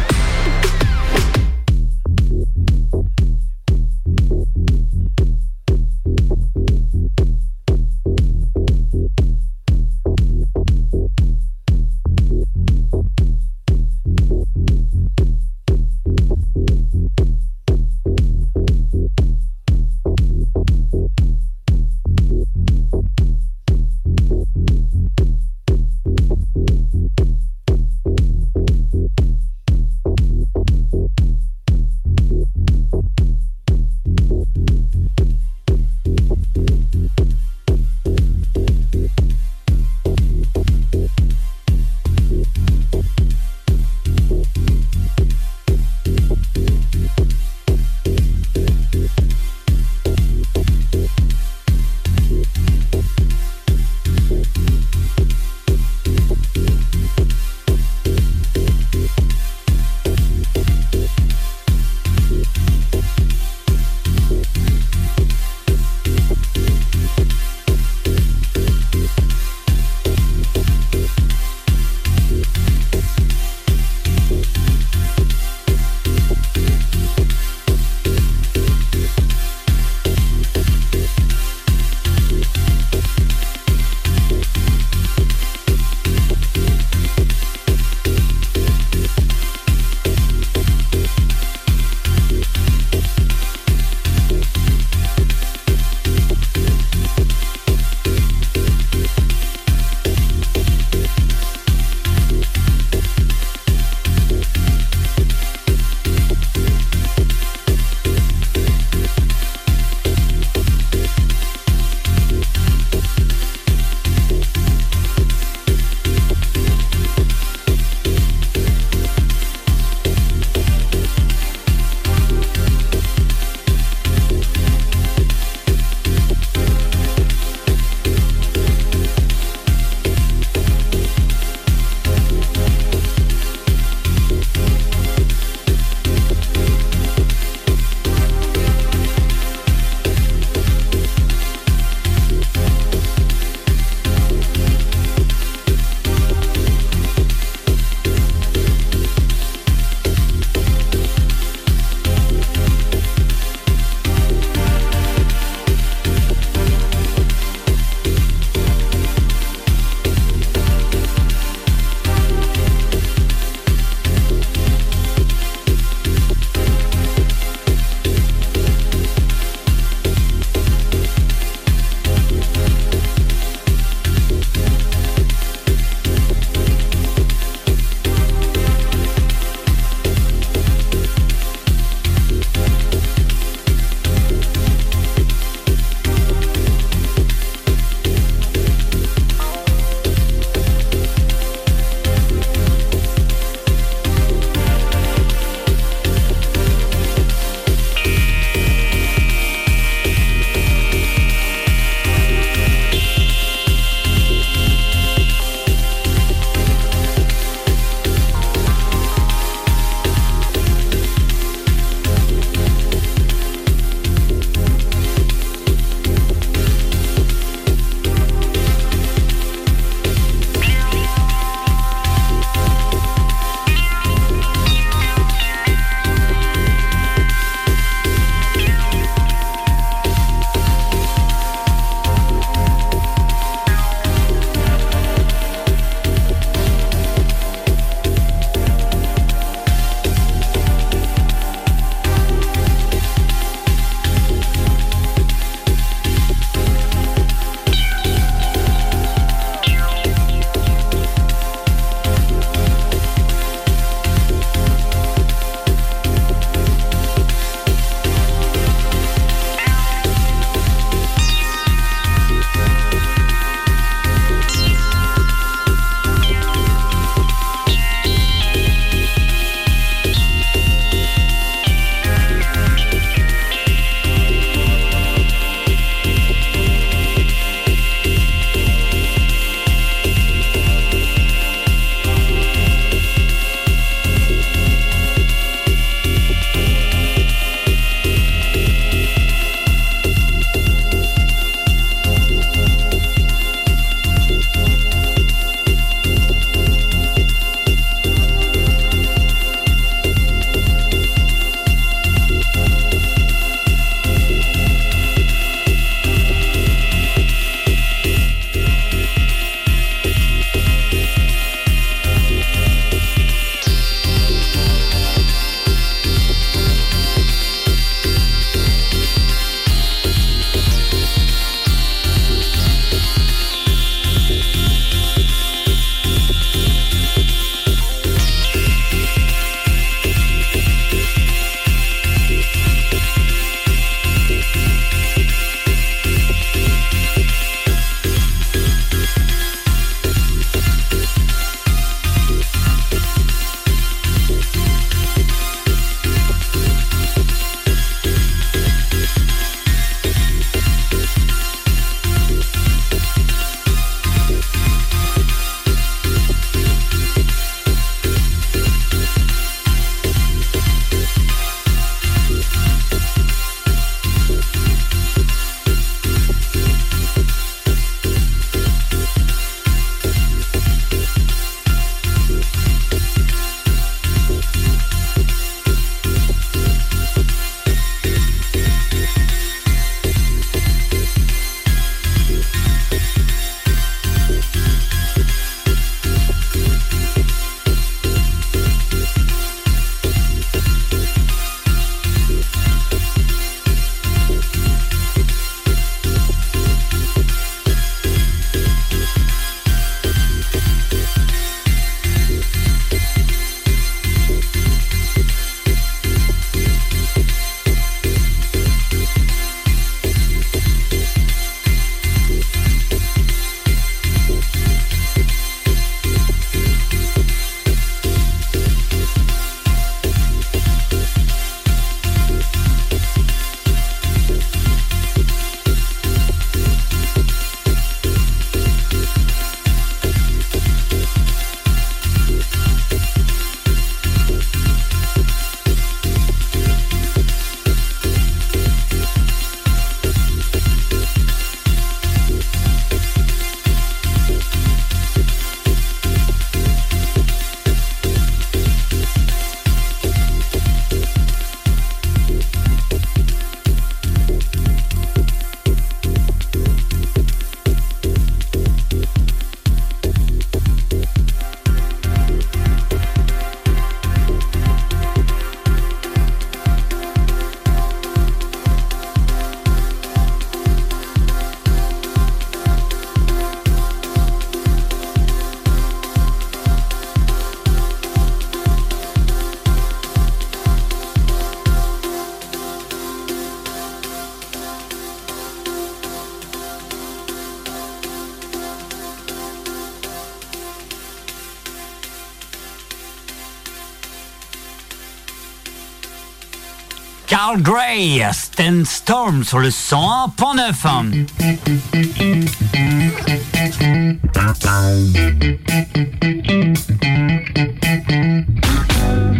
A: Carl Gray, Stan Storm sur le 101.9.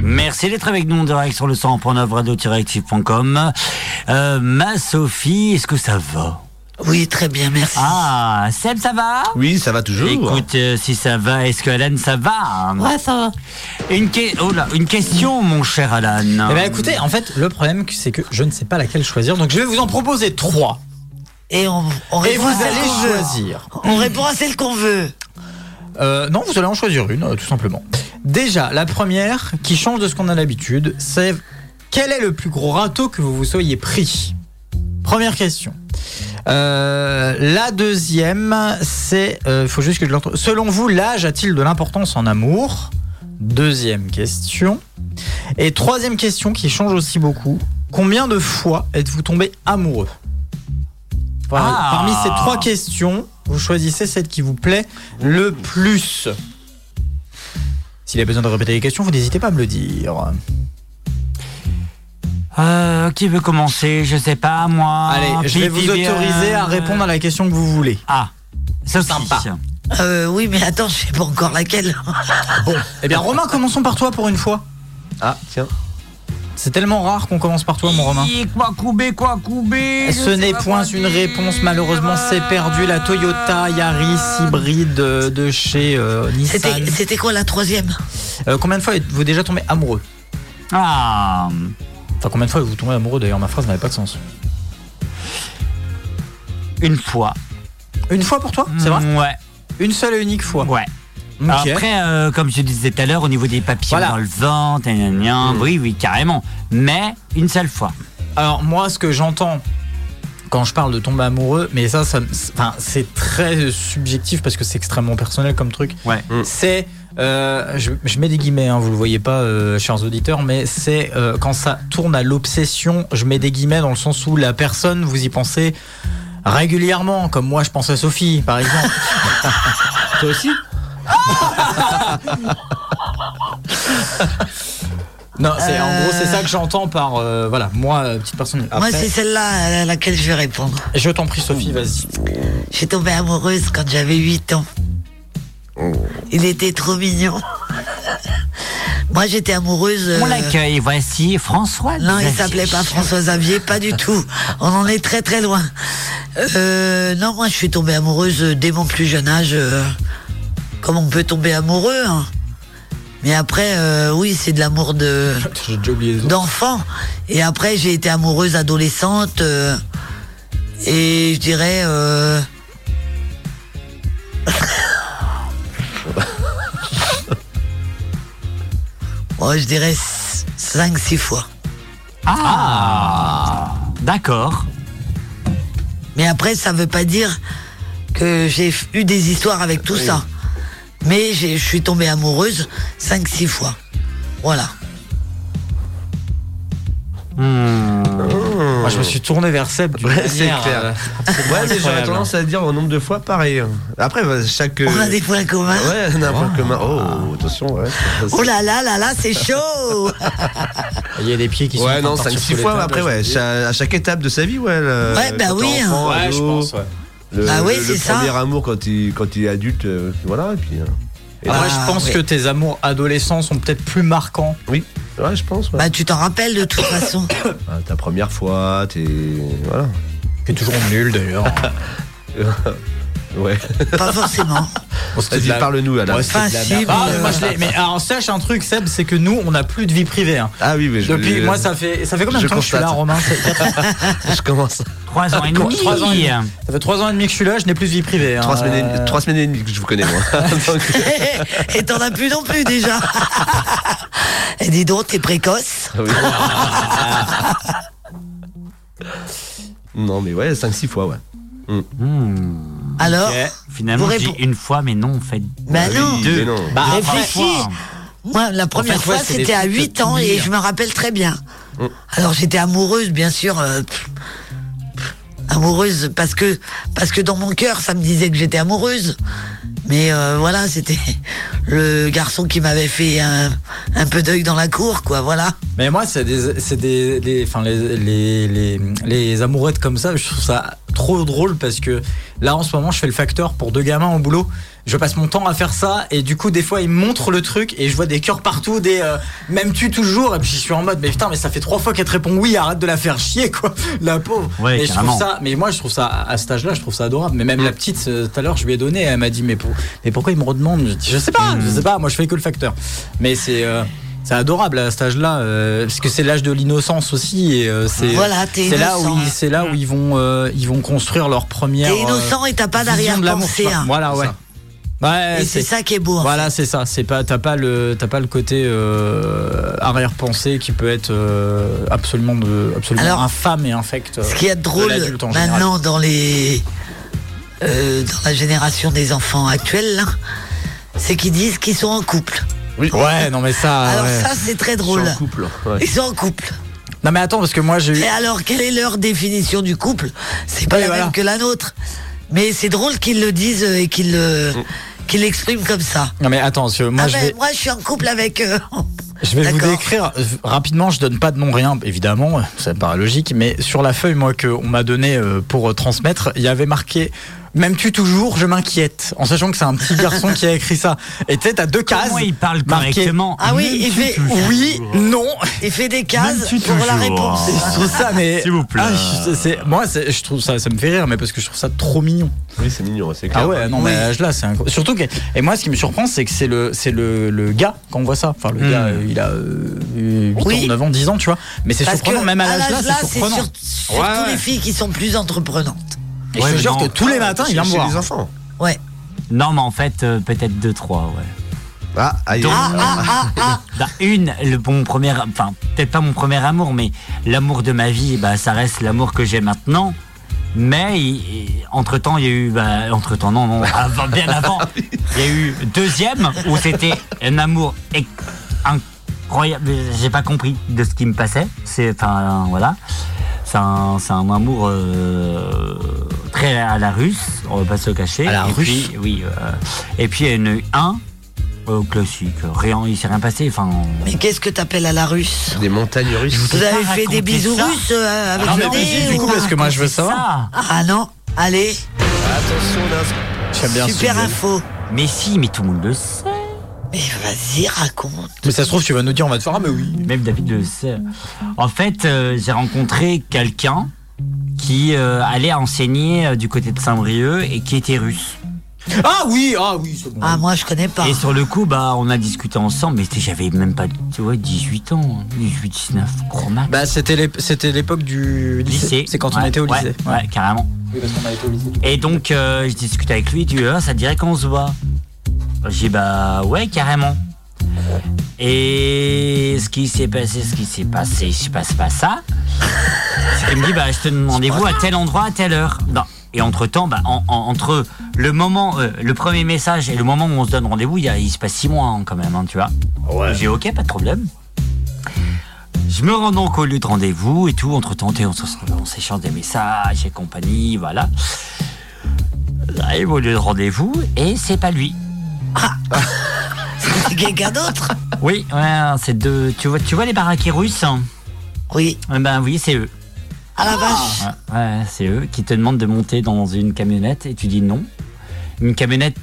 A: Merci d'être avec nous en direct sur le 100.9 radio-active.com. Euh, ma Sophie, est-ce que ça va
B: Oui, très bien, merci.
A: Ah, Seb, ça va
D: Oui, ça va toujours.
A: Écoute, euh, si ça va, est-ce que Alan, ça va
B: Ouais, ça va.
A: Une, que- oh là, une question, mon cher Alan.
C: Eh ben, écoutez, en fait, le problème, c'est que je ne sais pas laquelle choisir, donc je vais vous en proposer trois.
B: Et, on, on
C: Et vous
B: répond à celle
C: allez
B: qu'on veut.
C: choisir.
B: On répond à celle qu'on veut.
C: Euh, non, vous allez en choisir une, euh, tout simplement. Déjà, la première, qui change de ce qu'on a l'habitude, c'est quel est le plus gros râteau que vous vous soyez pris Première question. Euh, la deuxième, c'est. Il faut juste que je le retrouve. Selon vous, l'âge a-t-il de l'importance en amour Deuxième question. Et troisième question qui change aussi beaucoup. Combien de fois êtes-vous tombé amoureux Voilà.
A: Ah.
C: Parmi ces trois questions, vous choisissez celle qui vous plaît le plus. S'il y a besoin de répéter les questions, vous n'hésitez pas à me le dire.
A: Euh, qui veut commencer Je sais pas, moi.
C: Allez, je vais vous autoriser à répondre à la question que vous voulez.
A: Ah, c'est sympa.
B: Euh, oui, mais attends, je sais pas encore laquelle.
C: Bon, eh bien, Romain, commençons par toi pour une fois.
D: Ah, tiens.
C: C'est tellement rare qu'on commence par toi, mon Romain.
A: Quoi coubé, quoi coubé
C: Ce n'est point une réponse, malheureusement, c'est perdu. La Toyota Yaris hybride euh, de chez euh, Nissan.
B: C'était c'était quoi la troisième
C: Euh, combien de fois êtes-vous déjà tombé amoureux
A: Ah
C: Enfin, combien de fois êtes-vous tombé amoureux D'ailleurs, ma phrase n'avait pas de sens.
A: Une fois. Mm,
C: Une fois pour toi C'est vrai
A: Ouais.
C: Une seule et unique fois
A: Ouais.
C: Ok.
A: Après, euh, comme je disais tout à l'heure, au niveau des papillons dans le ventre, gna, gna, gna,
C: Mm.
A: oui, oui, carrément. Mais une seule fois.
C: Alors moi, ce que j'entends quand je parle de tomber amoureux, mais ça, ça me- c'est- enfin, c'est très subjectif parce que c'est extrêmement personnel comme truc.
A: Ouais.
C: C'est, euh, je, je mets des guillemets, hein, vous le voyez pas, euh, chers auditeurs, mais c'est euh, quand ça tourne à l'obsession. Je mets des guillemets dans le sens où la personne, vous y pensez régulièrement, comme moi, je pense à Sophie, par exemple. Toi aussi. Non, c'est en gros c'est ça que j'entends par euh, voilà moi euh, petite personne.
B: Moi,
C: Après-
B: c'est celle-là euh, à laquelle je vais répondre.
C: Je t'en prie, Sophie, vas-y.
B: Je suis tombée amoureuse quand j'avais 8 ans. Il était trop mignon. Moi, j'étais amoureuse.
A: On
B: euh,
A: l'accueille, voici François.
B: Non, il
A: Xavier.
B: s'appelait pas François Xavier, pas du tout. On en est très très loin. Euh, non, moi, je suis tombée amoureuse euh, dès mon plus jeune âge, euh, comme on peut tomber amoureux. hein. Mais après, euh, oui, c'est de l'amour de
C: J'ai déjà oublié les autres.
B: d'enfant. Et après, j'ai été amoureuse adolescente. euh, et je dirais. euh, oh, je dirais 5-6 fois.
A: Ah D'accord.
B: Mais après, ça veut pas dire que j'ai eu des histoires avec tout ça. Mais j'ai- je suis tombée amoureuse 5-6 fois. Voilà.
C: Moi, je me suis tourné vers Seb. d'une
D: Hmm. Ouais, c'est
C: manière,
D: clair.
C: euh,
D: ouais, mais j'aurais
C: incroyable.
D: tendance à dire au nombre de fois pareil. Après, bah, chaque.
B: On a des points communs.
D: Ouais, on a un point commun. Oh, attention, ouais.
B: Oh là là là là, c'est chaud
C: Il y a des pieds qui sont.
D: Ouais,
C: en
D: non,
C: train de
D: 5
C: partir
D: 6
C: sous les
D: fois
C: tables,
D: après,
C: je
D: ouais.
C: me dis.
D: cha- À chaque étape de sa vie, ouais. le-
B: Ouais, bah
D: quand t'es
B: oui, hein.
D: enfant,
B: Ouais, je
D: ado,
B: pense, ouais.
D: Le,
B: Bah oui,
D: le-
B: c'est
D: le
B: ça.
D: premier amour quand il, quand il est adulte, euh, voilà, et puis. euh, et
B: Ah,
C: Moi,
D: là-
C: je pense que tes amours adolescents sont peut-être plus marquants.
D: Oui, ouais, je pense. ouais.
B: Bah, tu t'en rappelles de toute façon.
D: Ah, ta première fois, t'es. Voilà.
C: T'es toujours nul d'ailleurs.
D: ouais.
B: Pas forcément.
D: Vas-y, parle-nous, Alain.
C: Ouais, c'était de la
D: Enfin, si,
C: merde.
D: mais,
C: Ah,
D: euh,
C: moi, je l'ai- mais alors, sache un truc, Seb, c'est que nous, on n'a plus de vie privée. hein.
D: Ah oui, mais je.
C: Depuis,
D: je-
C: moi, ça fait, ça fait combien de
D: je
C: temps que je suis là,
D: constate.
C: Romain C'est quatre ans.
D: Je commence.
A: Trois ans et
C: Trois-
A: demi.
C: trois ans et demi. Ça fait 3 ans et demi que je suis là, je n'ai plus de vie privée. hein.
D: Trois semaines, et-
C: Euh,
D: trois semaines et demie que je vous connais, moi. Donc,
B: Et t'en as plus non plus déjà. Et dis donc, t'es précoce.
D: oui. non, mais ouais, 5-6 fois, ouais. Mm.
C: Mm. Hmm.
B: Alors
A: Finalement,
B: Vous
A: je dis
B: répond-
A: une fois, mais non, en fait.
B: Bah
C: Ah
B: non.
D: oui, mais
A: deux.
D: non.
C: Bah,
A: Deux
B: réfléchis.
A: fois.
B: Moi, la première
C: En fait, ouais,
B: fois,
C: c'est des
B: c'était à
C: trucs que
B: 8 ans
C: t'oublies,
B: et
C: hein.
B: je me rappelle très bien.
D: Mm.
B: Alors, j'étais amoureuse, bien sûr. euh, pff, pff, amoureuse parce que, parce que dans mon cœur, ça me disait que j'étais amoureuse. Mais euh, voilà, c'était le garçon qui m'avait fait un, un peu d'œil dans la cour, quoi, voilà.
C: Mais moi, c'est des, c'est des, des- enfin les, les, les, les amourettes comme ça, je trouve ça trop drôle parce que là, en ce moment, je fais le facteur pour deux gamins au boulot. Je passe mon temps à faire ça et du coup, des fois, ils me montrent le truc et je vois des cœurs partout, des euh, même tu toujours. Et puis, je suis en mode, mais putain, mais ça fait trois fois qu'elle te répond oui, arrête de la faire chier, quoi, la pauvre.
A: Ouais,
C: et je
A: carrément.
C: trouve ça, mais moi, je trouve ça à cet âge-là, je trouve ça adorable. Mais même la petite, euh, tout à l'heure, je lui ai donné, elle m'a dit, mais, pour, mais pourquoi il me redemande je, dis, je sais pas, je sais pas, moi, je fais que le facteur. Mais c'est. euh, c'est adorable à cet âge-là, euh, parce que c'est l'âge de l'innocence aussi, et euh, c'est
B: Voilà, t'es
C: c'est là où
B: innocent.
C: ils, c'est là où ils vont euh, ils vont construire leur première.
B: T'es innocent et t'as pas
C: euh, vision de
B: d'arrière-pensée,
C: l'amour,
B: hein.
C: Voilà, ouais. Ouais,
B: Et c'est ça qui est beau, en
C: Voilà, c'est ça. C'est pas, t'as pas le, t'as pas le côté euh, arrière-pensée qui peut être euh, absolument de, absolument
B: Alors,
C: infâme et infect.
B: Ce qui est drôle maintenant dans les euh, dans la génération des enfants actuels, là, c'est qu'ils disent qu'ils sont en couple.
C: Oui. Ouais, non mais ça.
B: Alors
C: ouais.
B: ça, c'est très drôle.
C: Ils sont en couple, ouais.
B: Ils sont en couple.
C: Non mais attends parce que moi j'ai eu.
B: Et alors quelle est leur définition du couple C'est pas la même que la nôtre. Mais c'est drôle qu'ils le disent et qu'ils le- qu'ils l'expriment comme ça.
C: Non mais attends, parce que Mm. moi
B: Ah
C: je
B: ben,
C: vais.
B: moi je suis en couple avec euh,
C: Je vais vous décrire euh, rapidement, je donne pas de nom rien, évidemment, ça me paraît logique, mais sur la feuille, moi, qu'on m'a donnée euh, pour euh, transmettre, il y avait marqué Même tu toujours, je m'inquiète, en sachant que c'est un petit garçon qui a écrit ça. Et tu sais, t'as deux cases.
A: Comment il parle
C: marquées-
A: correctement
B: Ah oui, il fait
C: Oui, non.
B: Il fait des cases pour la réponse.
D: hein.
C: Je trouve ça, mais.
B: S'il vous plaît.
C: Ah, je- c'est- c'est- moi, c'est- je trouve ça, ça me fait rire, mais parce que je trouve ça trop mignon.
D: Oui, c'est mignon, c'est clair.
C: Ah ouais, non,
D: Oui.
C: mais à l'âge là, c'est incroyable. Surtout que, et moi, ce qui me surprend, c'est que c'est le, c'est le, le gars quand on voit ça. Enfin, le
A: Hmm.
C: gars, euh, il a 8 ans, 9 ans, 10 ans, tu vois. Mais c'est
B: Parce
C: surprenant,
B: que
C: même à
B: à
C: l'âge là,
B: l'âge-là,
C: c'est
B: c'est
C: surprenant.
B: sur- surtout les filles qui sont plus entreprenantes.
C: Et je te jure que tous
D: Ah,
C: les matins, il hein. vient me voir.
B: Ouais.
A: Non, mais en fait, euh, peut-être deux, trois, ouais.
D: Ah, aïe.
B: Ah, ah, ah, ah.
A: Dans une, le, bon premier, enfin, peut-être pas mon premier amour, mais l'amour de ma vie, bah, ça reste l'amour que j'ai maintenant. Mais il- il- entre-temps, il y a eu, bah, entre-temps, non, non, avant- bien avant, il y a eu deuxième où c'était un amour ec- incroyable. J'ai pas compris de ce qui me passait. C'est, enfin, voilà. C'est un, c'est un amour euh, très à la russe, on va pas se le cacher.
C: À la
A: Et
C: russe.
A: puis, Oui. euh, et puis, il y en a eu un euh, classique, rien, il s'est rien passé. Enfin, on-
B: Mais qu'est-ce que t'appelles à la russe
D: Des montagnes russes.
B: Vous avez
A: pas
B: fait des
A: raconter
B: bisous
A: ça.
B: russes euh, avec
C: Ah, mais
B: le
C: vas-y,
B: nez
C: du
B: ou
C: coup,
B: pas
C: parce que moi, je veux savoir.
B: Ah non, allez.
D: Attention,
C: J'aime bien ce
B: Super
C: sujet.
B: info.
A: Mais si, mais tout le monde le sait.
B: Mais vas-y, raconte.
C: Mais ça se trouve, tu vas nous dire, on va te faire. Ah, mais oui.
A: Même David le sait. En fait, euh, j'ai rencontré quelqu'un qui euh, allait enseigner euh, du côté de Saint-Brieuc et qui était russe.
C: Ah oui, ah oui, c'est bon.
B: Ah, moi, je connais pas.
A: Et sur le coup, bah, on a discuté ensemble, mais c'était- j'avais même pas, tu vois, 18 ans, 18, 19, gros max.
C: Bah, c'était l'ép- c'était l'époque du lycée.
A: lycée.
C: C'est quand on
A: Ouais,
C: était au
A: ouais,
C: lycée.
A: Ouais, carrément.
C: Oui, parce qu'on avait été au lycée.
A: Et donc, euh, je discute avec lui, tu vois, ça te dirait qu'on se voit. J'ai dit, bah ouais, carrément. Et ce qui s'est passé, ce qui s'est passé, je passe pas ça. Il me dit, bah je te demande rendez-vous à tel endroit, à telle heure. Non. Et entre-temps, bah, en- en- entre le moment, euh, le premier message et le moment où on se donne rendez-vous, il, y a- il se passe six mois hein, quand même, hein, tu vois. J'ai dit, ok, pas de problème. Je me rends donc au lieu de rendez-vous et tout. Entre temps, on se- on s'échange des messages et compagnie, voilà. J'arrive au lieu de rendez-vous et c'est pas lui.
B: C'est quelqu'un d'autre
A: Oui, ouais, c'est deux. Tu vois, tu vois les baraquets russes hein
B: Oui.
A: Eh ben oui, c'est eux.
B: À Ah, la vache.
A: Ouais, Ah, ouais, c'est eux qui te demandent de monter dans une camionnette et tu dis non. Une camionnette,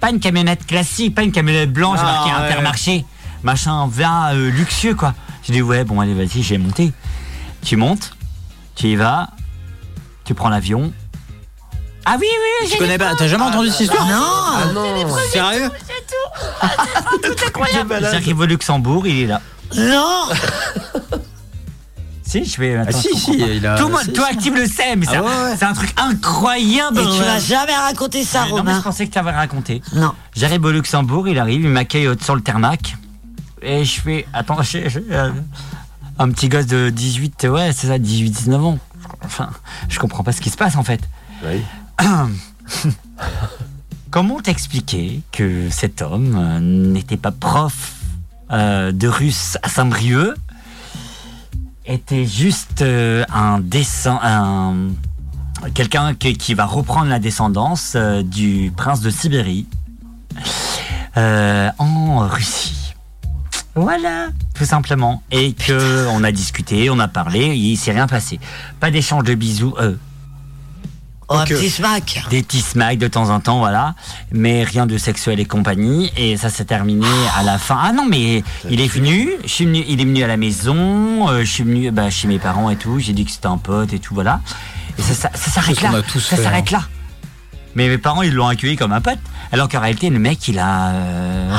A: pas une camionnette classique, pas une camionnette blanche
C: Ah,
A: marquée
C: ouais.
A: Intermarché, machin vin euh, luxueux quoi. Je dis ouais, bon allez vas-y, j'ai monté. Tu montes, tu y vas, tu prends l'avion. Ah oui oui,
C: Tu connais pas, t'as jamais entendu
A: Ah,
C: cette histoire Ah
B: Non
C: Sérieux
A: J'arrive au Luxembourg, il est là.
B: Non
A: Si, je vais.
C: Ah, si, si, il a-
A: Tout le monde,
C: si,
A: toi,
C: si.
A: Active le sait, mais
C: Ah
A: ça-
C: ouais, ouais.
A: c'est un truc incroyable.
B: Et
A: ouais.
B: tu m'as jamais raconté ça,
A: Non, mais je
B: Romain.
A: pensais que tu avais raconté.
B: Non.
A: J'arrive au Luxembourg, il arrive, il m'accueille sur le tarmac. Et je fais. Attends, j'ai- j'ai, euh, un petit gosse de 18, ouais, c'est ça, 18-19 ans. Enfin, je comprends pas ce qui se passe en fait. Comment t'expliquer que cet homme euh, n'était pas prof euh, de russe à Saint-Brieuc était juste euh, un dessin, un, quelqu'un qui, qui va reprendre la descendance euh, du prince de Sibérie euh, en Russie. Voilà, tout simplement. Et que on a discuté, on a parlé, il s'est rien passé. Pas d'échange de bisous. euh,
B: Oh, un petit smack.
A: Des petits smacks de temps en temps, voilà. Mais rien de sexuel et compagnie. Et ça s'est terminé à la fin. Ah non, mais il est venu. Je suis venu- il est venu à la maison. euh, je suis venu bah, chez mes parents et tout. J'ai dit que c'était un pote et tout, voilà. Et ça, ça- ça s'arrête
C: Ce qu'on
A: là.
C: a tous
A: Ça
C: fait, hein.
A: s'arrête là. Mais mes parents, ils l'ont accueilli comme un pote. Alors qu'en réalité, le mec, il a. euh,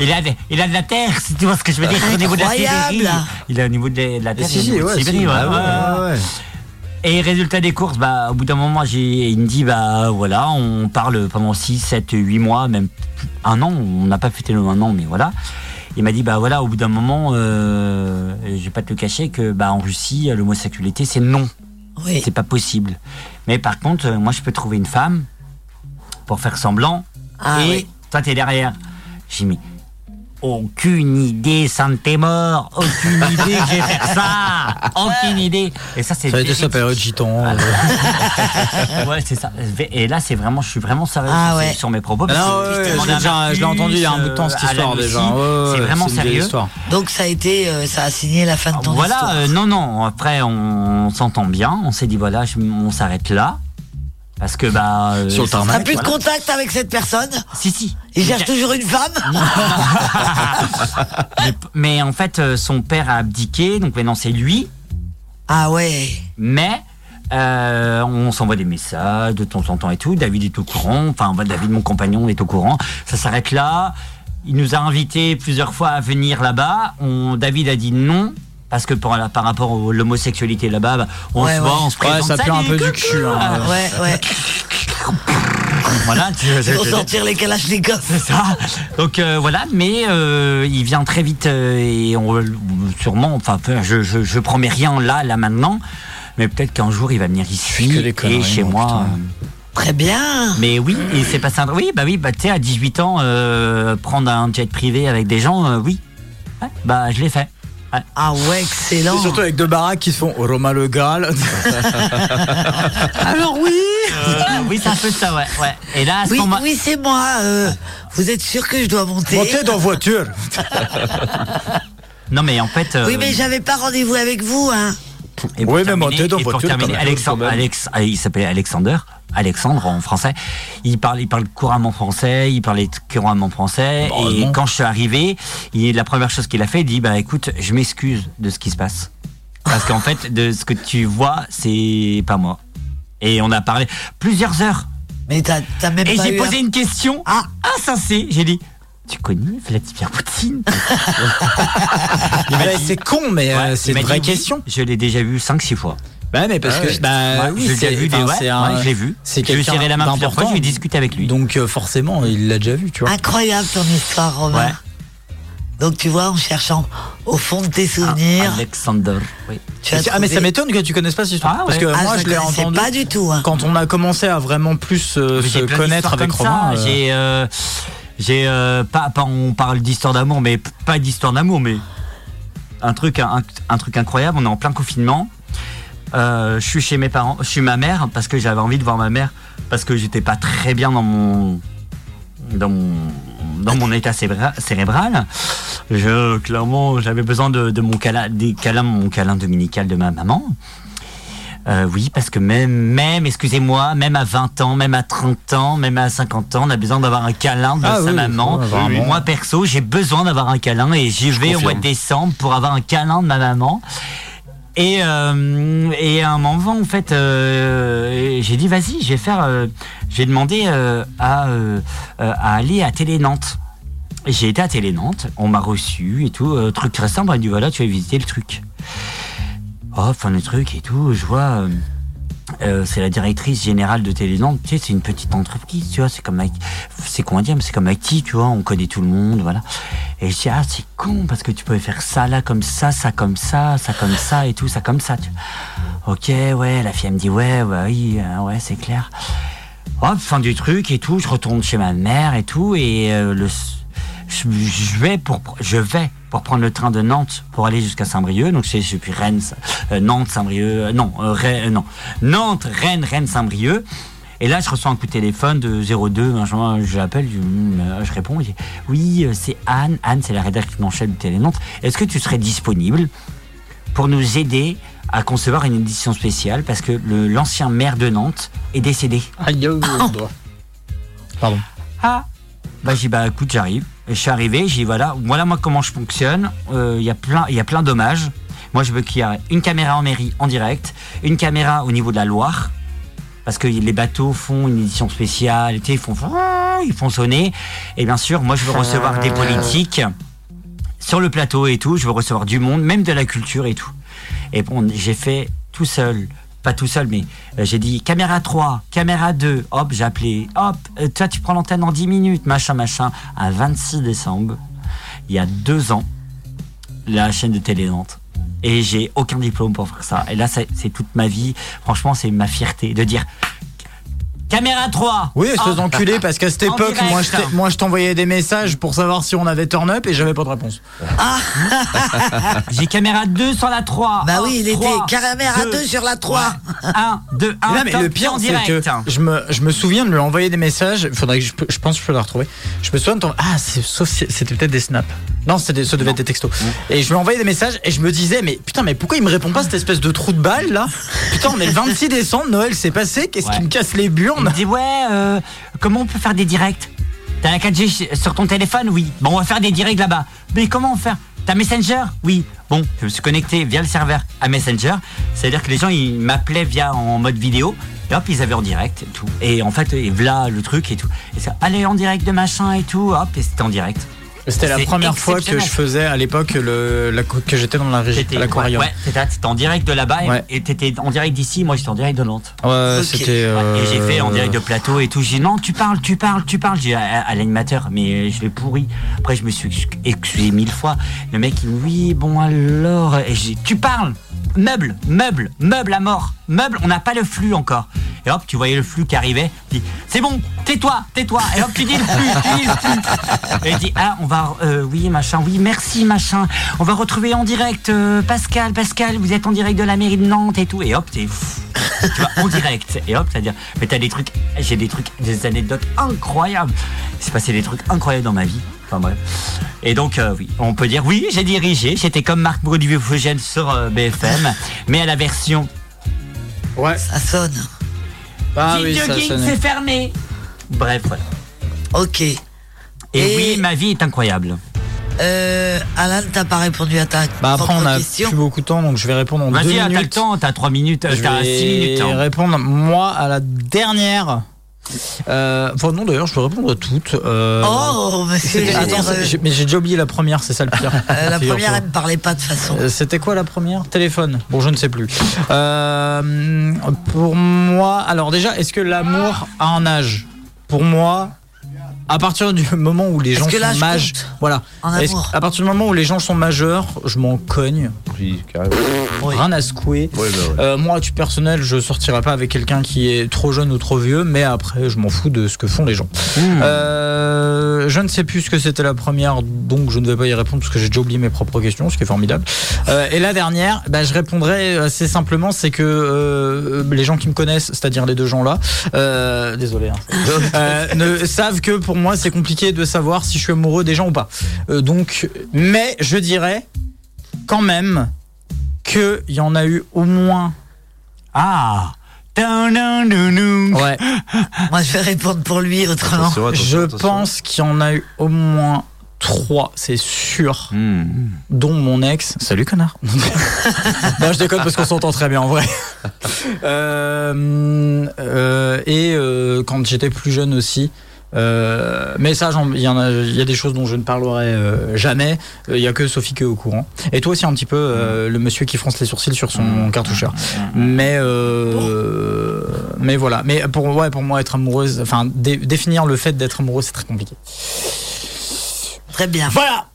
A: il, a de, il a de la terre, si tu vois ce que je veux dire. Au niveau de la
B: Incroyable.
A: Sibérie. Il est au niveau de la- de la terre.
C: si,
A: il est au
C: si,
A: niveau de
C: ouais,
A: Sibérie,
C: si,
A: ouais,
C: bah
A: ouais,
C: ouais,
A: ouais. Et résultat des courses, bah, au bout d'un moment, j'ai, il me dit, bah voilà, on parle pendant 6, 7, 8 mois, même plus- un an, on n'a pas fêté le un an, mais voilà. Il m'a dit, bah voilà, au bout d'un moment, euh, je vais pas te le cacher, que bah, en Russie, l'homosexualité, c'est non. C'est pas possible. Mais par contre, euh, moi, je peux trouver une femme pour faire semblant, et toi, t'es derrière. J'ai mis, aucune idée, ça ne t'est mort, aucune idée, je vais faire ça, aucune idée. Et ça, c'est
C: Ça a été sa
A: véridique.
C: période gitan. euh.
A: ouais, c'est ça. Et là, c'est vraiment, je suis vraiment sérieux
C: Ah
A: sur-
C: ouais.
A: sur mes propos. parce
C: Ah
A: que
C: ouais,
A: je t'ai
C: ouais,
A: demandé
C: je l'ai
A: un
C: déjà- je l'ai
A: Marcus,
C: entendu il y a un bout de temps, cette
A: euh,
C: histoire,
A: Alan
C: déjà.
A: aussi.
C: Ouais, ouais,
A: c'est
C: ouais,
A: vraiment
C: c'est une vieille
A: sérieux.
C: histoire.
B: Donc ça a été, euh, ça a signé la fin de ton
A: Voilà,
B: histoire.
A: euh, non, non. Après, on, s'entend bien. On s'est dit, voilà, je- on s'arrête là. Parce que, bah. euh,
C: Sur le
A: ça-
B: T'as plus de
A: voilà.
B: contact avec cette personne
A: Si, si.
B: Il cherche toujours une femme
A: mais, mais en fait, euh, son père a abdiqué, donc maintenant c'est lui.
B: Ah ouais.
A: Mais euh, on s'envoie des messages de temps en temps et tout. David est au courant. Enfin, bah, David, mon compagnon, est au courant. Ça s'arrête là. Il nous a invités plusieurs fois à venir là-bas. On- David a dit non. Parce que par, la- par rapport à l'homosexualité là-bas, bah, on
C: Ouais,
A: se
C: ouais.
A: voit, on se
C: Ouais,
A: présente.
C: ça pleure un
A: Salut,
C: peu du
A: coucou.
C: cul, hein.
A: Ah,
B: Ouais, ouais.
A: Voilà, tu
B: Ils vont sortir les kalachnikovs.
A: C'est ça. Donc euh, voilà, mais euh, il vient très vite euh, et on sûrement, enfin, peu- je, je, je promets rien là, là maintenant, mais peut-être qu'un jour il va venir ici
C: que des conneries,
A: et chez
C: moi,
A: moi. euh,
C: putain.
B: Très bien.
A: Mais oui, et c'est passé un. Oui, bah oui, bah tu sais, à 18 ans, euh, prendre un jet privé avec des gens, euh, oui. Ouais, bah je l'ai fait.
B: Ah ouais, excellent.
C: Et surtout avec deux baraques qui se font Roma le Graal.
B: Alors oui
A: Oui, c'est un peu ça, ouais. ouais. Et là, à ce
B: Oui,
A: moment-
B: oui c'est moi. euh, vous êtes sûr que je dois monter
A: Montez dans
C: voiture
A: non, mais en fait.
B: Oui,
A: euh,
B: mais j'avais pas rendez-vous avec vous, hein.
A: Et
C: Oui,
A: pour
C: mais
A: terminer-
C: montez dans
A: et pour
C: voiture,
A: terminer,
C: quand même.
A: Alexandre, Alex, ah, il s'appelait Alexander, Alexandre en français. Il parle, il parle couramment français, il parlait couramment français.
C: Bon,
A: et
C: non.
A: quand je suis arrivé, il, la première chose qu'il a fait, il dit bah écoute, je m'excuse de ce qui se passe, parce qu'en fait, de ce que tu vois, c'est pas moi. Et on a parlé plusieurs heures.
B: Mais t'as t'as
C: Eh
B: même
C: ben,
A: Et
B: pas
A: j'ai
B: eu
A: posé
B: un-
A: une question ah. insensée. J'ai dit. Tu connais Vladimir Poutine
C: Ouais, c'est con, mais euh, c'est une vraie question.
A: Je l'ai déjà vu 5-6 fois.
C: Bah, mais parce
A: Ah
C: que
A: ouais.
C: bah,
A: Ouais,
C: oui,
A: je l'ai
C: c'est-
A: vu des-
C: enfin,
A: ouais,
C: c'est un-
A: ouais, je l'ai vu. Je lui
C: C'est
A: ai
C: quelquoi
A: serré la main plusieurs fois, je lui ai discuté avec lui.
C: Donc euh, forcément, il l'a déjà vu, tu vois.
B: Ah, Incroyable ton histoire, Romain. Donc tu vois, en cherchant au fond de tes souvenirs.
A: Alexander, oui.
B: Tu as
C: ah mais ça
B: trouvé-
C: m'étonne que tu connaisses pas cette histoire.
B: Ah,
C: Parce
B: ouais.
C: que
B: Ah,
C: moi
B: je
C: je,
B: la
C: l'ai
B: connaissais
C: entendu.
B: pas du tout, hein.
C: Quand on a commencé à vraiment plus euh,
A: J'ai
C: se
A: plein
C: connaître
A: d'histoires comme
C: avec Romain.
A: ça.
C: euh,
A: J'ai, euh, j'ai euh, pas, pas- on parle d'histoire d'amour, mais p- pas d'histoire d'amour, mais un truc, un, un truc incroyable. On est en plein confinement. Euh, je suis chez mes parents, je suis ma mère parce que j'avais envie de voir ma mère parce que j'étais pas très bien dans mon dans mon dans mon état cébra- cérébral. Je clairement j'avais besoin de, de mon câlin, des câlins, mon câlin dominical de ma maman. Euh, oui, parce que même, même, excusez-moi, même à 20 ans, même à 30 ans, même à 50 ans, on a besoin d'avoir un câlin de
C: Ah
A: sa
C: oui,
A: maman.
C: oui, oui.
A: Moi, perso, j'ai besoin d'avoir un câlin et j'y vais au mois de décembre pour avoir un câlin de ma maman. Et, euh, et à un moment, en fait, euh, j'ai dit, vas-y, je vais faire. euh, j'ai demandé euh, à, euh, euh, à aller à Télé Nantes. Et J'ai été à Télé Nantes, on m'a reçu et tout, euh, truc très simple, on m'a dit, voilà, tu vas visiter le truc. Oh, fin le truc et tout, je vois. euh, euh, c'est la directrice générale de Téléland. Tu sais, c'est une petite entreprise, tu vois. C'est comme, Act- c'est comment dire, mais c'est comme Acti, tu vois. On connaît tout le monde, voilà. Et je dis ah c'est con parce que tu pouvais faire ça là comme ça, ça comme ça, ça comme ça et tout, ça comme ça. tu- Ok, ouais. La fille elle me dit ouais, bah oui, euh, ouais, c'est clair. Hop, fin du truc et tout. Je retourne chez ma mère et tout et euh, le je, je vais pour je vais pour prendre le train de Nantes pour aller jusqu'à Saint-Brieuc. Donc c'est depuis Rennes, euh, Nantes, Saint-Brieuc, euh, non, euh, Rennes, euh, non, Nantes, Rennes, Rennes, Saint-Brieuc. Et là, je reçois un coup de téléphone de 02, machin, je l'appelle, je, hum, euh, je réponds, il dit, oui, euh, c'est Anne, Anne, c'est la rédactrice en chef de Télé Nantes. Est-ce que tu serais disponible pour nous aider à concevoir une édition spéciale parce que le- l'ancien maire de Nantes est décédé. Aïe, Pardon. Ah Bah j'ai dit, bah écoute, j'arrive. Et Je suis arrivé, j'ai dit voilà, voilà moi comment je fonctionne. Euh, Il y a plein, il y a plein d'hommages. Moi je veux qu'il y ait une caméra en mairie en direct, une caméra au niveau de la Loire, parce que les bateaux font une édition spéciale, tu sais, ils font, ils font sonner. Et bien sûr, moi je veux recevoir des politiques sur le plateau et tout. Je veux recevoir du monde, même de la culture et tout. Et bon, j'ai fait tout seul. Pas tout seul, mais euh, j'ai dit caméra 3, caméra 2. Hop, j'ai appelé. Hop, euh, toi, tu prends l'antenne en 10 minutes, machin, machin. À 26 décembre, il y a deux ans, la chaîne de télé Nantes. Et j'ai aucun diplôme pour faire ça. Et là, c'est c'est toute ma vie. Franchement, c'est ma fierté de dire caméra 3.
C: Oui,
A: Hop.
C: espèce enculé, parce qu'à cette
A: Oh. En
C: époque, moi je,
A: direct.
C: t'ai- moi, je t'envoyais des messages pour savoir si on avait turn up et j'avais pas de réponse.
A: J'ai caméra 2 sur la 3.
C: Bah oui, il
B: était caméra 2 sur la 3.
A: 1, 2, 1.
C: Mais non, mais le pire, c'est que je me, je me souviens de lui envoyer des messages. Faudrait que je, peux- je pense que je peux la retrouver. Je me souviens de ton- Ah, c'est- sauf si c'était peut-être des snaps. Non, c'était, ça devait être des textos. Et je lui envoyais des messages et je me disais, mais putain, mais pourquoi il me répond pas cette espèce de trou de balle là Putain, on est le 26 décembre, Noël c'est passé, qu'est-ce qui me casse les burnes
A: Il me dit, ouais, euh, comment on peut faire des directs T'as la 4G ch- sur ton téléphone Oui. Bon, on va faire des directs là-bas. Mais comment faire T'as Messenger Oui. Bon, je me suis connecté via le serveur à Messenger. C'est-à-dire que les gens, ils m'appelaient via en mode vidéo. Et hop, ils avaient en direct et tout. Et en fait, et voilà le truc et tout. Et ça, allez en direct de machin et tout. Hop, et c'était en direct.
C: C'était la
A: C'est
C: première fois que je
A: exceptionnel.
C: faisais à l'époque le, la co- que j'étais dans la régie, à l'aquarium.
A: Ouais, ouais, t'étais- t'étais en direct de là-bas et-
C: Ouais.
A: et t'étais en direct d'ici, moi j'étais en direct de Nantes.
C: Ouais, c'était, euh,
A: Et j'ai fait en direct de plateau et tout. J'ai dit non, tu parles, tu parles, tu parles. J'ai dit à, à l'animateur, mais euh, je l'ai pourri. Après, je me suis ex- excusé mille fois. Le mec, il dit oui, bon alors. Et j'ai dit, tu parles, meuble, meuble, meuble à mort, meuble, on n'a pas le flux encore. Et hop, tu voyais le flux qui arrivait. Il dit, c'est bon, tais-toi, tais-toi. Et hop, tu dis le flux, tu dis le flux. Et il dit, ah, on va, euh, oui, machin, oui, merci, machin. On va retrouver en direct euh, Pascal, Pascal, vous êtes en direct de la mairie de Nantes et tout. Et hop, t'es tu vois, en direct. Et hop, c'est-à-dire, mais t'as des trucs, j'ai des trucs, des anecdotes incroyables. Il s'est passé des trucs incroyables dans ma vie. Enfin bref. Et donc, euh, oui, on peut dire, oui, j'ai dirigé, j'étais comme Marc Bruduvier-Fougène sur euh, BFM, mais à la version.
C: Ouais.
B: Ça sonne.
C: Ah
A: oui, ça sonnait. c'est fermé. Bref, voilà.
B: Ok. Et,
A: oui, ma vie est incroyable.
B: Euh, Alan, t'as pas répondu à ta
C: Bah après,
B: propre
C: on a
B: question.
C: plus beaucoup de temps, donc je vais répondre en deux
A: Vas-y,
C: minutes.
A: ah, t'as le temps, t'as 3 minutes, euh,
C: je
A: t'as
C: vais
A: 6 minutes. hein.
C: répondre moi à la dernière. Euh, enfin non d'ailleurs je peux répondre à toutes. Euh,
B: Oh, mais c'est
C: c'était- attends,
B: généreux.
C: c'est- j'ai- mais j'ai déjà oublié la première, c'est ça le pire.
B: Euh, la
C: C'est dur,
B: première,
C: toi.
B: elle me parlait pas de façon.
C: Euh, C'était quoi la première Téléphone. Bon, je ne sais plus. Euh, pour moi, alors déjà, est-ce que l'amour a un âge Pour moi, à partir du moment où les
B: Est-ce
C: gens
B: que l'âge
C: sont mages,
B: compte
C: voilà.
B: en
C: Est-ce-
B: amour
C: À partir du moment où les gens sont majeurs, je m'en cogne.
D: Oui, bah, carrément.
C: Rien à secouer. Euh, moi, à titre personnel, je sortirai pas avec quelqu'un qui est trop jeune ou trop vieux, mais après, je m'en fous de ce que font les gens. Euh, je ne sais plus ce que c'était la première, donc je ne vais pas y répondre parce que j'ai déjà oublié mes propres questions, ce qui est formidable. Euh, et la dernière, bah, je répondrai assez simplement, c'est que euh, les gens qui me connaissent, c'est-à-dire les deux gens-là, euh, désolé, hein, euh, ne savent que pour moi, c'est compliqué de savoir si je suis amoureux des gens ou pas. Euh, donc, mais je dirais quand même qu'il y en a eu au moins.
A: Ah
C: Ouais.
B: Moi, je vais répondre pour lui autrement. Attention, attention,
C: je
B: attention.
C: pense qu'il y en a eu au moins trois, c'est sûr.
B: Hmm.
C: Dont mon ex. Salut, connard. non, je déconne parce qu'on s'entend très bien en vrai. Euh, euh, et euh, quand j'étais plus jeune aussi. euh, mais ça, j'en- il y, en a- il y a des choses dont je ne parlerai euh, jamais. Euh, Il y a que Sophie qui est au courant. Et toi aussi un petit peu euh, le monsieur qui fronce les sourcils sur son cartoucheur. Mais euh, mais voilà. Mais pour ouais, pour moi être amoureuse, enfin dé- définir le fait d'être amoureuse, c'est très compliqué.
B: Très bien.
C: Voilà.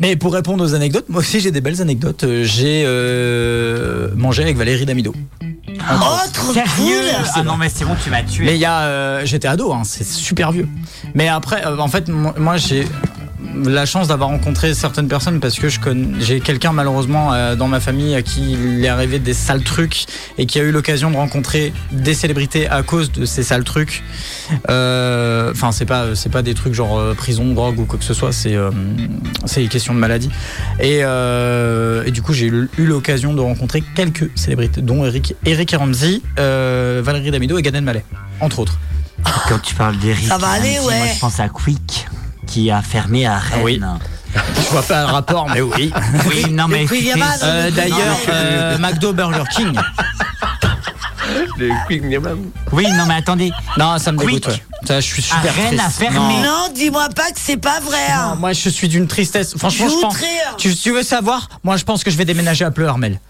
C: Mais pour répondre aux anecdotes, moi aussi j'ai des belles anecdotes. Euh, J'ai euh, mangé avec Valérie Damido.
A: Sérieux
C: C'est
A: Ah
C: vrai.
A: non, mais c'est bon, tu m'as tué.
C: Mais il y a, euh, j'étais ado, hein, c'est super vieux. Mais après, euh, en fait, moi moi, j'ai, la chance d'avoir rencontré certaines personnes parce que je connais, j'ai quelqu'un malheureusement euh, dans ma famille à qui il est arrivé des sales trucs et qui a eu l'occasion de rencontrer des célébrités à cause de ces sales trucs. Euh, Enfin, c'est pas c'est pas des trucs genre euh, prison, drogue ou quoi que ce soit. C'est euh, c'est des questions de maladie. Et, euh, et du coup, j'ai eu l'occasion de rencontrer quelques célébrités, dont Eric Eric et Ramsey, euh, Valérie Damido et Gad Elmaleh, entre autres.
A: Quand tu parles d'Eric,
B: Ça va aller,
A: Moi,
B: ouais.
A: je pense à Quick qui a fermé à Rennes. oui.
C: Je vois pas le rapport, mais oui.
A: Oui, non, mais.
B: Quick Yaman,
C: Euh,
B: le Quick
C: D'ailleurs,
B: Yaman.
C: euh, McDo Burger King.
D: Le Quick Yaman.
A: Oui, non, mais attendez.
C: Non, ça me
A: Quick.
C: dégoûte. ouais. Ça, je suis super
A: Ah,
C: triste. Non.
B: Non, dis-moi pas que c'est pas vrai. hein.
C: Non, Ah, moi, je suis d'une tristesse. Franchement,
B: Je suis
C: je pense.
B: outrée.
C: Tu, tu veux savoir Moi, je pense que je vais déménager à Pleuharmel.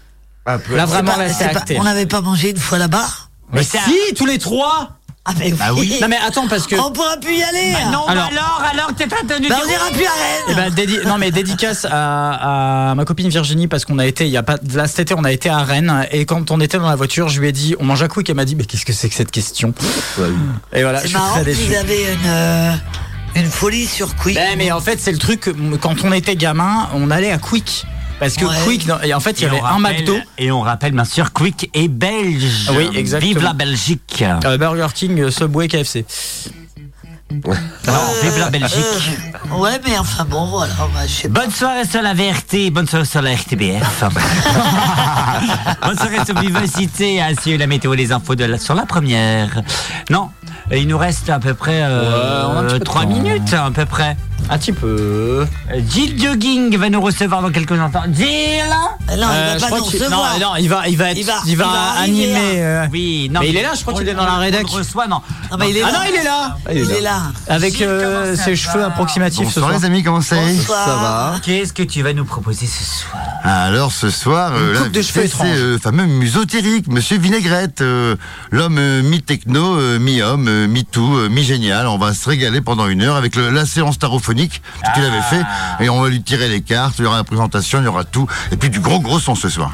C: Là,
B: C'est
C: vraiment,
B: pas-
C: là, c'est
B: c'est pas-
C: acté.
B: on n'avait pas mangé une fois là-bas
C: Mais si, tous les trois
B: Ah, mais oui.
C: Bah oui. Non, mais attends, parce que-
B: On pourra plus y aller.
C: Bah non, bah Alors- alors,
A: t'es pas tenu
B: Bah, on ira plus à Rennes.
C: Eh ben, dédi- non mais dédicace à, à ma copine Virginie parce qu'on a été il y a pas là cet été on a été à Rennes et quand on était dans la voiture je lui ai dit on mange à quick et elle m'a dit mais qu'est-ce que c'est que cette question et voilà je
B: C'est
C: suis
B: marrant
C: très
B: qu'ils
C: déçu
B: avaient une, euh, une folie sur Quick.
C: Ben, mais en fait c'est le truc que, quand on était gamin on allait à quick parce que
B: Ouais.
C: quick non, et en fait il y
A: Et
C: avait
A: on
C: un
A: rappelle-
C: McDo
A: Et on rappelle bien sûr Quick est belge.
C: Oui, exactement.
A: Vive la Belgique.
C: euh, Burger King euh, Subway KFC
A: Non, vive la Belgique.
B: Euh, ouais, mais enfin bon, voilà. bah, je sais pas.
A: Bonne soirée sur la VRT, bonne soirée sur la RTBF. bonne soirée sur Vivacité. Ah, si, la météo, les infos de la- sur la première. Non, il nous reste à peu près
C: Ouais, on a un petit peu de
A: 3
C: temps.
A: minutes, à peu près.
C: un petit peu
A: Euh, Jill Jogging va nous recevoir dans quelques instants. Jill
B: Non, il
C: Euh,
B: va
C: je
B: pas
C: crois
B: nous
C: qu'il- non,
B: recevoir.
C: non, il va, il va, être-
B: Il va-
C: il va
B: il va arriver,
C: animer. euh,
A: Oui, non.
C: Mais il est là, je crois
A: on-
C: qu'il est dans la
A: on-
C: rédac.
A: On le reçoit, non.
B: Ah, bah, il est
C: Ah
B: là.
C: non, il est là
B: Il est là.
C: Avec euh,
A: comment ça
C: ses cheveux
A: va
C: approximatifs ce soir.
S: Bonsoir les amis, comment ça y est
B: Bonsoir.
S: Ça va
A: Qu'est-ce que tu vas nous proposer ce soir
S: Alors ce soir,
C: Une
S: euh,
C: coupe de
S: l'invité,
C: cheveux étrange.
S: c'est euh, le fameux musotérique, Monsieur Vinaigrette, euh, l'homme euh, mi-techno, euh, mi-homme, euh, mi-tout, euh, mi-génial. On va se régaler pendant une heure avec le- la séance tarophonique, ce qu'il avait fait,
C: Ah.
S: et on va lui tirer les cartes, il y aura la présentation, il y aura tout, et puis du gros gros son ce soir.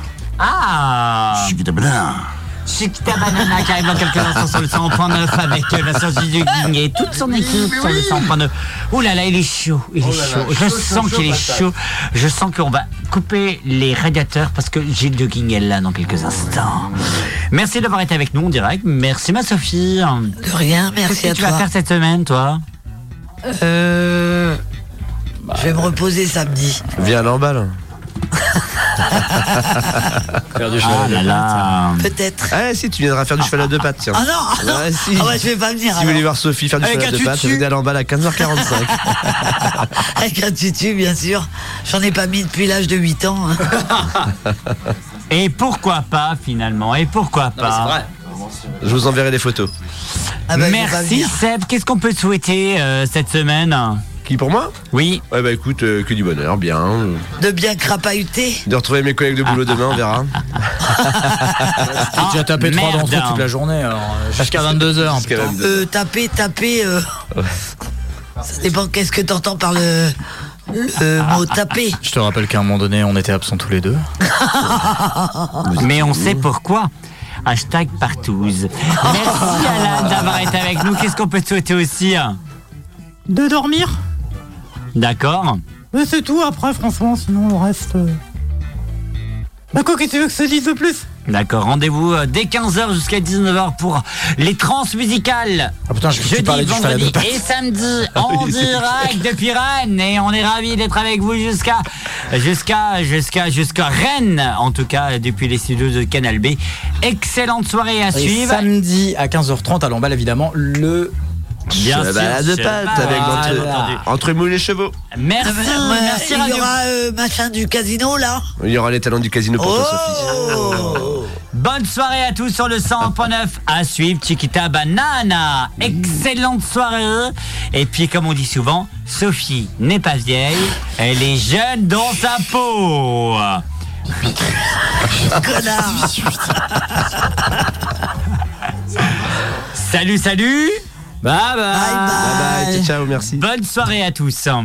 A: Ah
S: Chiquitabana.
A: Chiquita Banana qui arrive dans quelques instants sur le 100.9 avec euh, Vincent King et toute son équipe sur le 100.9. Ouh là là, il est chaud, il est
G: Oh là là,
A: chaud. Je
G: chaud,
A: sens
G: chaud,
A: qu'il est
G: patate.
A: chaud. Je sens qu'on va couper les radiateurs parce que Gilles de King est là dans quelques instants. Merci d'avoir été avec nous en direct. Merci ma Sophie.
B: De rien,
A: Qu'est-ce
B: Hein, merci
A: que
B: à
A: tu vas
B: toi.
A: faire cette semaine, toi
B: Euh, je vais me reposer samedi.
D: Viens à l'emballe.
C: faire du
A: Ah là là.
B: Peut-être.
D: Ah si, tu viendras faire du cheval à deux pattes, tiens.
B: Ah non
D: Ah, si.
B: Ah bah, je vais pas venir
D: Si vous voulez
B: alors.
D: voir Sophie faire du
B: Avec
D: cheval à
B: un
D: deux pattes,
B: tutu.
D: venez à l'emballe à 15h45.
B: Avec un tutu, bien sûr. J'en ai pas mis depuis l'âge de 8 ans. hein.
A: Et pourquoi pas finalement Et pourquoi pas
D: Je vous enverrai les photos.
B: Ah bah, je vais pas
A: Merci
B: venir.
A: Seb. Qu'est-ce qu'on peut te souhaiter euh, cette semaine
D: Qui pour moi
A: Oui.
D: Ouais bah écoute, euh, que du bonheur, bien. euh,
B: De bien crapahuter.
D: De retrouver mes collègues de boulot demain, on verra.
A: Ah,
C: J'ai déjà tapé trois
A: merde.
C: d'entre eux toute la journée. alors, euh, Ah, Jusqu'à
D: Jusqu'à
C: 22h.
D: 22.
B: Euh, taper, taper. euh, Ça dépend qu'est-ce que t'entends par le, le mot taper.
C: Euh, Je te rappelle qu'à un moment donné, on était absents tous les deux.
A: Mais on
B: Euh,
A: sait pourquoi. Hashtag partouze. Merci Alan d'avoir été avec nous. Qu'est-ce qu'on peut te souhaiter aussi hein
J: De dormir
A: D'accord
J: Mais c'est tout après, franchement, sinon le reste. euh, D'accord, qu'est-ce que tu veux que ça dise de plus
A: D'accord, rendez-vous euh, dès 15h jusqu'à 19h pour les trans musicales.
C: Ah putain, je
A: Jeudi,
C: tu parlais du cheval à
A: vendredi
C: deux pattes.
A: et samedi en
C: Ah oui, c'est
A: direct depuis Rennes et on est ravis d'être avec vous jusqu'à jusqu'à jusqu'à jusqu'à Rennes en tout cas depuis les studios de Canal B. Excellente soirée à
C: Et
A: suivre.
C: samedi à 15h30 à l'emballe évidemment le
A: Bien sûr, Ah,
D: Cheval Bah, à deux
A: cheval
D: pattes
A: à
D: avec
A: deux
D: l'entre-
A: pattes.
D: entre moules et chevaux.
A: Merci,
B: Euh,
A: merci
B: il y
A: Radio.
B: aura euh, machin du casino là.
D: Il y aura les talents du casino pour toi Sophie.
B: Oh
A: Bonne soirée à tous sur le 100.9. À suivre, Chiquita Banana. Excellente soirée. Et puis, comme on dit souvent, Sophie n'est pas vieille, elle est jeune dans sa peau.
B: Connard
A: Salut, salut.
C: Bye bye.
B: Bye bye
D: Bye bye, ciao, ciao, merci.
A: Bonne soirée à tous.